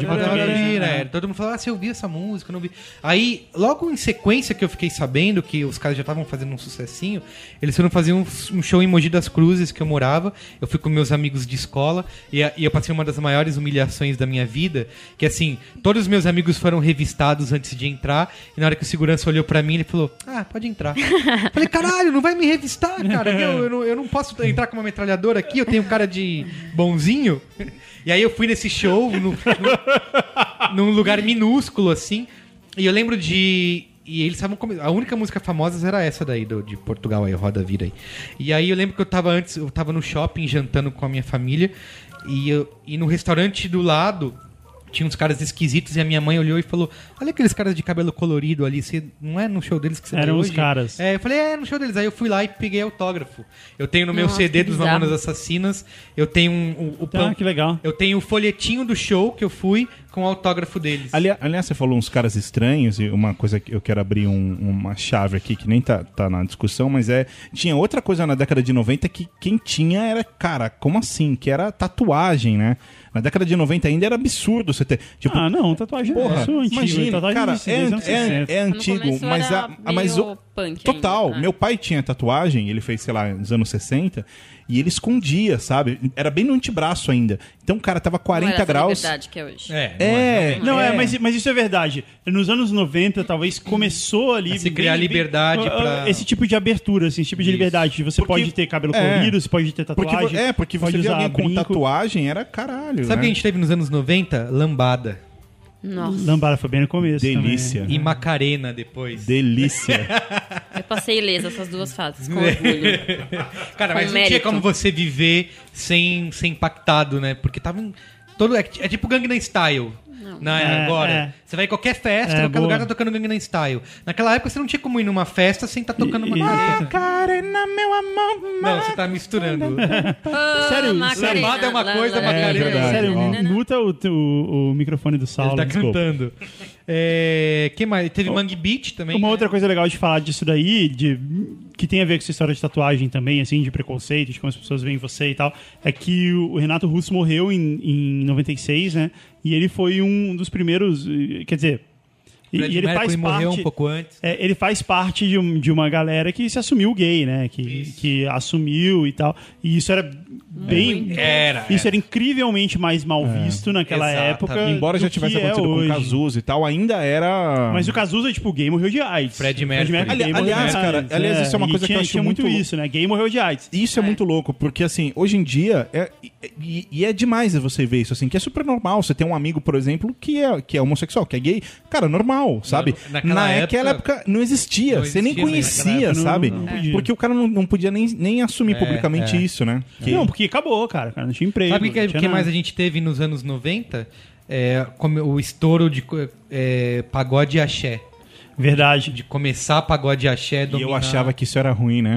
De Madureira, era. Todo mundo falava, ah, você ouviu essa música, eu não vi. Aí, logo em sequência que eu fiquei sabendo que os caras já estavam fazendo um sucessinho, eles foram fazer um, um show em Mogi das Cruzes, que eu morava. Eu fui com meus amigos de escola e, a- e eu passei uma das maiores humilhações da minha vida, que assim, todos os meus amigos foram revistados antes de entrar e na hora que o segurança olhou pra mim, ele falou, ah, pode entrar. Eu falei, caralho, não vai me revistar, cara. Eu, eu não, eu não posso entrar com uma metralhadora aqui, eu tenho cara de bonzinho. E aí eu fui nesse show, no- no- num lugar minúsculo, assim. E eu lembro de. E eles estavam. come- A única música famosa era essa daí, do, de Portugal, aí, Roda Vira aí. E aí eu lembro que eu tava antes, eu tava no shopping jantando com a minha família. E, eu, e no restaurante do lado tinha uns caras esquisitos. E a minha mãe olhou e falou: Olha aqueles caras de cabelo colorido ali, você, não é no show deles que você
Eram
vai
os
hoje?"
caras.
É, eu falei: É, no show deles. Aí eu fui lá e peguei autógrafo. Eu tenho no meu
Nossa,
CD
que
dos
bizarro.
Mamonas Assassinas, eu tenho um, o, o
Ah,
pan-
que legal.
eu tenho o folhetinho do show que eu fui com o autógrafo deles.
Ali- aliás, você falou uns caras estranhos e uma coisa que eu quero abrir um- uma chave aqui que nem tá, tá na discussão, mas é. Tinha outra coisa na década de 90 que quem tinha era, cara, como assim? Que era tatuagem, né? Na década de 90 ainda era absurdo você ter. Tipo,
Ah, não, tatuagem é
porra,
isso, antigo.
imagina,
tatuagem
cara,
de
é,
anos
é-
60.
é
No
antigo,
começo
mas
era
a. a- mas
meio
o-
punk
Total.
ainda, né?
Meu pai tinha tatuagem, ele fez, sei lá, nos anos 60, e ele escondia, sabe? Era bem no antebraço ainda. Então, cara, tava
Não
40
era essa
graus.
liberdade que é hoje.
É, não é,
É,
Não, é, mas, mas isso é verdade. Nos anos 90, talvez, começou ali...
É
A se criar liberdade
ah, ah,
pra-
Esse tipo de abertura, assim, esse tipo de
Isso.
liberdade. Você
Porque-
pode ter cabelo
é.
colorido, você pode ter
Porque,
tatuagem.
vo- é, porque
pode
você vê
usar
alguém com
brinco.
tatuagem, era
Sabe
caralho.
o que
né?
a gente teve nos anos 90? Lambada.
Nossa,
Lambada foi bem no começo
Delícia.
Uhum.
E Macarena depois.
Delícia.
eu passei ilesa essas duas fases, com orgulho.
Cara, mas
Com
não tinha
mérito.
como você viver sem ser impactado, né? Porque tava em todo é, é tipo Gangnam Style. Na,
É,
agora.
é.
Você vai em qualquer festa,
É,
qualquer
boa.
lugar tá tocando Gangnam Style. Naquela época você não tinha como ir numa festa sem estar tá tocando
E-
uma
e-
Macarena.
Macarena, meu amor.
Não, você tá misturando.
Ah,
Sério,
Macarena,
lambada é uma
lá,
coisa,
lá, lá,
É,
Macarena
lá,
verdade.
lá, lá,
Sério,
lá, lá, lá.
muta o, teu- o, o microfone do Saulo.
Ele tá
desculpa.
cantando. É, que mais? Teve Mangue Beach também.
Uma
né?
outra coisa legal de falar disso daí, de, que tem a ver com essa história de tatuagem também, assim, de preconceito, de como as pessoas veem você e tal, é que o, o Renato Russo morreu em, em 96, né? E ele foi um dos primeiros. eh, Quer dizer. E,
Fred
e ele
Mercury
faz
morreu
parte.
um pouco antes.
É, ele faz parte de, um- de uma galera que se assumiu gay, né? Que, que assumiu e tal. E isso era
É.
bem.
Era,
é. Isso era incrivelmente mais mal visto naquela
Exato.
época.
Embora
do
já tivesse
que é
acontecido com o
hoje.
Cazuza e tal, ainda era.
Mas o Cazuza, tipo, gay morreu de AIDS.
Fred Mercury.
gay
Ali-
morreu de
aliás, cara,
AIDS,
aliás, isso é uma
e
coisa que eu
tinha-
acho
tinha muito
muito-
isso, né? Gay morreu de AIDS.
Isso é, muito louco, porque assim, hoje em dia, é, e- e, e é demais você ver isso, assim, que é super normal. Você tem um amigo, por exemplo, que é, que é homossexual, que é gay. Cara, normal, sabe?
naquela
Na época,
época-
não existia,
Não
você nem
existia, né? Naquela
conhecia,
época não-
sabe?
não podia.
Porque o cara não, não podia nem, nem assumir
É,
publicamente
é.
isso, né? Que-
Não, porque acabou, cara. cara não tinha emprego.
Sabe o que,
não
que é
tinha
mais
nada.
a gente teve nos anos 90? É, como o estouro de co- é, pagode e axé.
Verdade.
De começar pagode e axé.
E eu achava que isso era ruim, né?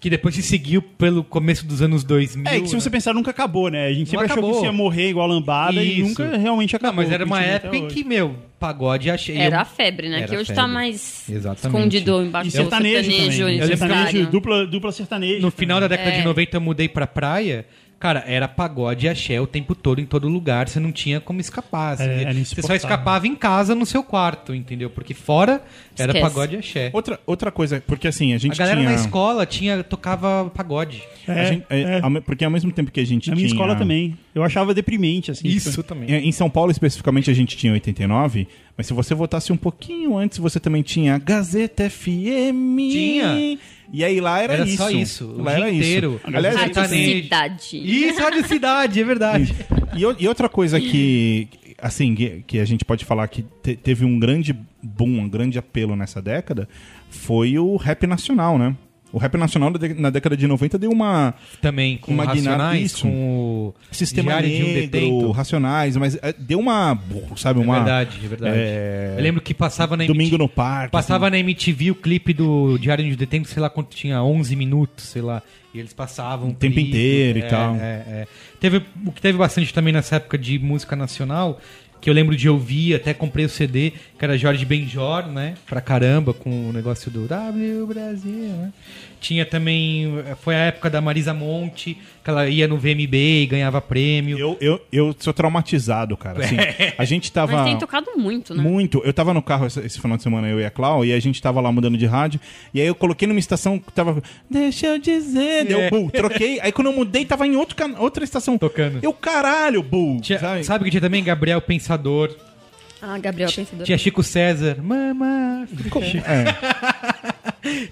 que depois se seguiu pelo começo dos anos 2000.
É, que se você
né?
pensar, nunca acabou, né? A gente sempre achou
acabou.
que isso ia morrer igual a lambada e
Isso.
nunca realmente acabou.
Não, mas era uma
Continua
época
até
em
hoje.
que, meu, pagode e axé.
Era
Eu-
a febre, né?
Era
que hoje
febre.
tá mais
Exatamente.
escondido embaixo
E
do sertanejo, né?
sertanejo, também.
e
Eu lembro que
sertanejo
sertanejo, dupla, dupla sertanejo.
No
também.
final da década
é.
de 90 eu mudei pra praia. Cara, era pagode e axé o tempo todo, em todo lugar. Você não tinha como escapar. assim.
Era- É, era
você só
insuportável.
escapava em casa, no seu quarto, entendeu? Porque fora era
Esquece.
pagode e axé.
Outra, outra coisa, porque assim, a gente
A galera
tinha...
na escola tinha, tocava pagode.
a
É,
gente- é,
é.
ao me- porque ao mesmo tempo que a gente
Na minha
tinha-
escola também. Eu achava deprimente, assim. tipo,
também.
É, Em São Paulo, especificamente, a gente tinha 89, mas se você votasse um pouquinho antes, você também tinha Gazeta FM.
Tinha.
E aí lá era,
Era
isso.
só isso, o
Lá
dia
era isso.
inteiro. Ah, tá, A
Ah,
Aliás,
Gazeta
gente-
sertanejo.
Atividade.
Isso, rádio cidade, é verdade.
e, o- e outra coisa que, assim, que, que a gente pode falar que te- teve um grande boom, um grande apelo nessa década, foi o rap nacional, né? O rap nacional da dec- na década de 90 deu uma
Também com
Uma
o
guinada-
Racionais,
isso.
com o
sistema
Diário de um
negro,
Detento.
racionais, mas é, deu uma, sabe,
É
uma
verdade, é verdade.
É,
Eu lembro que passava na
domingo
MTV
no parque.
Passava na MTV o clipe do Diário de um Detento, sei lá quanto tinha, 11 minutos, sei lá. E eles passavam o
Um tempo
clipe,
inteiro e
é,
tal.
é, é. Teve, o que teve bastante também nessa época de música nacional que eu lembro de ouvir, até comprei o CD, que era Jorge Benjor, né? Pra caramba, com o negócio do W Brasil, né? Tinha também. Foi a época da Marisa Monte, que ela ia no VMB e ganhava prêmio.
assim. Eu, eu, eu sou traumatizado, cara. assim.
É.
a gente tava.
Mas tem tocado muito, né?
Muito. Eu tava no carro esse, esse final de semana, eu e a Clau, e a gente tava lá mudando de rádio. E aí eu coloquei numa estação que tava. Deixa eu
É.
dizer. Deu bull. Troquei. Aí quando eu mudei, tava em outro, can- outra estação.
Tocando.
Eu, caralho, bull.
Tinha-
sabe?
sabe o que tinha também? Gabriel Pensador.
Ah, Gabriel, pensador.
Tinha Chico César. Mama. Chico.
É.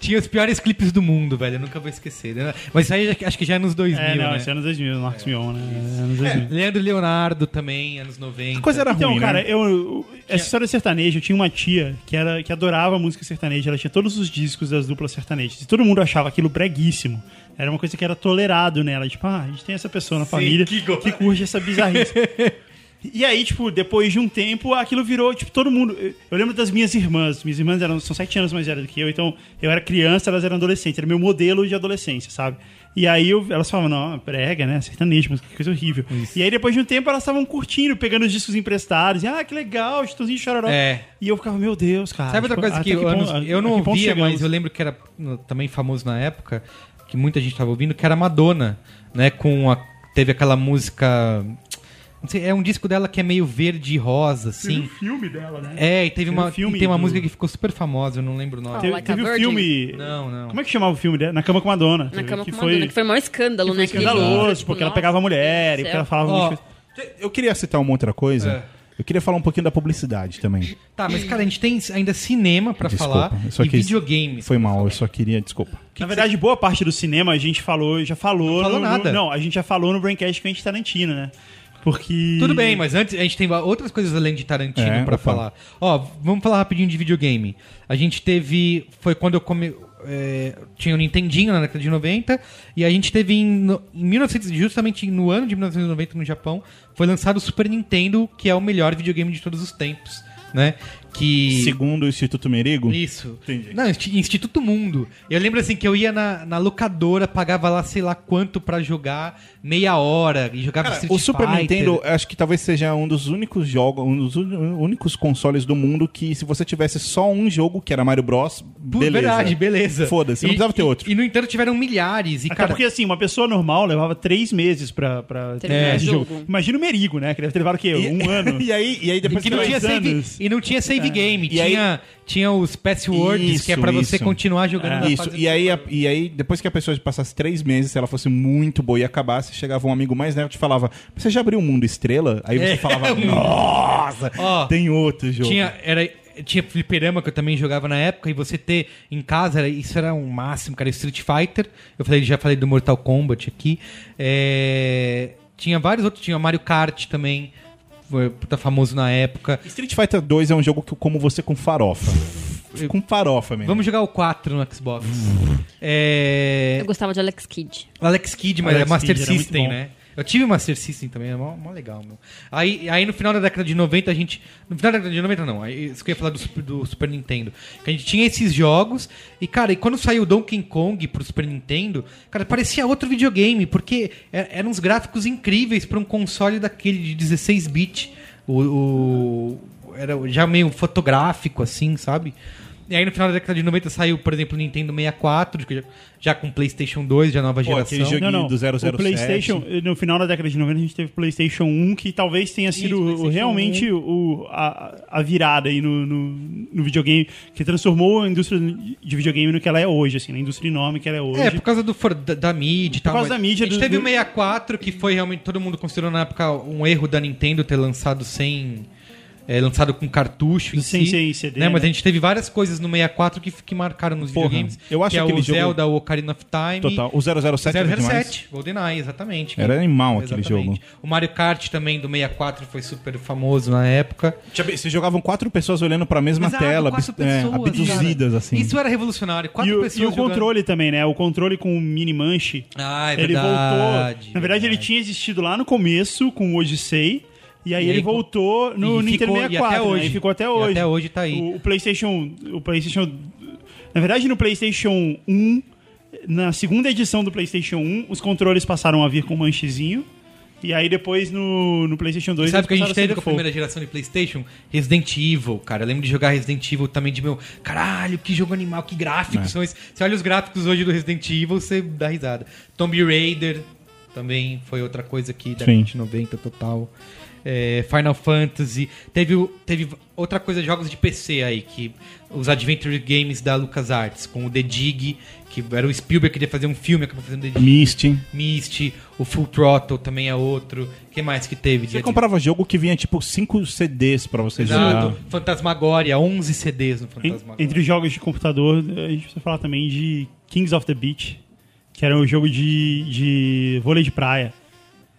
Tinha os piores clipes do mundo, velho. Eu nunca vou esquecer. né? Mas isso aí já- acho que já é nos 2000,
É, não,
né?
esse é anos 2000, Marcos Mion, né? Anos 2000.
Leandro Leonardo também, anos 90.
A coisa era
Então,
ruim. né?
cara, eu, eu- Essa história de sertanejo, eu tinha uma tia que, era, que adorava música sertaneja. Ela tinha todos os discos das duplas sertanejas. E todo mundo achava aquilo breguíssimo. Era uma coisa que era tolerado nela. Tipo, ah, a gente tem essa pessoa na família
que
que,
go-
curte essa bizarrice. E aí, tipo, depois de um tempo, aquilo virou, tipo, todo mundo. Eu lembro das minhas irmãs. Minhas irmãs eram, são sete anos mais velhas do que eu, então eu era criança, elas eram adolescentes. Era meu modelo de adolescência, sabe? E aí eu- elas falavam, não, prega, né? Sertanejo, mas que coisa horrível. E aí depois de um tempo elas estavam curtindo, pegando os discos emprestados. E, ah, que legal, Chitãozinho e Chororó.
É.
E eu ficava, meu Deus, cara.
Sabe outra
tipo,
coisa
até
que, eu,
ponto-
anos- eu não
a que ponto
ouvia,
chegamos?
mas eu lembro que era no- também famoso na época, que muita gente tava ouvindo, que era Madonna, né? Com a, teve aquela música. Não sei, é um disco dela que é meio verde e rosa,
Teve o
assim.
filme dela, né?
É, e teve
Teve
uma,
um filme
e tem uma
do-
música que ficou super famosa, eu não lembro o nome.
Teve,
Like
teve
a
o
Virgin?
filme.
Não, não.
Como é que chamava o filme dela? Na Cama com Madonna.
Na
teve,
cama
que
com
foi-
Madonna, que foi o maior escândalo, né? aquele livro,
escandaloso,
tipo,
porque ela
nossa,
pegava a mulher e
céu.
porque ela falava
Ó,
muitas coisas.
Eu queria citar uma outra coisa.
É.
Eu queria falar um pouquinho da publicidade também.
Tá, mas cara, a gente tem ainda cinema pra falar
eu só
e
quis-
videogames.
Foi mal, eu só queria, desculpa.
Na verdade, boa parte do cinema a gente falou, já falou.
Não falou
no-
nada.
no- não, a gente já falou no Braincast com a gente Tarantino, né? Porque.
Tudo bem, mas antes a gente tem outras coisas além de Tarantino
É,
pra
opa.
falar. Ó, vamos falar rapidinho de videogame. A gente teve. Foi quando eu come, é, tinha o Nintendinho na década de 90. E a gente teve em, no- em 1900, justamente no ano de 1990 no Japão, foi lançado o Super Nintendo, que é o melhor videogame de todos os tempos, né? Que.
Segundo o Instituto Merigo,
Isso.
Entendi.
Não, Insti- Instituto Mundo. Eu lembro assim que eu ia na, na locadora, pagava lá sei lá quanto pra jogar, meia hora, e jogava Street
o Super
Fighter.
Nintendo acho que talvez seja um dos únicos jogos, um dos ú- únicos consoles do mundo que se você tivesse só um jogo, que era Mario Bros,
Pu-
beleza.
Verdade, beleza.
Foda-se, não
E-
precisava ter
e-
outro.
E no entanto tiveram milhares. E
Até
cara,
porque, assim, uma pessoa normal levava três meses pra, pra
Terminar
esse
o jogo.
Imagina o Merigo, né? Que deve ter levado o quê? Um ano.
E aí, e aí depois
que não
dois
tinha save,
anos.
e não tinha save game.
É. E aí-
tinha, tinha os passwords, que é
Isso,
pra você
isso. É.
continuar jogando na
Isso,
fase
e aí, a- e aí depois que a pessoa passasse três meses, se ela fosse muito boa e acabasse, chegava um amigo mais nerd e falava, você já abriu o Mundo Estrela? Aí você
É,
falava,
o Mundo-
nossa,
Ó,
tem outro jogo.
Tinha, era, tinha fliperama que eu também jogava na época, e você ter em casa, era- isso era um máximo, cara. Street Fighter, eu falei, já falei do Mortal Kombat aqui. É, tinha vários outros, tinha Mario Kart também, foi puta famoso na época.
Street Fighter 2 é um jogo que eu como você com farofa. Com farofa mesmo.
Vamos jogar o 4 no Xbox. É,
Eu gostava de Alex Kidd.
Alex Kidd, mas é
Alex
Master
Kidd era muito
System,
bom.
né? Eu tive Master System também, é mó, mó legal, meu. Aí, aí no final da década de 90, a gente. No final da década de 90, não. Aí, isso que eu ia falar do, Super- do Super Nintendo. Que a gente tinha esses jogos. E, cara, e quando saiu Donkey Kong pro Super Nintendo, cara, parecia outro videogame, porque é- eram uns gráficos incríveis pra um console daquele de 16 bit. O, o- era já meio fotográfico, assim, sabe? E aí no final da década de 90 saiu, por exemplo, o Nintendo 64, que já, já com PlayStation 2, já nova
Pô,
geração.
aquele jogo-
Não, não.
do 007.
O PlayStation, no final da década de 90, a gente teve o PlayStation 1, que talvez tenha sido o-
PlayStation
um.
realmente o, a, a virada aí no, no, no videogame, que transformou a indústria de videogame no que ela é hoje, assim, na indústria enorme que ela é hoje.
É, por causa do, for- da, da mídia e tal.
causa
mas
da mídia,
A gente
do-
teve
do-
o 64, que foi realmente, todo mundo considerou na época um erro da Nintendo ter lançado sem... é, lançado com cartucho em
Sem-
si,
sem CD,
né? Mas a
né?
gente teve várias coisas no 64 que, que marcaram nos
Porra,
videogames.
eu acho
que é
aquele
o
jogo-
Zelda, o Ocarina of Time.
Total. O 007 era demais.
007, GoldenEye, exatamente.
Era animal aquele jogo.
O Mario Kart também, do 64, foi super famoso na época.
Tinha- Vocês jogavam quatro pessoas olhando pra mesma
Exato,
tela,
quatro
abs- é,
pessoas,
abduzidas
cara.
assim.
Isso era revolucionário. Quatro
e, o,
pessoas
e o
jogando.
controle também, né? O controle com o mini manche.
Ah, é
ele
verdade,
voltou. Na verdade, ele tinha existido lá no começo com o Odyssey. E aí
E
ele
aí,
voltou no
e
Nintendo
ficou- e
64.
até
né?
hoje.
E ficou até
E
hoje.
até hoje tá aí.
O, o PlayStation. O PlayStation. Na verdade, no PlayStation 1, na segunda edição do PlayStation 1, os controles passaram a vir com um manchezinho. E aí depois no, no PlayStation 2
Sabe o que a
eles
gente
passaram
teve com a
Cyberpunk.
primeira geração de PlayStation? Resident Evil, cara. Eu lembro de jogar Resident Evil também de meu. Caralho, que jogo animal, que gráficos são esses. Você olha os gráficos hoje do Resident Evil, você dá risada. Tomb Raider também foi outra coisa aqui da
Sim.
gente 90 total. É, Final Fantasy. Teve, o- teve outra coisa, jogos de PC aí, que os Adventure Games da LucasArts, com o The Dig, que era o Spielberg que queria fazer um filme, acabou fazendo The Dig.
Mist.
Mist, o Full Throttle também é outro. O que mais que teve? de
Você comprava jogo que vinha tipo 5 CDs pra você
é Exato.
jogar.
Fantasmagória, 11 CDs no
En-
Fantasmagória.
Entre os jogos de computador, a gente precisa falar também de Kings of the Beach, que era um jogo de, de vôlei de praia.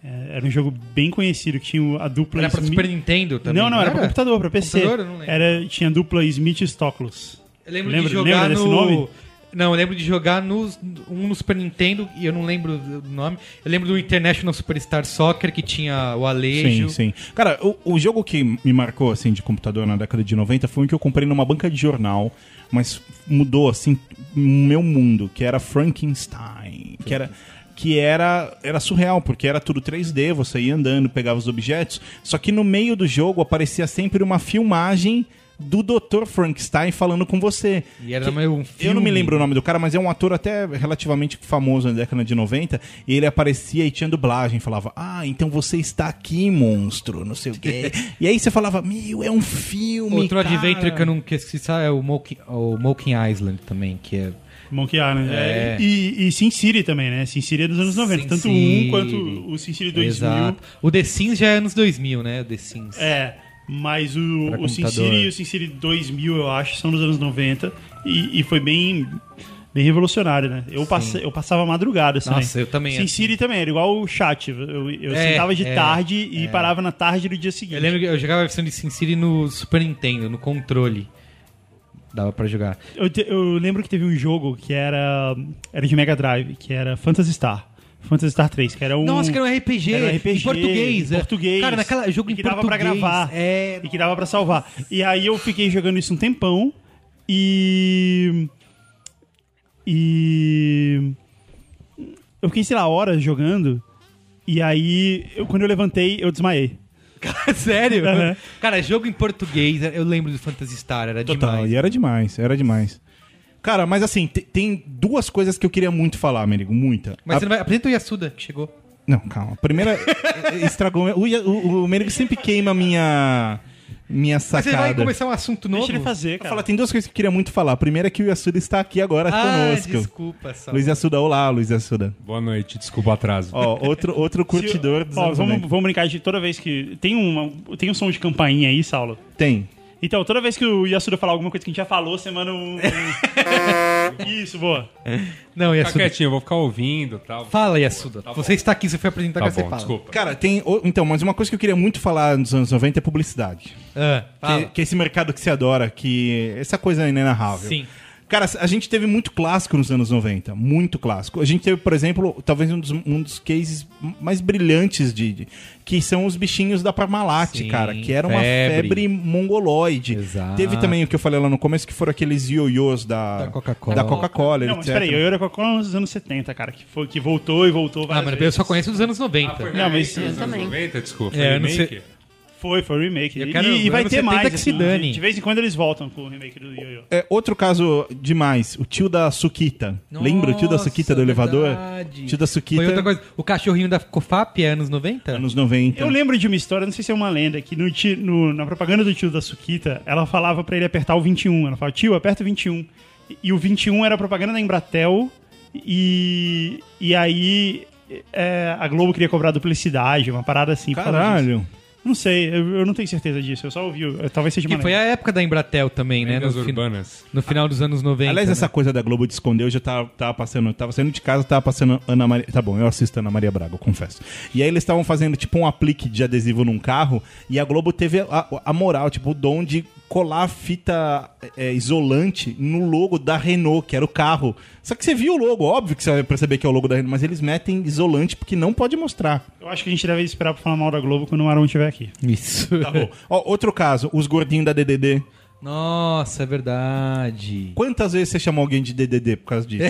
É, Era um jogo bem conhecido, que tinha o- a dupla...
Era pra
Smith-
Super Nintendo também?
Não, não, era, pra computador, pra PC.
Computador? Eu não lembro.
Era, tinha a dupla Smith e Stoklos.
Eu lembro
Lembra-
de jogar
lembra desse
no...
nome?
Não, eu lembro de jogar nos, um no Super Nintendo, e eu não lembro do nome. Eu lembro do International Superstar Soccer, que tinha o Alejo.
Sim, sim. Cara, o, o jogo que me marcou, assim, de computador na década de 90 foi um que eu comprei numa banca de jornal, mas mudou, assim, o meu mundo, que era Frankenstein. Que era. Que era, era surreal, porque era tudo 3D, você ia andando, pegava os objetos. Só que no meio do jogo aparecia sempre uma filmagem do Dr. Frankenstein falando com você.
E era meio um filme.
Eu não me lembro o nome do cara, mas é um ator até relativamente famoso na década de 90. E ele aparecia e tinha dublagem. Falava, ah, então você está aqui, monstro, não sei o quê. e aí você falava, meu, é um filme.
Outro
cara.
Adventure que eu não esqueci sabe, é o Monkey, o Monkey Island também, que é...
Monkey Island.
É.
É. E, e Sin City também, né? Sin City é dos anos 90.
Sin
tanto o
City.
1 quanto o Sin City 2000.
Exato. O The Sims já é anos 2000, né? O The Sims.
É, mas o,
Pra
o Sin
computador.
City e o Sin City 2000, eu acho, são dos anos 90. E, e foi bem, bem revolucionário, né? Eu, passei, eu passava madrugada, assim.
Nossa, eu também,
Sin
assim.
City também, era igual o chat. Eu, eu
É,
sentava de
é,
tarde e parava na tarde do dia seguinte.
Eu lembro que eu jogava a versão de Sin City no Super Nintendo, no controle. Dava pra jogar.
Eu, te- eu lembro que teve um jogo que era, era de Mega Drive, que era Phantasy Star. Phantasy Star 3, que era um...
Nossa, que era um RPG.
Era um RPG.
Em português.
em
é.
português.
Cara, naquela jogo
e
em
que
português.
dava pra gravar.
É.
E que dava pra salvar. E aí eu fiquei jogando isso um tempão. E. E. Eu fiquei, sei lá, horas jogando. E aí, eu- quando eu levantei, eu desmaiei.
Cara, sério?
Aham.
Cara, jogo em português. Eu lembro do Phantasy Star, era
Total,
demais.
e era demais, era demais. Cara, mas assim, te- tem duas coisas que eu queria muito falar, Merigo, muita.
Mas
A-
você não vai... apresenta o Yasuda, que chegou.
Não, calma. A primeira eh, estragou... O, o, o Merigo sempre queima a minha... Minha
Mas você
sacada.
vai começar um assunto novo?
Deixa ele fazer,
Eu
cara.
falo, tem duas coisas que eu queria muito falar. A primeira é que o Yasuda está aqui agora
Ah,
conosco.
desculpa, Saul.
Luiz Yasuda, olá, Luiz Yasuda.
Boa noite, desculpa o atraso.
Ó, outro, outro curtidor dos
Ó,
anos
vamos,
90.
vamos brincar de toda vez que. Tem, uma, tem um som de campainha aí, Saulo?
Tem.
Então, toda vez que o Yasuda falar alguma coisa que a gente já falou, você manda um. Isso, boa.
Não,
Fica
Yasuda.
quietinho, eu vou ficar ouvindo e tal.
Fala, Yasuda.
Tá bom.
você está aqui, você foi apresentar,
Tá
agora você
bom,
fala.
desculpa.
Cara, tem. o- Então, mas uma coisa que eu queria muito falar nos anos 90 é publicidade.
Ah,
Que,
fala.
que esse mercado que se adora, que. Essa coisa é inenarrável.
Sim.
Cara, a gente teve muito clássico nos anos 90, muito clássico. A gente teve, por exemplo, talvez um dos, um dos cases mais brilhantes de, de- que são os bichinhos da Parmalat,
Sim,
cara, que era uma
febre.
febre, mongoloide.
Exato.
Teve também o que eu falei lá no começo, que foram aqueles ioiôs da,
Da Coca-Cola.
da Coca-Cola,
Não, mas
etc.
peraí, eu era Coca-Cola nos anos 70, cara, que, foi, que voltou e voltou.
Ah,
várias
mano, eu
vezes.
só conheço dos anos
Ah,
90.
Não, mas-
Anos
também.
90, desculpa.
É,
É,
eu não
remake?
sei-
Foi, foi o remake.
Eu
E-
quero-
e,
eu
vai
quero
ter
70
mais. assim,
que se dane.
De vez em quando eles voltam com o remake do Yo-Yo.
É, outro caso demais, o tio da Suquita. Lembra o tio da
Nossa,
Suquita do elevador?
verdade.
Tio da
Foi outra
Ah,
Suquita,
coisa. O cachorrinho da COFAP é anos 90?
anos 90.
Então.
Eu lembro de uma história, não sei se é uma lenda, que no ti- no- na propaganda do tio da Suquita, ela falava pra ele apertar o 21. Ela falava, tio, aperta o 21. E, e o 21 era a propaganda da Embratel e, e aí é, a Globo queria cobrar duplicidade, uma parada assim. por causa disso.
Caralho.
Não sei, eu, eu não tenho certeza disso, eu só ouvi, eu- talvez seja uma
Que foi
lenda.
a época da Embratel também, né?
Lendas
No, fin-
urbanas.
no final dos anos 90.
Aliás,
né?
essa coisa da Globo de esconder, eu já tava, tava passando, eu tava saindo de casa, tava passando Ana Maria. Tá bom, eu assisto Ana Maria Braga, eu confesso. E aí eles estavam fazendo tipo um aplique de adesivo num carro, e a Globo teve a, a moral, tipo, o dom de colar fita é, isolante no logo da Renault, que era o carro. Só que você viu o logo, óbvio que você vai perceber que é o logo da Renault, mas eles metem isolante porque não pode mostrar.
Eu acho que a gente deve
É.
esperar pra falar mal da Globo quando o Marão estiver aqui.
Isso.
Ó, outro caso, os gordinhos da DDD.
Nossa, é verdade.
Quantas vezes você chamou alguém de DDD por causa disso?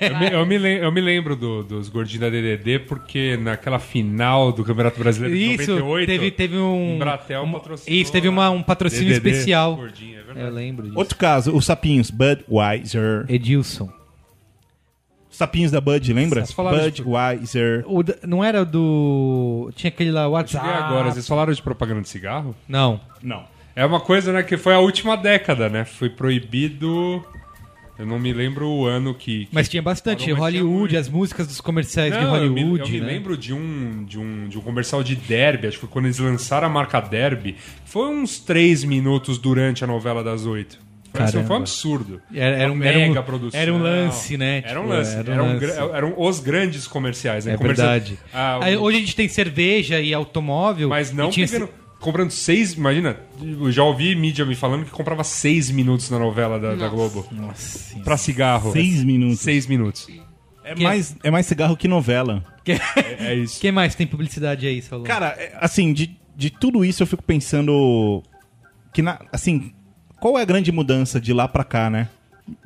Eu me, eu me lem- eu me lembro do- dos gordinhos da DDD porque naquela final do Campeonato Brasileiro de
Isso,
98...
teve, teve um.
Embratel
um-
patrocinou
Isso, teve uma- um patrocínio
DDD.
especial.
Gordinho, é verdade.
Eu lembro disso.
Outro caso, os sapinhos, Budweiser.
Edilson.
Os sapinhos da Bud, lembra?
Vocês falaram de-
Budweiser.
O da- não era o do. Tinha aquele lá,
Cheguei
WhatsApp.
agora, vocês falaram de propaganda de cigarro?
Não.
Não.
É uma coisa, né, que foi a última década, né? Foi proibido. Eu não me lembro o ano que. que-
Mas tinha bastante.
Parou, mas tinha
Hollywood,
muito.
as músicas dos comerciais de
Não, eu me-
Hollywood.
Eu me,
né?
lembro de um, de, um, de um comercial de Derby, acho que foi quando eles lançaram a marca Derby. Foi uns três minutos durante a novela das oito. Foi, assim,
Caramba.
foi um absurdo.
Era, era um,
Uma
era um-
mega produção.
Era um lance, né?
Era um
Tipo,
lance.
era um
era um
lance.
gra- eram os grandes comerciais, né?
É
Comercial-
verdade.
Ah, o-
Aí, hoje a gente tem cerveja e automóvel.
Mas não
e tinha
pegando- comprando seis. Imagina, eu já ouvi mídia me falando que comprava seis minutos na novela da, da Globo. Nossa. Pra cigarro.
Seis minutos.
Seis minutos.
É mais, é mais cigarro que novela.
É, é isso.
Quem mais tem publicidade aí, Salão?
Cara, é, assim, de, de tudo isso eu fico pensando que, na, assim, qual é a grande mudança de lá pra cá, né?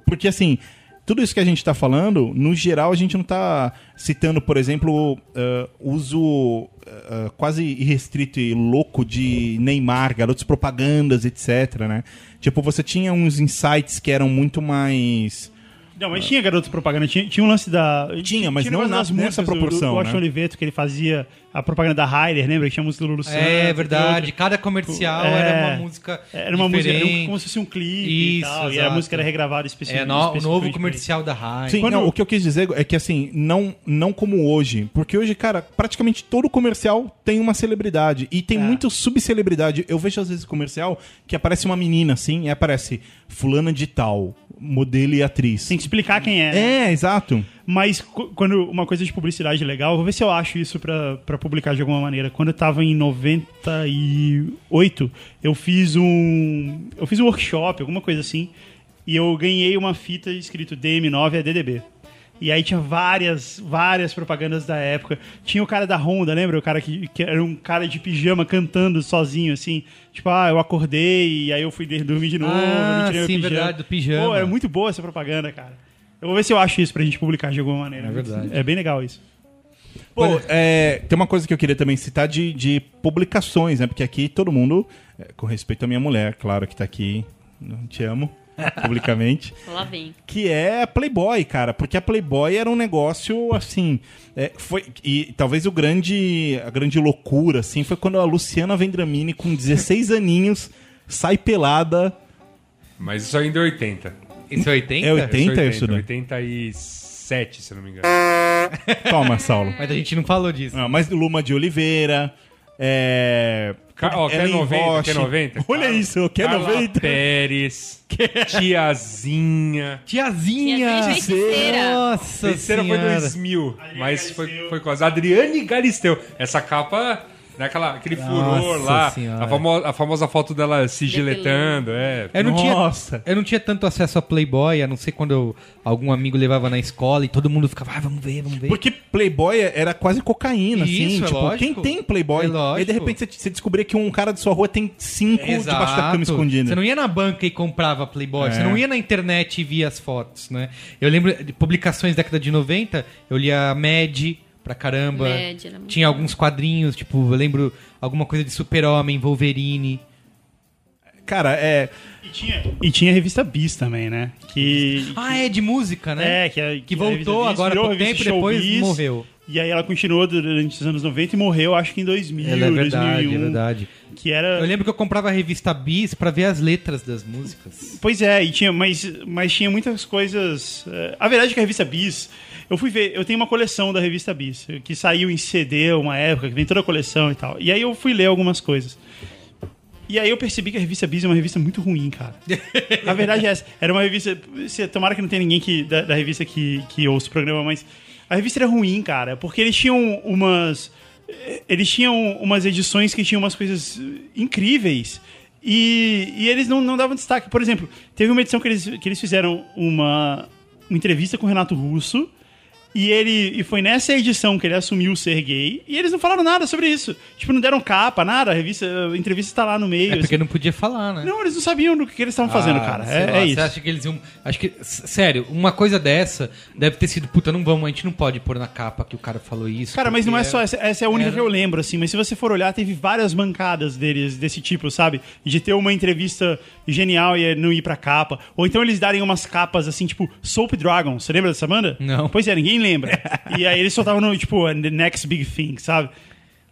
Porque, assim, tudo isso que a gente tá falando, no geral, a gente não tá citando, por exemplo, ah, uso ah, quase irrestrito e louco de Neymar, garotos propagandas, etc, né? Tipo, você tinha uns insights que eram muito mais...
Não, mas tinha garoto propaganda, tinha, tinha um lance da.
Tinha, mas
um
não
lance
na-
das
nessa
músicas do-
proporção,
Do Washington
né?
Oliveto, que ele fazia a propaganda da Ryder, lembra? Que tinha a música do Lulu Santos.
É
e
verdade.
outra.
Cada comercial
É.
era uma música.
Era uma
diferente.
música, era um- como se fosse um clipe e
Isso,
tal. E a
exato.
música era regravada específica.
É no, o novo comercial da Rai.
Sim,
Quando-
não, o que eu quis dizer é que assim, não, não como hoje, porque hoje, cara, praticamente todo comercial tem uma celebridade e
É.
tem muita subcelebridade. Eu vejo às vezes comercial que aparece uma menina assim e aparece fulana de tal, modelo e atriz.
Tem que explicar quem é. né?
É, exato.
Mas cu- quando uma coisa de publicidade legal, vou ver se eu acho isso pra, pra publicar de alguma maneira. Quando eu tava em 98, eu fiz um eu fiz um workshop, alguma coisa assim, e eu ganhei uma fita escrito DM9 a DDB. E aí tinha várias, várias propagandas da época. Tinha o cara da Honda, lembra? O cara que, que era um cara de pijama cantando sozinho, assim. Tipo, ah, eu acordei e aí eu fui dormir de novo,
Ah,
não tirei
sim,
meu pijama.
verdade, do pijama.
Pô, era muito boa essa propaganda, cara. Eu vou ver se eu acho isso pra gente publicar de alguma maneira.
É verdade.
É bem legal isso.
Pô, é, tem uma coisa que eu queria também citar de, de publicações, né? Porque aqui todo mundo, é, com respeito à minha mulher, claro que tá aqui, não te amo publicamente.
Lá vem.
que é a Playboy, cara, porque a Playboy era um negócio assim, é, foi e talvez o grande a grande loucura assim foi quando a Luciana Vendramini com 16 aninhos sai pelada.
Mas isso ainda é 80.
Isso é 80?
É 80?
Isso é
isso, né?
87, se eu não me engano.
Toma, Saulo.
Mas a gente não falou disso.
Ah, mas Luma de Oliveira, é
Ca- ó, quer
Ellen
90?
Roche.
Quer 90?
Olha
Carla-
isso, quer
Carla
90?
Pérez, Tiazinha.
Tiazinha!
Tiazinha feiticeira.
Nossa
Terceira foi
senhora.
2000, mas
Galisteu.
foi, foi quase. Adriane Galisteu. Essa capa, naquela, aquele furor lá.
senhora.
A famosa, a famosa foto dela se giletando. É.
Eu não,
Nossa.
Tinha, eu não tinha tanto acesso a Playboy, a não ser quando eu- algum amigo levava na escola e todo mundo ficava, ah, vamos ver, vamos ver.
Porque Playboy era quase cocaína, assim.
Isso, é
tipo,
lógico.
quem tem Playboy,
É
aí de
lógico.
repente você- você descobria que um cara de sua rua tem cinco debaixo da cama escondida.
Você não ia na banca e comprava Playboy,
É.
você não ia na internet e via as fotos, né? Eu lembro de publicações da década de 90, eu lia Mad pra caramba.
Mad, era muito
Tinha alguns quadrinhos, tipo, eu lembro alguma coisa de Super-Homem, Wolverine.
Cara, é.
E tinha, e tinha a revista Bis também, né? Que.
Ah, é de música, né?
É, que, a- que,
Que
a
voltou
revista Bis
agora
virou
por
a revista
tempo e depois
Showbiz,
morreu.
E aí ela continuou durante os anos 90 e morreu, acho que em 2000,
Ela é verdade,
2001.
é verdade.
Que era.
Eu lembro que eu comprava a revista Bis pra ver as letras das músicas.
Pois é, e tinha, mas, mas tinha muitas coisas. eh, A verdade é que a revista Bis, eu fui ver, eu tenho uma coleção da revista Bis, que saiu em CD uma época, que vem toda a coleção e tal. E aí eu fui ler algumas coisas. E aí eu percebi que a revista Bis é uma revista muito ruim, cara. a verdade é essa. Era uma revista. se- Tomara que não tenha ninguém que, da, da revista que, que ouça o programa, mas. A revista era ruim, cara, porque eles tinham umas. eh, Eles tinham umas edições que tinham umas coisas eh, incríveis. E, e eles não, não davam destaque. Por exemplo, teve uma edição que eles, que eles fizeram uma, uma entrevista com o Renato Russo. E ele e foi nessa edição que ele assumiu ser gay e eles não falaram nada sobre isso. Tipo, não deram capa, nada, a revista, a entrevista tá lá no meio.
É porque
assim.
não podia falar, né?
Não, eles não sabiam do que eles estavam fazendo,
Ah,
cara.
sei
É,
lá,
é
Você
isso.
acha que eles iam. Acho que. s- Sério, uma coisa dessa deve ter sido, puta, não vamos, a gente não pode pôr na capa que o cara falou isso.
Cara, mas não é
porque
só essa, essa é a única
era-
que eu lembro, assim. Mas se você for olhar, teve várias mancadas deles desse tipo, sabe? De ter uma entrevista genial e é não ir pra capa. Ou então eles darem umas capas assim, tipo Soap Dragon. Você lembra dessa banda?
Não.
Pois é, ninguém lembra. e aí eles soltavam no, tipo, The Next Big Thing, sabe?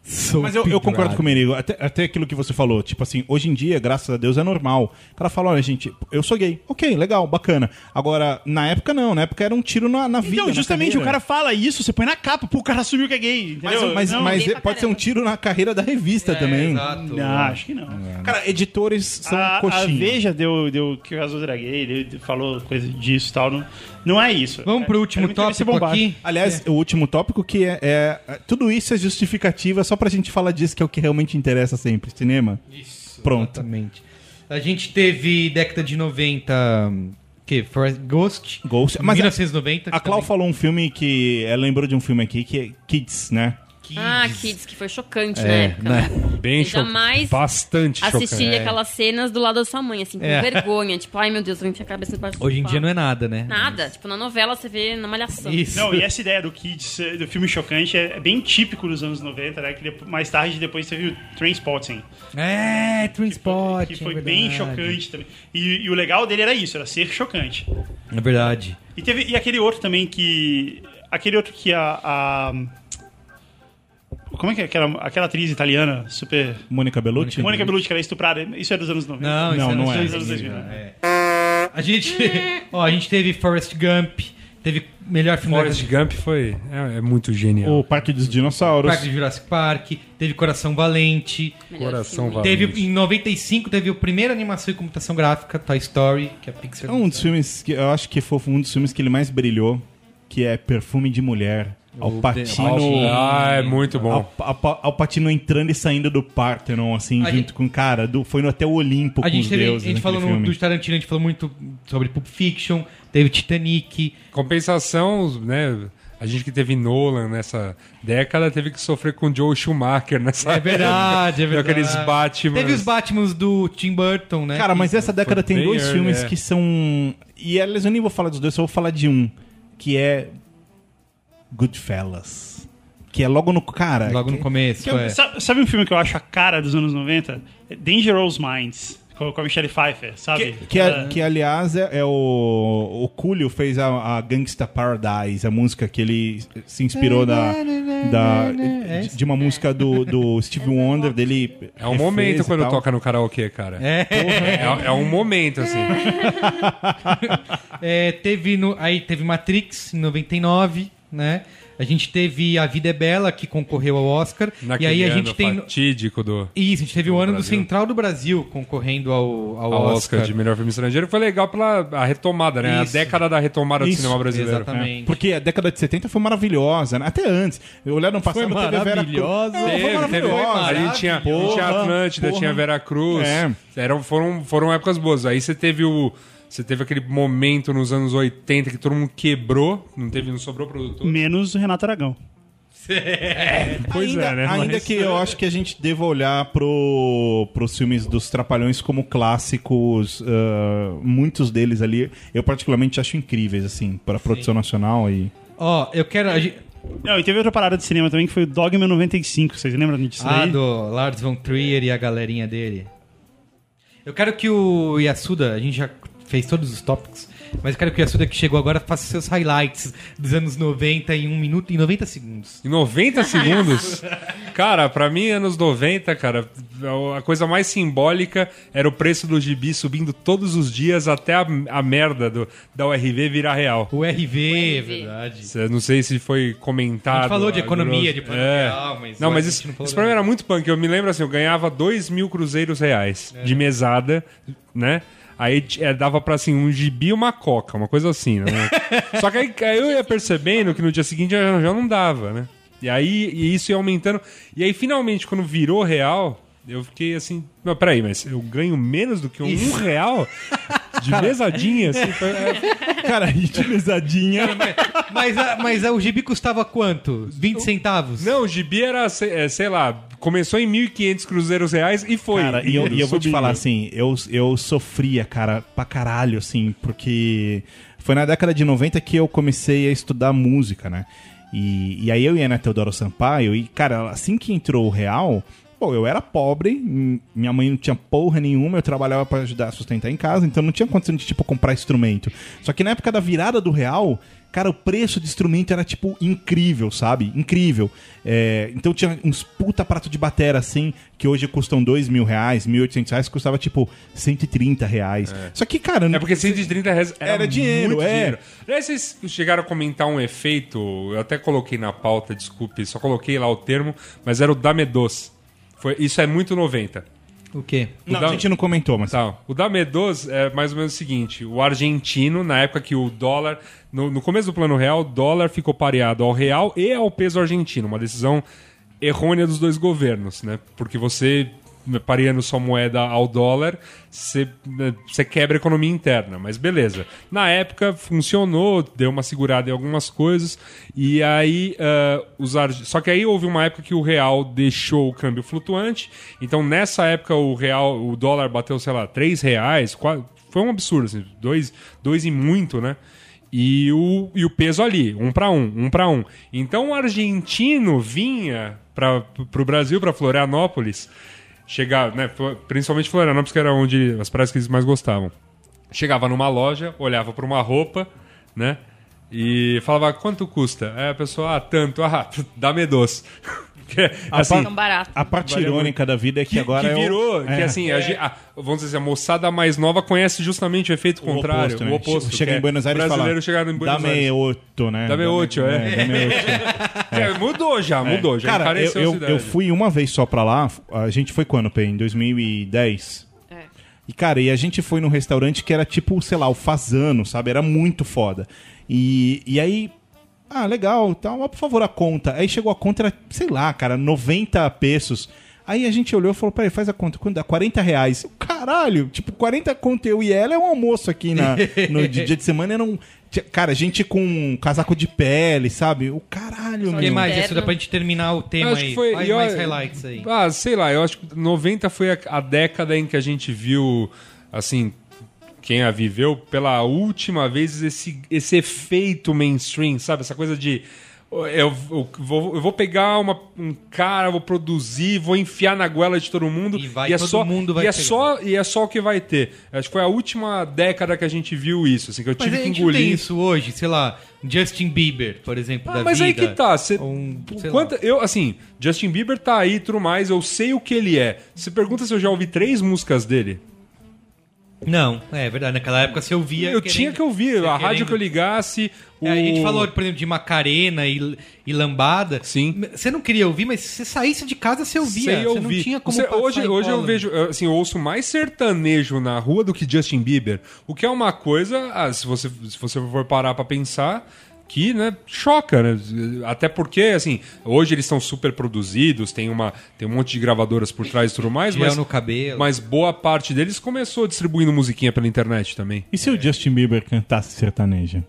Soap
Mas eu, eu concordo
Dragon.
com o Merigo, até, até aquilo que você falou. Tipo assim, hoje em dia, graças a Deus, é normal. O cara fala, olha, gente, eu sou gay. Ok, legal, bacana. Agora, na época não, na época era um tiro na, na vida.
Então,
na
justamente,
carreira.
o cara fala isso, você põe na capa, pô, o cara assumiu que é gay.
Mas,
Entendeu?
mas,
não,
mas
gay pra
pode ser um
caramba.
tiro na carreira da revista
É,
também.
exato.
assim. não, Ah, acho que não.
Cara, editores É. são
a, a
coxinha.
Veja deu, deu que casou draguei, deu, falou coisa disso e tal. Não, não é isso.
Vamos pro
É-
último
era uma entrevista
tópico
bombástica.
aqui.
Aliás, o último tópico que é, é- é- Tudo isso é justificativa só pra gente falar disso, que é o que realmente interessa sempre. Cinema.
Isso,
Pronto.
Exatamente. A gente teve década de 90. hum, Que? Forrest Ghost.
Ghost.
é-
Mas a-
1990.
A Clau falou um filme que. Ela lembrou de um filme aqui que é Kids, né?
Kids.
Ah, Kids, que foi chocante na
É,
época.
né?
Bem
Eu
chocante.
jamais
Bastante
Assistir
chocante.
aquelas cenas do lado da sua mãe, assim, com
É.
vergonha. Tipo, ai meu Deus, vou enfiar a cabeça embaixo do
Hoje em
sofá.
dia não é nada, né?
Nada. Tipo, na novela você vê na malhação.
Isso.
É, Não, e essa ideia do Kids, eh, do filme chocante, é é bem típico dos anos 90, né? Que depo- mais tarde, depois teve o Trainspotting.
É, Transport.
que foi bem chocante também. E, e o legal dele era isso, era ser chocante.
É verdade.
E teve e aquele outro também que... Aquele outro que a... a- como é que é aquela, aquela atriz italiana super...
Mônica Bellucci?
Mônica Bellucci, que era estuprada. Isso é dos anos 90.
Não, isso
Não,
é
não
nos
é.
dois
Nos dois mil,
mil, é. A gente, ó, a gente teve Forrest Gump, teve melhor filme
Forrest Gump foi... É, é muito genial.
O Parque dos Dinossauros.
Parque de Jurassic Park, teve Coração Valente.
Melhor
Coração
filme.
valente.
Teve, em 95 teve a primeira animação e computação gráfica, Toy Story, que a Pixar.
É um dos filmes que eu acho que foi um dos filmes que ele mais brilhou, que é Perfume de Mulher. Al Pacino.
Ah, é muito bom.
Al, Al- Al Pacino entrando e saindo do Parthenon, assim,
A
junto
gente-
com o cara. Do, foi no até o Olimpo
A
com
gente,
os
teve,
deuses.
a gente
naquele
falou no,
filme.
dos Tarantino, a gente falou muito sobre Pulp Fiction, teve Titanic,
Compensação, os- né? A gente que teve Nolan nessa década teve que sofrer com Joe Schumacher nessa
É verdade, é
época.
verdade.
Aqueles Batman.
Teve os Batmans do Tim Burton, né?
Cara, mas essa década tem
bem
dois
early,
filmes
é.
que são. E aliás, eu nem vou falar dos dois, só vou falar de um. Que é. Goodfellas. Que é logo no. Cara.
Logo no
que-
começo,
Que eu-
é.
sabe, sabe um filme que eu acho a cara dos anos 90? É Dangerous Minds, com, com a Michelle Pfeiffer, sabe?
Que, que,
Ela-
é- que, aliás, é, é o. O Coolio fez a, a Gangsta Paradise, a música que ele se inspirou da, da, de, de uma música do, do Steve Wonder dele.
É um momento quando toca no karaokê, cara. É, é, um momento, assim.
É, teve no, aí teve Matrix em 99, né? A gente teve A Vida é Bela, que concorreu ao Oscar.
Naquele
e aí a
ano
gente tem.
fatídico do,
Isso, a gente teve o ano
Brasil.
do Central do Brasil concorrendo ao, ao,
ao
Oscar.
Oscar de melhor filme estrangeiro. Foi legal pela a retomada, né?
Isso.
A década da retomada do
Isso,
cinema brasileiro.
Exatamente.
É. Porque a década de 70 foi maravilhosa, né? até antes. Olhar no passado, teve a Vera Cruz.
maravilhosa.
É,
Teve,
foi
teve-
maravilhosa.
a gente tinha,
Porra,
tinha Atlântida,
porra.
tinha Veracruz.
É.
Eram, foram, foram épocas boas. Aí você teve o. Você teve aquele momento nos anos 80 que todo mundo quebrou, não teve, não sobrou produtor.
Menos o Renato Aragão.
Pois
ainda,
é, né?
Ainda
Mas-
que eu acho que a gente deva olhar pro, pros filmes dos Trapalhões como clássicos, ah, muitos deles ali, eu particularmente acho incríveis, assim, para produção nacional e...
Ó, eu quero. A gente,
Não, e teve outra parada de cinema também que foi o Dogma 95. Vocês lembram disso
ah,
daí?
do Lars von Trier e a galerinha dele. Eu quero que o Yasuda, a gente já fez todos os tópicos, mas eu quero que o Yasuda que chegou agora faça seus highlights dos anos 90 em 1 minuto e 90 segundos.
Em 90 segundos? Cara, pra mim, anos 90, cara, a coisa mais simbólica era o preço do gibi subindo todos os dias até a, a merda do, da URV virar real.
O RV,
RV.
verdade.
Cê- Não sei se foi comentado.
A gente falou de
ah,
economia,
grosso.
de plano real, mas
Não,
ué,
mas
a gente
isso,
não falou
isso
da-
pra mim era muito punk. Eu me lembro assim, eu ganhava 2 mil cruzeiros reais
É.
de mesada, né? Aí t- eh, dava pra assim, um gibi e uma coca, uma coisa assim, né? Só que aí, aí eu ia percebendo que no dia seguinte já, já não dava, né? E aí e isso ia aumentando. E aí finalmente, quando virou real, Eu fiquei assim, não, peraí, mas eu ganho menos do que um real de mesadinha? Assim, foi- é,
Cara, e de mesadinha.
Mas, a- mas a- o gibi custava quanto? 20 centavos?
não, o gibi era, se- é, sei lá, começou em 1.500 cruzeiros reais e foi.
Cara, e eu,
indo,
e eu vou te
subindo.
falar assim, eu, eu sofria, cara, pra caralho, assim, porque foi na década de 90 que eu comecei a estudar música, né? E, e aí eu ia na Teodoro Sampaio e, cara, assim que entrou o real, pô, eu era pobre, m- minha mãe não tinha porra nenhuma, eu trabalhava pra ajudar a sustentar em casa, então não tinha condição de, tipo, comprar instrumento. Só que na época da virada do real, Cara, o preço de instrumento era, tipo, incrível, sabe? Incrível. É, então tinha uns puta prato de batera, assim, que hoje custam dois mil reais, mil e oitocentos reais, custava, tipo, 130 reais. Só que, cara...
É porque 130 reais era,
Era dinheiro,
muito
é.
dinheiro. Aliás, vocês chegaram a comentar um efeito, eu até coloquei na pauta, desculpe, só coloquei lá o termo, mas era o Damedos. Foi, isso é muito 90.
O quê?
Não,
dá-
a gente não comentou, mas...
Tá, o Damedos é mais ou menos o seguinte: o argentino, na época que o dólar. No, no começo do plano real, o dólar ficou pareado ao real e ao peso argentino. Uma decisão errônea dos dois governos, né? Porque você, né, pareando sua moeda ao dólar, você, né, você quebra a economia interna. Mas beleza. Na época funcionou, deu uma segurada em algumas coisas. E aí. ah, os arge- Só que aí houve uma época que o real deixou o câmbio flutuante. Então nessa época o real, o dólar bateu, sei lá, 3 reais, quase, foi um absurdo, assim, dois, dois e muito, né? E o, e o peso ali, um para um, um para um. Então o argentino vinha para o Brasil, para Florianópolis, chegar, né, flo- principalmente Florianópolis, que era onde as praias que eles mais gostavam. Chegava numa loja, olhava para uma roupa, né? E falava, quanto custa? Aí a pessoa, ah, tanto, ah, dá medos. Porque, assim,
Tão barato.
A parte
Valeu
irônica da vida é que,
que,
agora
que
eu-
virou, que
é,
assim, a, ge- a- vamos dizer assim, a moçada mais nova conhece justamente o efeito
o
contrário,
né?
o oposto.
Chega
que
em Buenos Aires
é
e fala...
brasileiro chegar em Buenos
dame
Aires.
oito, né?
Dame oito, é.
dame oito.
É, mudou já, mudou, já
É.
né?
Cara, eu,
encareceu
eu-
a cidade.
eu fui uma vez só pra lá. A gente foi quando, Pei? Em 2010?
É.
E, cara, e a gente foi num restaurante que era tipo, sei lá, o Fazano, sabe? Era muito foda. E, e aí... Ah, legal, então, ó, por favor, a conta. Aí chegou a conta, era, sei lá, cara, 90 pesos. Aí a gente olhou e falou, peraí, faz a conta, quanto dá? 40 reais. Eu, Caralho, tipo, 40 conto eu e ela é um almoço aqui na, no di- dia de semana. Era um... tinha- Cara, gente com um casaco de pele, sabe? O caralho,
O que
meu.
mais?
Interno.
Isso dá pra gente terminar o tema
Eu acho
aí.
que foi-
Faz
e
mais
olha-
highlights aí.
Ah, sei lá, eu acho que 90 foi a, a década em que a gente viu, assim, quem a viveu pela última vez esse, esse efeito mainstream, sabe? Essa coisa de. ó, Eu, eu vou, eu vou pegar uma- um cara, vou produzir, vou enfiar na goela de todo mundo.
E vai-
é
todo
só,
mundo vai
e é
pegar.
só E é só o que vai ter. Acho que foi a última década que a gente viu isso, assim, que eu
Mas
tive
a
que
gente não tem
engolir.
isso hoje, sei lá, Justin Bieber, por exemplo,
Ah,
da
mas
vida.
aí que tá. Cê,
Ou um- sei
quanta- eu, assim, Justin Bieber tá aí e tudo mais, eu sei o que ele é. Você pergunta se eu já ouvi três músicas dele.
Não, é verdade. Naquela época você ouvia...
eu
é querendo-
tinha que ouvir, a
querendo-
rádio que eu ligasse. O...
É, a gente falou, por exemplo, de Macarena e, e Lambada.
Sim.
Você não queria ouvir, mas se você saísse de casa, você ouvia.
Sei
Você
ouvir.
não tinha como
Você-
passar
hoje
em
hoje eu
bola.
vejo, eu, assim, eu ouço mais sertanejo na rua do que Justin Bieber. O que é uma coisa, ah, se, você, se você for parar pra pensar, que né, choca, né? Até porque, assim, hoje eles estão super produzidos, tem, uma, tem um monte de gravadoras por trás e tudo mais,
Gel
mas.
é no cabelo.
Mas boa parte deles começou distribuindo musiquinha pela internet também.
E se o Justin Bieber cantasse sertaneja?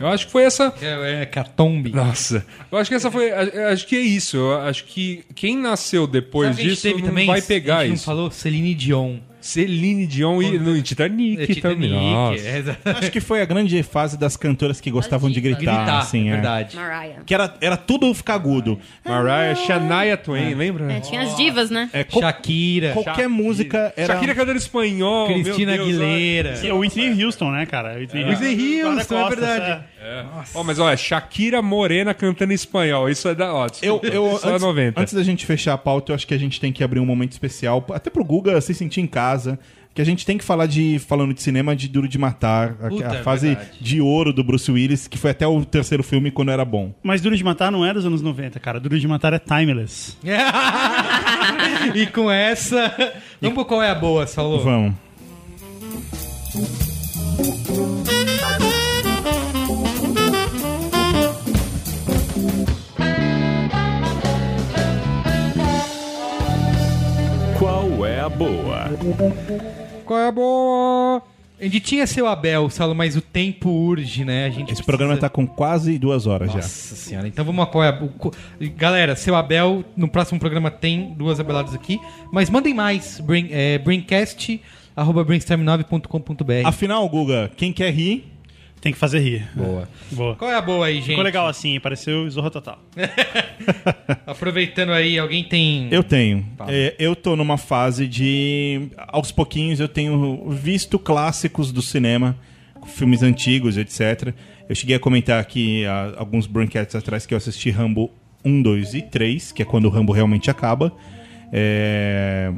Eu acho que foi essa.
É, é catombe.
Nossa. Eu acho que essa foi. a- eu Acho que é isso. Eu acho que quem nasceu depois
Sabe o que a gente
disso não vai pegar
a gente
isso.
não falou Celine Dion.
Celine Dion e, no, e Titanic,
É,
também. Nossa.
é, exato.
Acho que foi a grande fase das cantoras que gostavam de gritar,
Gritar,
assim,
é
é.
verdade.
Mariah.
Que era, era tudo ficar agudo.
Mariah, Shania Twain, lembra?
É, tinha as divas, né?
É, qual-
Shakira,
qualquer música era...
Shakira cantando espanhol. meu
Cristina
Deus,
Aguilera.
É o Whitney Houston, né, cara? Whitney
Whitney
Guarda
Houston, é
costas,
verdade.
é.
olha. Ó, mas olha, Shakira Morena cantando espanhol. Isso é da. Ó,
Eu,
desculpa,
eu,
isso é
antes,
90.
antes da gente fechar a pauta, eu acho que a gente tem que abrir um momento especial, até pro Guga se sentir em casa, que a gente tem que falar de, falando de cinema, de Duro de Matar, a,
Puta,
a
é
fase
verdade.
de ouro do Bruce Willis, que foi até o terceiro filme quando era bom.
Mas Duro de Matar não é dos anos 90, cara. Duro de Matar é timeless.
e com essa, vamos por qual é a boa, Saulo?
Vamos.
é a boa?
Qual é a boa? A gente tinha seu Abel, Salo, mas o tempo urge, né? A gente
Esse programa tá com quase duas horas já.
Nossa senhora, então vamos a qual é a... o co- Galera, seu Abel, no próximo programa tem duas abeladas aqui, mas mandem mais, brain, é, braincast, arroba brainstorm9.com.br.
Afinal, Guga, quem quer rir,
Tem que fazer rir.
Boa.
Boa.
Qual é a boa aí, gente?
Ficou legal assim, pareceu Zorro Total.
Aproveitando aí, alguém tem...
eu tenho. É, eu tô numa fase de. Aos pouquinhos eu tenho visto clássicos do cinema, filmes antigos, etc. Eu cheguei a comentar aqui há alguns broadcasts atrás que eu assisti Rambo 1, 2 e 3, que é quando o Rambo realmente acaba. É,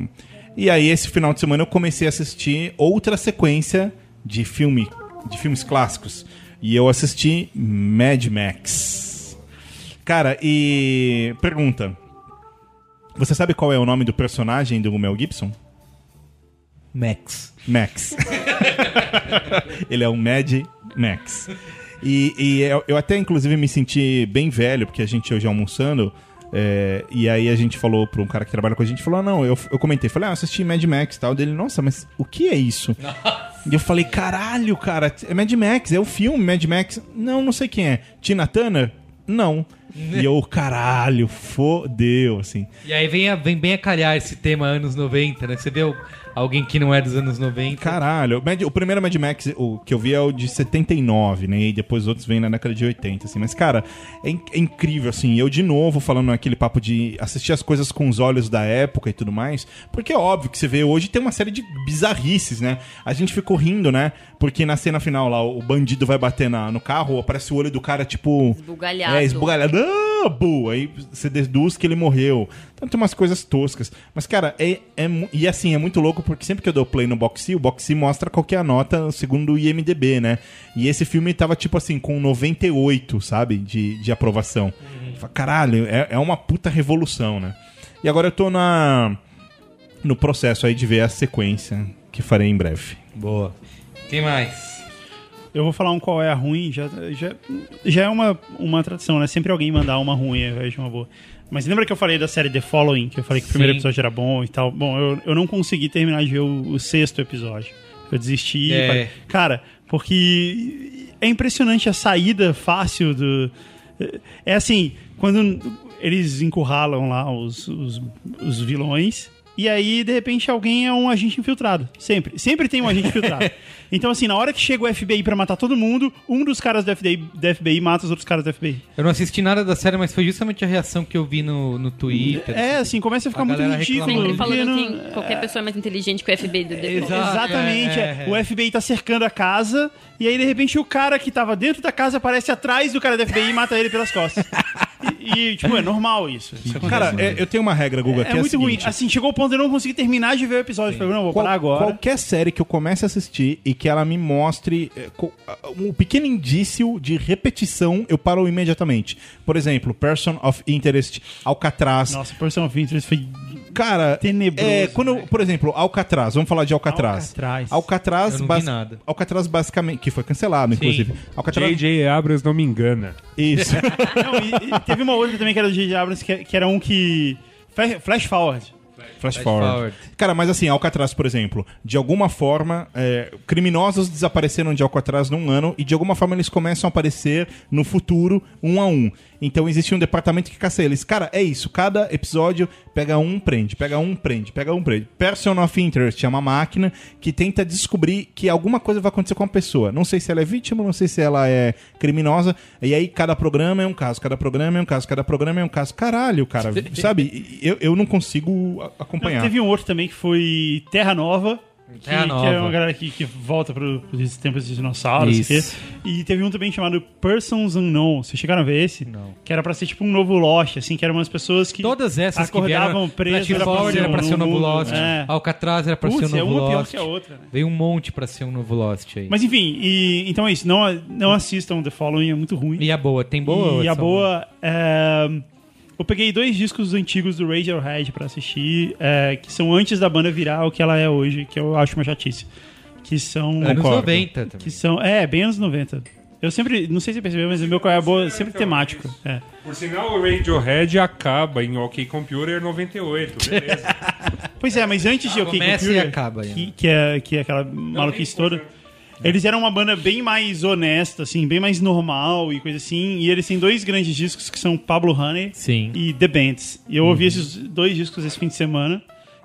E aí, esse final de semana, eu comecei a assistir outra sequência de, filme, de filmes clássicos. E eu assisti Mad Max. Cara, e. Pergunta. Você sabe qual é o nome do personagem do Mel Gibson?
Max.
Max. Ele é um Mad Max. E, e eu, eu até, inclusive, me senti bem velho, porque a gente hoje almoçando. é, e aí a gente falou pra um cara que trabalha com a gente, falou, ah, não, eu, eu comentei, falei, ah, eu assisti Mad Max e tal. Dele, nossa, mas o que é isso? E eu falei, caralho, cara, é Mad Max, é o filme Mad Max. Não, não sei quem é. Tina Turner? Não. E eu, caralho, fodeu, assim.
E aí vem, a- vem bem a calhar esse tema anos 90, né? Você vê o- alguém que não é dos anos 90.
Caralho, o Mad- o primeiro Mad Max o que eu vi é o de 79, né? E depois os outros vêm na década de 80, assim. Mas, cara, é, in- é incrível, assim. Eu, de novo, falando aquele papo de assistir as coisas com os olhos da época e tudo mais. Porque é óbvio que você vê hoje tem uma série de bizarrices, né? A gente ficou rindo, né? Porque na cena final lá, o bandido vai bater na- no carro, aparece o olho do cara, tipo.
Esbugalhado.
É, esbugalhado. Ah, bu! Aí você deduz que ele morreu. Então tem umas coisas toscas. Mas, cara, é, é mu- e assim, é muito louco porque sempre que eu dou play no Boxy, o Boxy mostra qual que é a nota segundo o IMDB, né? E esse filme tava, tipo assim, com 98, sabe? De, de aprovação. Fala, Caralho, é, é uma puta revolução, né? E agora eu tô na, no processo aí de ver a sequência que farei em breve.
Boa. Quem mais?
Eu vou falar um qual é a ruim, já, já, já é uma, uma tradição, né? Sempre alguém mandar uma ruim ao invés de uma boa. Mas lembra que eu falei da série The Following, que eu falei que o primeiro
Sim.
episódio era bom e tal? Bom, eu, eu não consegui terminar de ver o, o sexto episódio. Eu desisti.
É.
parei- Cara, porque é impressionante a saída fácil do. É assim, quando eles encurralam lá os, os, os vilões. E aí, de repente, alguém é um agente infiltrado. Sempre. Sempre tem um agente infiltrado. Então, assim, na hora que chega o FBI pra matar todo mundo, um dos caras do FBI, do FBI mata os outros caras do FBI.
Eu não assisti nada da série, mas foi justamente a reação que eu vi no, no Twitter.
É, assim, começa a ficar
A
muito
galera reclamando.
ridículo.
Sempre
Porque
não-
falando que qualquer pessoa é mais inteligente que o FBI do The
Exato.
Exato.
Ah,
Exatamente.
é,
é.
é.
O FBI tá cercando a casa e aí, de repente, o cara que tava dentro da casa aparece atrás do cara do FBI e mata ele pelas costas. E, e, tipo, é normal isso. Isso acontece. né?
Cara, é- eu tenho uma regra, Guga, que
É,
é a
muito ruim.
seguinte.
Assim, chegou o ponto de eu não conseguir terminar de ver o episódio. Eu Falei, não, vou
Qual-
parar agora.
Qualquer série que eu comece a assistir e que ela me mostre é, co- a- um pequeno indício de repetição, eu paro imediatamente. Por exemplo, Person of Interest, Alcatraz.
Nossa, Person of Interest foi...
Cara,
Tenebroso,
é, quando, eu- por exemplo, Alcatraz, vamos falar de Alcatraz.
Alcatraz.
Alcatraz,
Eu não vi
bas-
nada.
Alcatraz basicamente, que foi cancelado, inclusive. Alcatraz,
J.J. Abrams não me engana.
isso.
Não, e, e teve uma outra também que era do J.J. Abrams, que, que era um que... Fe- Flash Forward.
Flash forward.
forward.
Cara, mas assim, Alcatraz, por exemplo, de alguma forma, é, criminosos desapareceram de Alcatraz num ano e de alguma forma eles começam a aparecer no futuro, um a um. Então existe um departamento que caça eles. Cara, é isso. Cada episódio pega um, prende, pega um, prende, pega um, prende. Person of Interest é uma máquina que tenta descobrir que alguma coisa vai acontecer com a pessoa. Não sei se ela é vítima, não sei se ela é criminosa. E aí cada programa é um caso, cada programa é um caso, cada programa é um caso. Caralho, cara, sabe? Eu, eu não consigo a- acompanhar.
Teve um outro também que foi Terra Nova. Que,
Terra Nova.
que é uma galera que, que volta para os tempos de dinossauros. não sei o
Isso.
quê. E teve um também chamado Persons Unknown. Vocês chegaram a ver esse?
Não.
Que era pra ser tipo um novo Lost, assim, que eram umas pessoas que
Todas essas
acordavam
que vieram,
presas.
Flash Forward era pra ser o
um
novo
mundo,
Lost,
É.
Alcatraz era pra ser o
Putz,
novo
é uma pior
Lost.
que a outra, né?
Veio um monte pra ser um novo Lost aí.
Mas enfim, e- então é isso. Não, não assistam The Following, é muito ruim.
E a boa, tem boa? ou é
E a
só
boa. é, eu peguei dois discos antigos do Radiohead pra assistir, é, que são antes da banda virar o que ela é hoje, que eu acho uma chatice. Que são.
né? Anos
Concordo.
90 também.
Que são. É, bem anos 90. Eu sempre. Não sei se você percebeu, mas o meu qual é a boa é sempre temático. É.
Por sinal, o Radiohead acaba em OK Computer 98, beleza.
Pois é, mas antes de OK
Começa
Computer,
e acaba, né?
que, que é, que é aquela maluquice toda, eles eram uma banda bem mais honesta, assim, bem mais normal e coisa assim. E eles têm dois grandes discos que são Pablo Honey
Sim. Uhum.
e The Bands. E eu ouvi esses dois discos esse fim de semana.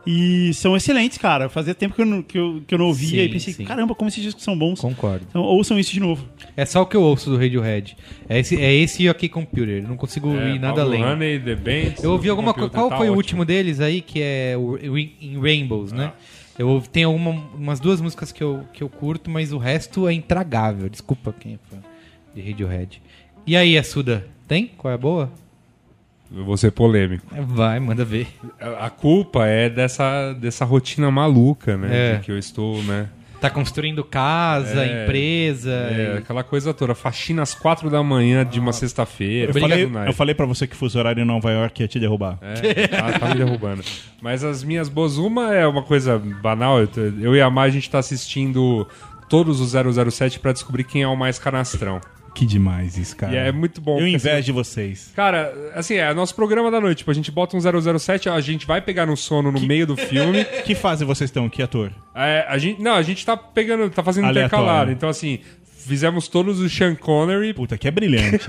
E são excelentes, cara. Fazia tempo que eu não, que eu, que eu não ouvia
Sim,
e pensei,
sim.
caramba, como esses discos são bons.
Concordo.
Então ouçam isso de novo.
É só o que eu ouço do Radiohead. É esse, é esse OK Computer. Não
É,
consigo ouvir nada além.
Honey, The Bands,
Eu ouvi alguma coisa.
Computer,
Qual
tá
foi o
ótimo.
último deles aí, que é o Ra- em Rainbows, né?
É.
Eu ouvi, tem alguma, umas duas músicas que eu, que eu curto, mas o resto é intragável. Desculpa quem é fã de Radiohead. E aí, Assuda? Tem? Qual é a boa?
Eu vou ser polêmico.
Vai, manda ver.
A a culpa é dessa, dessa rotina maluca, né?
É.
de Que eu estou, né?
Tá construindo casa, empresa.
É, aquela coisa toda. Faxina às quatro da manhã
Ah.
de uma sexta-feira.
Eu falei,
Obrigado, Nai.
eu falei pra você que fuso horário em Nova York ia te derrubar.
É, tá, tá me derrubando. Mas as minhas boas, uma é uma coisa banal. Eu, tô- eu e a Mar, a gente tá assistindo todos os 007 pra descobrir quem é o mais canastrão.
Que demais isso, cara.
E é muito bom.
Eu
porque,
invejo
assim,
de vocês.
Cara, assim, é nosso programa da noite. Tipo, a gente bota um 007, a gente vai pegar no sono no meio do filme.
Que fase vocês estão? Que ator?
É, a gente, não, a gente tá pegando, tá fazendo
Aleatório.
intercalado. Então, assim, fizemos todos o Sean Connery.
Puta, que é brilhante.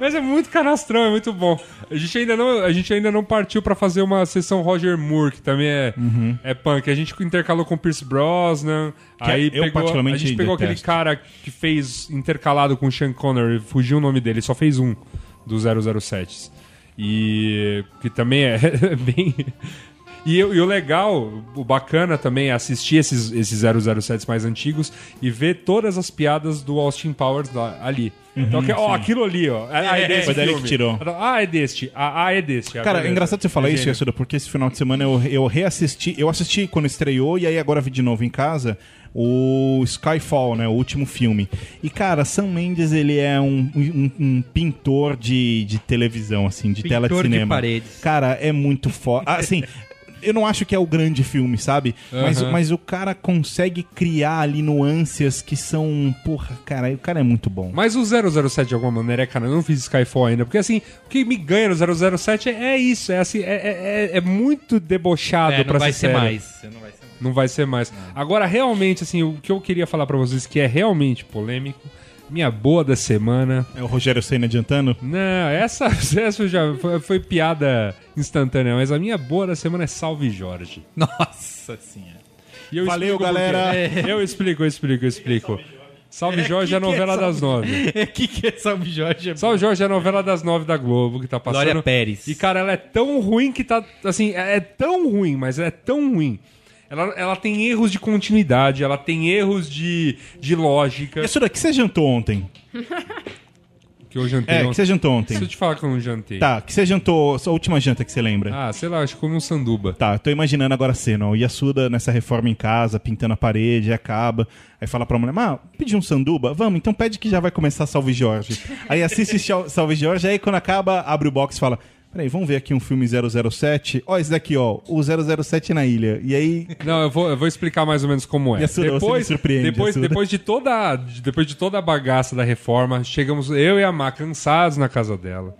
Mas é muito canastrão, é muito bom. A gente ainda não, a gente ainda não partiu pra fazer uma sessão Roger Moore, que também é,
Uhum.
é punk. A gente intercalou com Pierce Brosnan. aí
é- eu
pegou,
particularmente
a gente pegou aquele
detesto.
cara que fez intercalado com o Sean Connery, fugiu o nome dele, só fez um do 007. E que também é bem e, eu- e o legal, o bacana também é assistir esses, esses 007 mais antigos e ver todas as piadas do Austin Powers lá- ali. então, que- ó, aquilo ali, ó. Ah, é, desse
Uhum, foi dali
filme.
que tirou.
Ah, é deste. Ah, ah, é deste. Ah,
Cara, é
beleza.
engraçado você falar
É
isso,
gênio.
Yasuda, porque esse final de semana eu, eu reassisti. Eu assisti quando estreou e aí agora vi de novo em casa o Skyfall, né? O último filme. E, cara, Sam Mendes, ele é um, um- um pintor de, de televisão, assim, de tela de
Pintor de
cinema.
paredes.
Cara, é muito foda. Assim. Eu não acho que é o grande filme, sabe? Mas, mas o cara consegue criar ali nuances que são. Porra, cara, o cara é muito bom.
Mas o 007 de alguma maneira é cara, eu não fiz Skyfall ainda, porque assim, o que me ganha no 007 é, é isso, é assim, é, é, é- é muito debochado
É,
pra
não vai ser
sério.
mais. É. Não vai ser mais.
Não vai ser mais. Agora, realmente, assim, o que eu queria falar pra vocês que é realmente polêmico, minha boa da semana.
É o Rogério Senna adiantando?
Não, essa, essa já foi, foi piada instantânea, mas a minha boa da semana é Salve Jorge.
Nossa senhora.
E eu
Valeu,
explico por
galera.
quê. Eu explico, eu explico, eu explico. Salve Jorge é a
que que é
novela das
Salve-
nove.
O que, que é Salve Jorge? É
Salve Jorge é a novela das nove da Globo que tá passando.
Glória Pérez.
E, cara, ela é tão ruim que tá. Assim, é é tão ruim, mas é tão ruim. Ela, ela tem erros de continuidade, ela tem erros de, de lógica.
Yasuda, o que você jantou ontem?
Que eu jantei
É, o que
ontem.
você jantou ontem?
Deixa eu te falar que eu não jantei.
Tá, o que você jantou, sua última janta que você lembra?
Ah, sei lá, acho que comi um sanduba.
Tá, tô imaginando agora a cena, ó, o Yasuda nessa reforma em casa, pintando a parede, aí acaba, aí fala pra mulher, mas pedi um sanduba? Vamos, então pede que já vai começar Salve Jorge. aí assiste Sal- Salve Jorge, aí quando acaba, abre o box e fala, peraí, vamos ver aqui um filme 007? Ó, esse daqui, ó, o 007 na ilha. E aí,
Não, eu vou, eu vou explicar mais ou menos como é.
Yasuda, você me surpreende,
depois,
Yasuda.
depois de toda, de- depois de toda a bagaça da reforma, chegamos eu e a Má cansados na casa dela.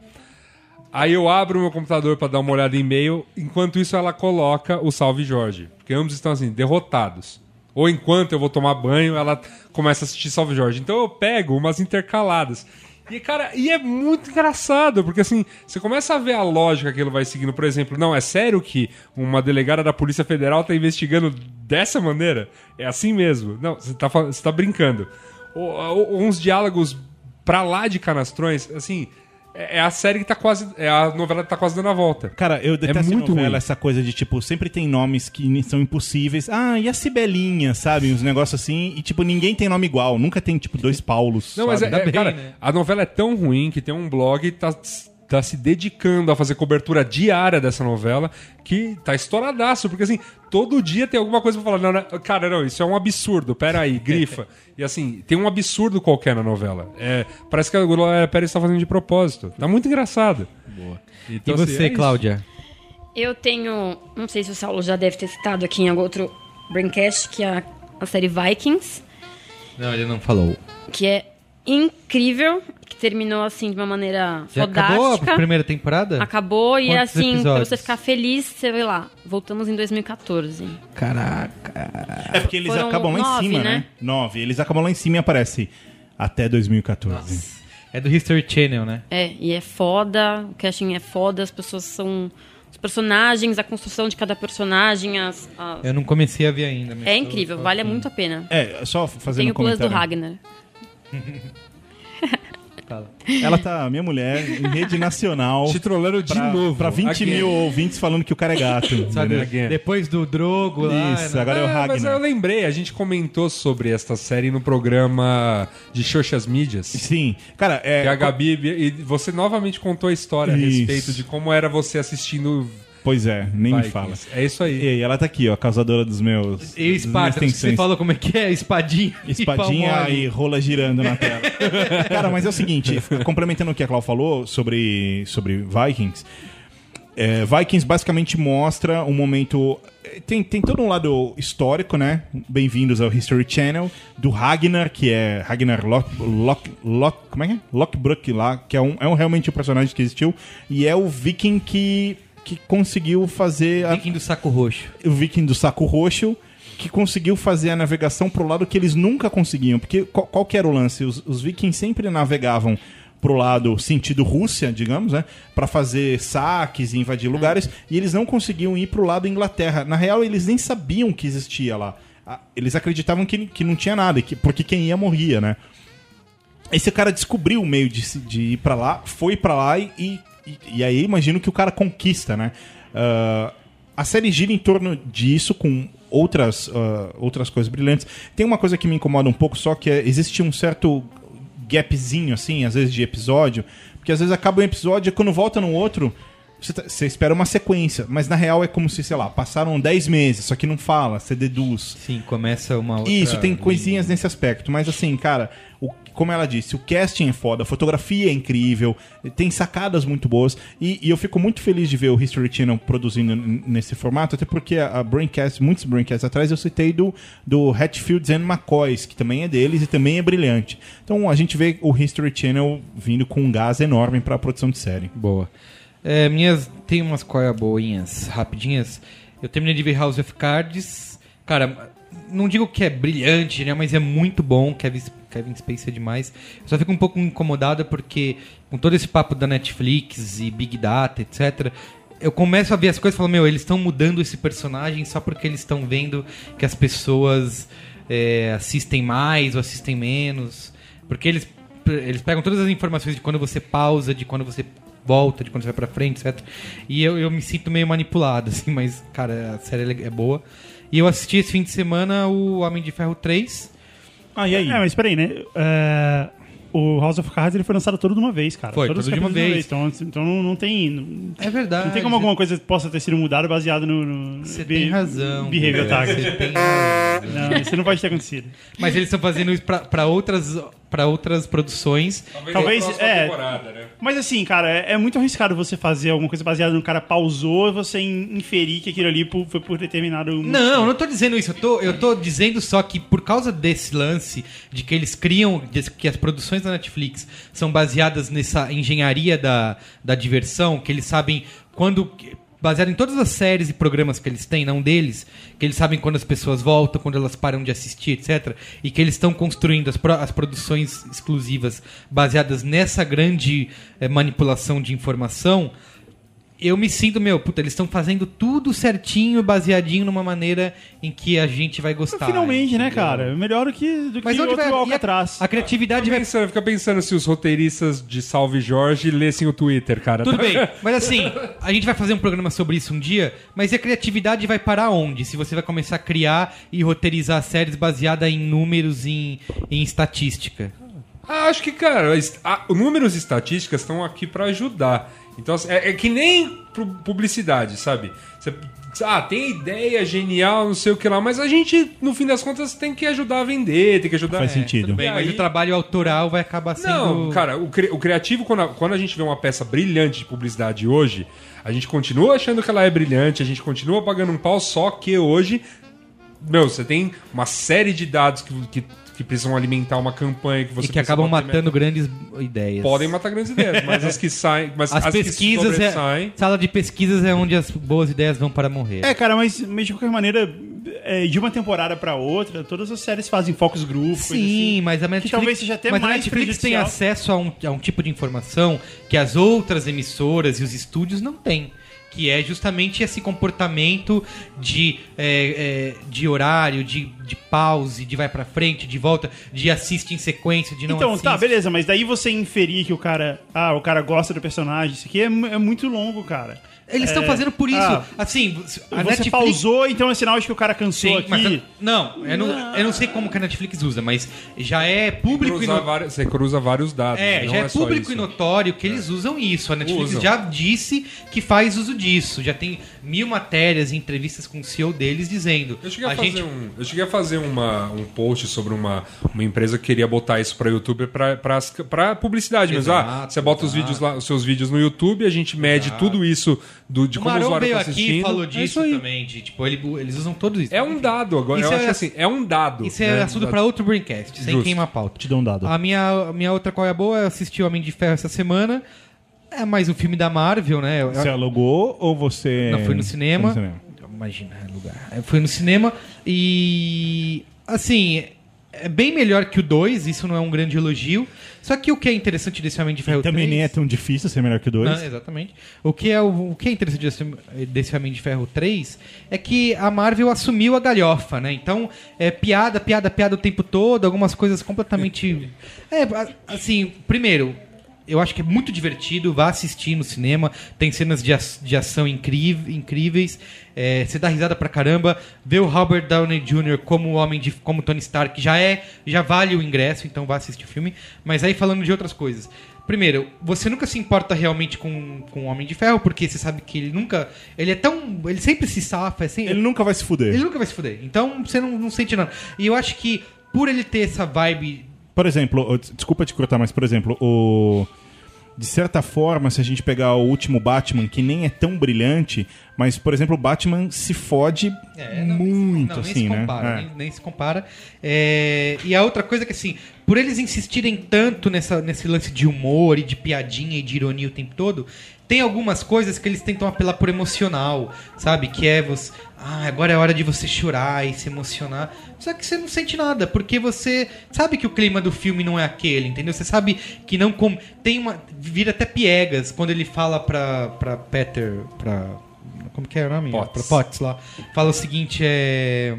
Aí eu abro meu computador pra dar uma olhada em e-mail, enquanto isso ela coloca o Salve Jorge, porque ambos estão assim derrotados. Ou enquanto eu vou tomar banho, ela começa a assistir Salve Jorge. Então eu pego umas intercaladas. E cara, e é muito engraçado, porque assim, você começa a ver a lógica que ele vai seguindo, por exemplo, não é sério que uma delegada da Polícia Federal tá investigando dessa maneira? É assim mesmo. Não, você tá fal- você tá brincando. Ou- ou- uns diálogos pra lá de canastrões, assim, é é a série que tá quase. É a novela que tá quase dando a volta.
Cara, eu detesto
É muito
novela,
ruim.
essa coisa de, tipo, sempre tem nomes que ni- são impossíveis. Ah, e a Cibelinha, sabe? Uns negócios assim. E, tipo, ninguém tem nome igual. Nunca tem, tipo, dois Paulos.
Não, mas é,
sabe?
Ainda
é-
bem,
cara,
né?
a novela é tão ruim que tem um blog que tá, tá se dedicando a fazer cobertura diária dessa novela que tá estouradaço, porque assim, todo dia tem alguma coisa pra falar. Não, não, cara, não, isso é um absurdo, peraí, grifa. e assim, tem um absurdo qualquer na novela. É, parece que a Glória Pérez tá fazendo de propósito. Tá muito engraçado. Boa. Então,
E
assim, é
você, Cláudia?
Eu tenho, não sei se o Saulo já deve ter citado aqui em algum outro Braincast, que é a, a série Vikings,
Não, ele não falou.
que é incrível, que terminou assim de uma maneira
Já acabou
fodástica.
a primeira temporada?
Acabou e
Quantos
assim, pra
episódios?
você ficar feliz, você vai lá. Voltamos em 2014.
Caraca.
É porque eles
Foram
acabam lá em
nove,
cima,
né?
né? Nove. Eles acabam lá em cima e aparece até 2014.
É do History Channel, né?
É, e é foda, o casting é foda, as pessoas são. Os personagens, a construção de cada personagem, as. a-
Eu não comecei a ver ainda. mas
É
tô-
incrível,
tô
vale
afim.
muito a pena.
É, só fazendo
Tem
um
o plus do
comentário.
Ragnar.
Fala.
Ela tá, minha mulher, em rede nacional.
Te trolando de
pra,
novo.
Pra 20
Aqui.
mil ouvintes falando que o cara é gato.
Sabe,
entendeu?
Again.
depois do Drogo lá...
Isso,
né?
agora é o
Ah, Mas eu
Ragnar.
lembrei, a gente comentou sobre esta série no programa de Xoxas Mídias.
Sim. Cara, é.
E a Gabi, e você novamente contou a história a
Isso.
respeito de como era você assistindo
Pois é, nem me
Vikings.
fala.
É isso
E
aí.
aí, ela tá aqui, ó, causadora dos meus.
E o
das
Esparta,
minhas
você
tensões.
falou como é que é? Espadinha e pau
Espadinha
mole.
e rola girando na tela. Cara, mas é o seguinte, complementando o que a Clau falou sobre, sobre Vikings, é, Vikings basicamente mostra um momento. é, Tem, tem todo um lado histórico, né? Bem-vindos ao History Channel, do Ragnar, que é Ragnar Lock, Lock, Lock, como é que é? Lockbrook lá, que é, um, é um, realmente um personagem que existiu, e é o viking que, que conseguiu fazer a,
Viking do saco roxo.
o viking do saco roxo que conseguiu fazer a navegação pro lado que eles nunca conseguiam. Porque qual, qual que era o lance? Os, os vikings sempre navegavam pro lado sentido Rússia, digamos, né, Pra fazer saques e invadir lugares, e eles não conseguiam ir pro lado Inglaterra. Na real, eles nem sabiam que existia lá. Ah, Eles acreditavam que, que não tinha nada, que, porque quem ia morria, né? Esse cara descobriu o meio de, se- de ir pra lá, foi pra lá e, e, e aí imagino que o cara conquista, né? Ah, a série gira em torno disso com outras, ah, outras coisas brilhantes. Tem uma coisa que me incomoda um pouco, só que é, existe um certo gapzinho, assim, às vezes de episódio, porque às vezes acaba um episódio e quando volta no outro, você, tá- você espera uma sequência, mas na real é como se, sei lá, passaram 10 meses, só que não fala, você deduz.
Sim, começa uma outra...
Isso, tem coisinhas nesse aspecto. Mas assim, cara, o- como ela disse, o casting é foda, a fotografia é incrível, tem sacadas muito boas. E, e eu fico muito feliz de ver o History Channel produzindo n- nesse formato, até porque a, a Braincast, muitos Braincasts atrás, eu citei do, do Hatfields and McCoys, que também é deles e também é brilhante. Então a gente vê o History Channel vindo com um gás enorme pra produção de série.
Boa. É, minhas. Tem umas coia boinhas, rapidinhas. Eu terminei de ver House of Cards. Cara, não digo que é brilhante, né? Mas é muito bom. Kevin, Kevin Spacey é demais. Eu só fico um pouco incomodada porque, com todo esse papo da Netflix e Big Data, etc. Eu começo a ver as coisas e falo, meu, eles estão mudando esse personagem só porque eles estão vendo que as pessoas é, assistem mais ou assistem menos. Porque eles, eles pegam todas as informações de quando você pausa, de quando você volta, de quando você vai pra frente, etc. E eu, eu me sinto meio manipulado, assim, mas, cara, a série é le- é boa. E eu assisti esse fim de semana o Homem de Ferro 3.
Ah, e aí?
É, mas peraí, né? É, o House of Cards ele foi lançado todo de uma vez, cara.
Foi,
Todos os
tudo de uma
capítulos
vez.
Então, então não, não tem. Não,
É verdade.
não tem como alguma coisa possa ter sido mudada baseado no. no
Você
be-
tem razão.
Behavior
cara,
target.
Você tem razão.
Não, isso não pode ter acontecido.
Mas eles estão fazendo isso pra, pra outras, pra outras produções.
Talvez,
na próxima
é.
temporada, né?
Mas assim, cara, é, é muito arriscado você fazer alguma coisa baseada no cara pausou e você in- inferir que aquilo ali pu- foi por determinado.
Não, eu não tô dizendo isso. Eu tô, eu tô dizendo só que por causa desse lance de que eles criam, de que as produções da Netflix são baseadas nessa engenharia da, da diversão, que eles sabem quando. Baseado em todas as séries e programas que eles têm, não deles, que eles sabem quando as pessoas voltam, quando elas param de assistir, etc. E que eles estão construindo as, pro- as produções exclusivas baseadas nessa grande eh, manipulação de informação eu me sinto, meu, puta, eles estão fazendo tudo certinho, baseadinho numa maneira em que a gente vai gostar.
Finalmente, né,
tá entendeu?
cara? Melhor do que, do
Mas
que
onde
outro
vai
Alcatraz.
A, a criatividade vai.
Pensando, fica pensando se os roteiristas de Salve Jorge lessem o Twitter, cara.
Tudo bem, mas assim, a gente vai fazer um programa sobre isso um dia, mas e a criatividade vai parar onde? Se você vai começar a criar e roteirizar séries baseada em números, em, em estatística.
Ah, acho que, cara, est- a- números e estatísticas estão aqui pra ajudar. Então, assim, é, é que nem pu- publicidade, sabe? Você, ah, tem ideia genial, não sei o que lá, mas a gente, no fim das contas, tem que ajudar a vender, tem que ajudar...
Faz
É.
sentido.
Bem,
E
mas
aí-
o trabalho autoral vai acabar sendo.
Não, cara, o, cri- o criativo, quando a, quando a gente vê uma peça brilhante de publicidade hoje, a gente continua achando que ela é brilhante, a gente continua pagando um pau, só que hoje, meu, você tem uma série de dados que, que, que que precisam alimentar uma campanha que você
e que acabam
precisa bater
matando grandes ideias.
meta. Podem matar grandes ideias, mas as que saem. Mas
As,
as que
pesquisas é.
sobressaem-
Sala de pesquisas é onde as boas ideias vão para morrer.
É, cara, mas, mas de qualquer maneira, é, de uma temporada pra outra, todas as séries fazem focus group, coisa
Sim,
assim.
mas a Netflix,
talvez seja até
mas a
mais
Netflix tem
prejudicial.
acesso a um, a um tipo de informação que as outras emissoras e os estúdios não têm. Que é justamente esse comportamento de, é, é, de horário, de, de pause, de vai pra frente, de volta, de assiste em sequência, de não é
Então,
assiste.
tá, beleza, mas daí você inferir que o cara. Ah, o cara gosta do personagem, isso aqui é, mu- é muito longo, cara.
Eles estão
É,
fazendo por isso.
ah,
assim, a
você
Netflix...
pausou, então é sinal de que o cara cansou
Sim,
aqui.
mas a- não, eu não, eu não sei como que a Netflix usa, mas já é público e
Cruzar
no-
vários- Você cruza vários dados.
É,
né? Não
já é,
só
público
isso. É.
e notório que eles usam isso. A Netflix
Usam.
já disse que faz uso disso. Já tem mil matérias e entrevistas com o CEO deles dizendo.
Eu cheguei a,
a
fazer,
gente
um, eu cheguei a fazer uma, um post sobre uma, uma empresa que queria botar isso para YouTube para para publicidade mesmo. Ah,
Exato,
você bota os
exato.
vídeos lá, os seus vídeos no YouTube, a gente mede tudo isso do, de
o
como o
Marão
usuário
veio
tá
aqui e
assistindo.
falou
é isso
disso
aí.
também. De, tipo, ele- eles usam todos isso.
É um dado agora.
Isso
eu
é-
acho que assim, é um dado.
Isso é
né?
assunto pra outro Braincast, sem
Justo.
queima a pauta.
Te dou um dado.
A minha, a minha outra qual é a boa? Eu assisti o Homem de Ferro essa semana. É mais um filme da Marvel, né? Eu-
Você alugou ou você.
Não, fui no cinema.
Foi no cinema.
Imagina, é lugar. Eu fui no cinema e. Assim. É bem melhor que o 2, isso não é um grande elogio. Só que o que é interessante desse Homem de Ferro
Também
3.
nem é tão difícil ser melhor que dois.
Ah, exatamente. O que, é o, o que é interessante desse, desse Homem de Ferro 3 é que a Marvel assumiu a galhofa, né? Então, é piada, piada, piada o tempo todo, algumas coisas completamente. É, a- assim, primeiro. Eu acho que é muito divertido, vá assistir no cinema, tem cenas de, ac- de ação incrív- incríveis, é, você dá risada pra caramba, vê o Robert Downey Jr. como homem de como Tony Stark, já é, já vale o ingresso, então vá assistir o filme. Mas aí falando de outras coisas, Primeiro, você nunca se importa realmente com, com o Homem de Ferro, porque você sabe que ele nunca. Ele é tão. Ele sempre se safa, é sem-
Ele nunca vai se fuder.
ele nunca vai se fuder. Então você não, não sente nada. E eu acho que por ele ter essa vibe.
Por exemplo, o- des- desculpa te cortar, mas por exemplo, o. De certa forma, se a gente pegar o último Batman, que nem é tão brilhante, mas, por exemplo, o Batman se fode muito,
é, não,
assim,
nem se
né?
compara,
É.
nem, nem se compara. É, e a outra coisa é que, assim, por eles insistirem tanto nessa, nesse lance de humor e de piadinha e de ironia o tempo todo, tem algumas coisas que eles tentam apelar por emocional, sabe? Que é você. Ah, agora é hora de você chorar e se emocionar. Só que você não sente nada, porque você sabe que o clima do filme não é aquele, entendeu? Você sabe que não. Com... Tem uma. Vira até piegas quando ele fala pra, pra Peter. Pra... Como que é o nome?
Potts.
Pra Potts lá. Fala o seguinte: é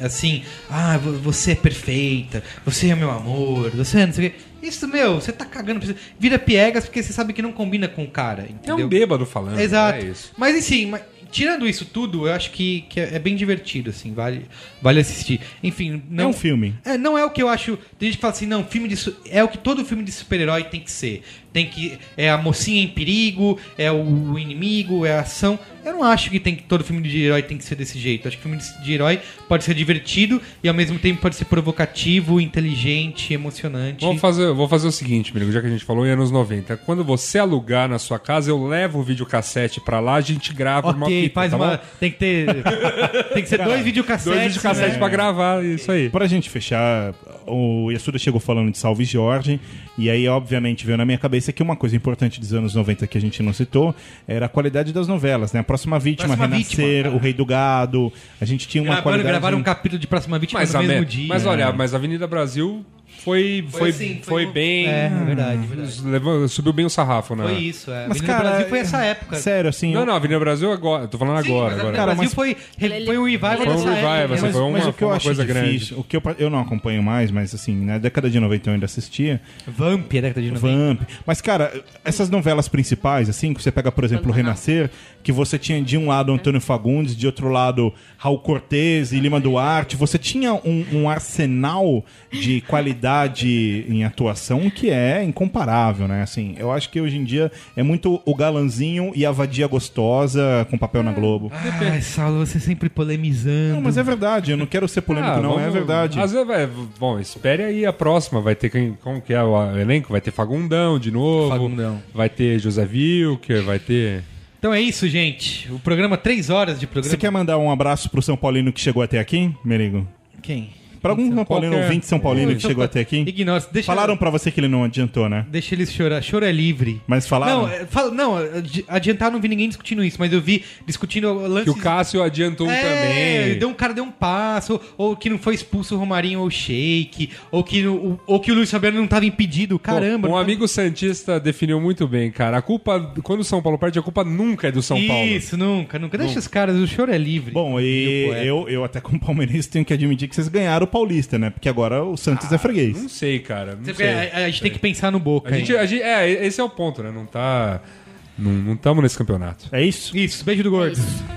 assim, ah, vo- você é perfeita, você é meu amor, você é não sei o quê. Isso, meu, você tá cagando. pra isso. Vira piegas porque você sabe que não combina com o cara,
É
entendeu?
um bêbado falando.
Exato.
É isso.
Mas enfim, ma- tirando isso tudo, eu acho que, que é é bem divertido, assim, vale, vale assistir. Enfim, não.
É um filme.
É, não é o que eu acho. Tem gente que fala assim, não, filme de su- é o que todo filme de super-herói tem que ser. Tem que é a mocinha em perigo, é o inimigo, é a ação. Eu não acho que tem que todo filme de herói tem que ser desse jeito. Acho que filme de de herói pode ser divertido e ao mesmo tempo pode ser provocativo, inteligente, emocionante.
Vamos fazer, vou fazer o seguinte, amigo, já que a gente falou em anos 90. Quando você alugar na sua casa, eu levo o videocassete pra lá, a gente grava uma
ok,
fita,
faz
tá
uma.
bom?
Tem que ter. tem que ser dois videocassetes.
Dois videocassetes
né?
pra gravar, é isso aí.
Pra gente fechar, o Yasuda chegou falando de Salve Jorge, e aí, obviamente, veio na minha cabeça que uma coisa importante dos anos 90 que a gente não citou era a qualidade das novelas, né? A Próxima Vítima,
Próxima
Renascer,
Vítima. é.
O Rei do Gado, a gente tinha uma
Gravaram,
qualidade...
gravaram um capítulo de Próxima Vítima
Mas,
no
a
mesmo
me-
dia. né?
mas olha, mas a Avenida Brasil foi, foi, foi,
assim, foi um-
bem.
É, é verdade, é verdade.
levou- Subiu bem o sarrafo, né?
Foi isso, é.
Mas,
Avenida
cara,
Brasil foi
é-
essa época.
Sério, assim...
Não,
eu-
não, a Avenida Brasil é agora. Eu tô falando
Sim,
agora.
mas é
agora.
o Brasil
mas-
foi, re- foi um revival
Foi um
dessa
revival,
época.
assim,
né?
Mas,
foi uma-
mas o que eu
foi uma
acho
coisa
difícil,
grande.
o que eu, eu não acompanho mais, mas assim, na década de 90 eu ainda assistia,
Vamp, é década de 90.
Vamp. Mas, cara, essas novelas principais, assim, que você pega, por exemplo, o Renascer, que você tinha de um lado Antônio Fagundes, de outro lado Raul Cortez e Lima Duarte, você tinha um, um arsenal de qualidade em atuação que é incomparável, né? Assim, eu acho que hoje em dia é muito o galanzinho e a vadia gostosa com papel
É.
na Globo.
Ah.
Ai, Saulo, você sempre polemizando.
Não, mas é verdade, eu não quero ser polêmico,
Ah,
não, é
vamos-
verdade.
Às vezes, vai- bom, espere aí a próxima. Vai ter quem, como que é o elenco? Vai ter Fagundão de novo.
Fagundão.
Vai ter José Wilker, vai ter.
Então é isso, gente. O programa, três horas de programa.
Você quer mandar um abraço pro São Paulino que chegou até aqui, Merigo?
Quem?
Pra algum São Paulino,
Qualquer-
ouvinte São Paulino que
São
chegou
Pa-
até aqui,
Ignora, deixa
falaram pra você que ele não adiantou, né?
Deixa eles chorar. Choro é livre.
Mas falaram?
Não, é, fala- não, adi- adiantar eu não vi ninguém discutindo isso, mas eu vi discutindo lances...
Que o Cássio adiantou um
Assim. É,
também.
deu um cara deu um passo, ou que não foi expulso o Romarinho ou o Sheik, ou que, o- ou que o Luiz Fabiano não tava impedido.
Pô,
Caramba. né?
Um
não tava-
amigo Santista definiu muito bem, cara. A culpa, quando o São Paulo perde, a culpa nunca é do São Paulo.
Isso, nunca, nunca. Deixa os caras, o choro é livre.
Bom, e
Meu poeta.
eu, eu até como palmeirense tenho que admitir que vocês ganharam o Paulista, né? Porque agora o Santos é freguês.
Não sei, cara. Não
Você
sei.
fica- a, a gente tem que pensar no Boca.
A gente,
hein?
a gente- é, esse é o ponto, né? Não tá. Não estamos nesse campeonato.
É isso?
Isso, beijo do gordo.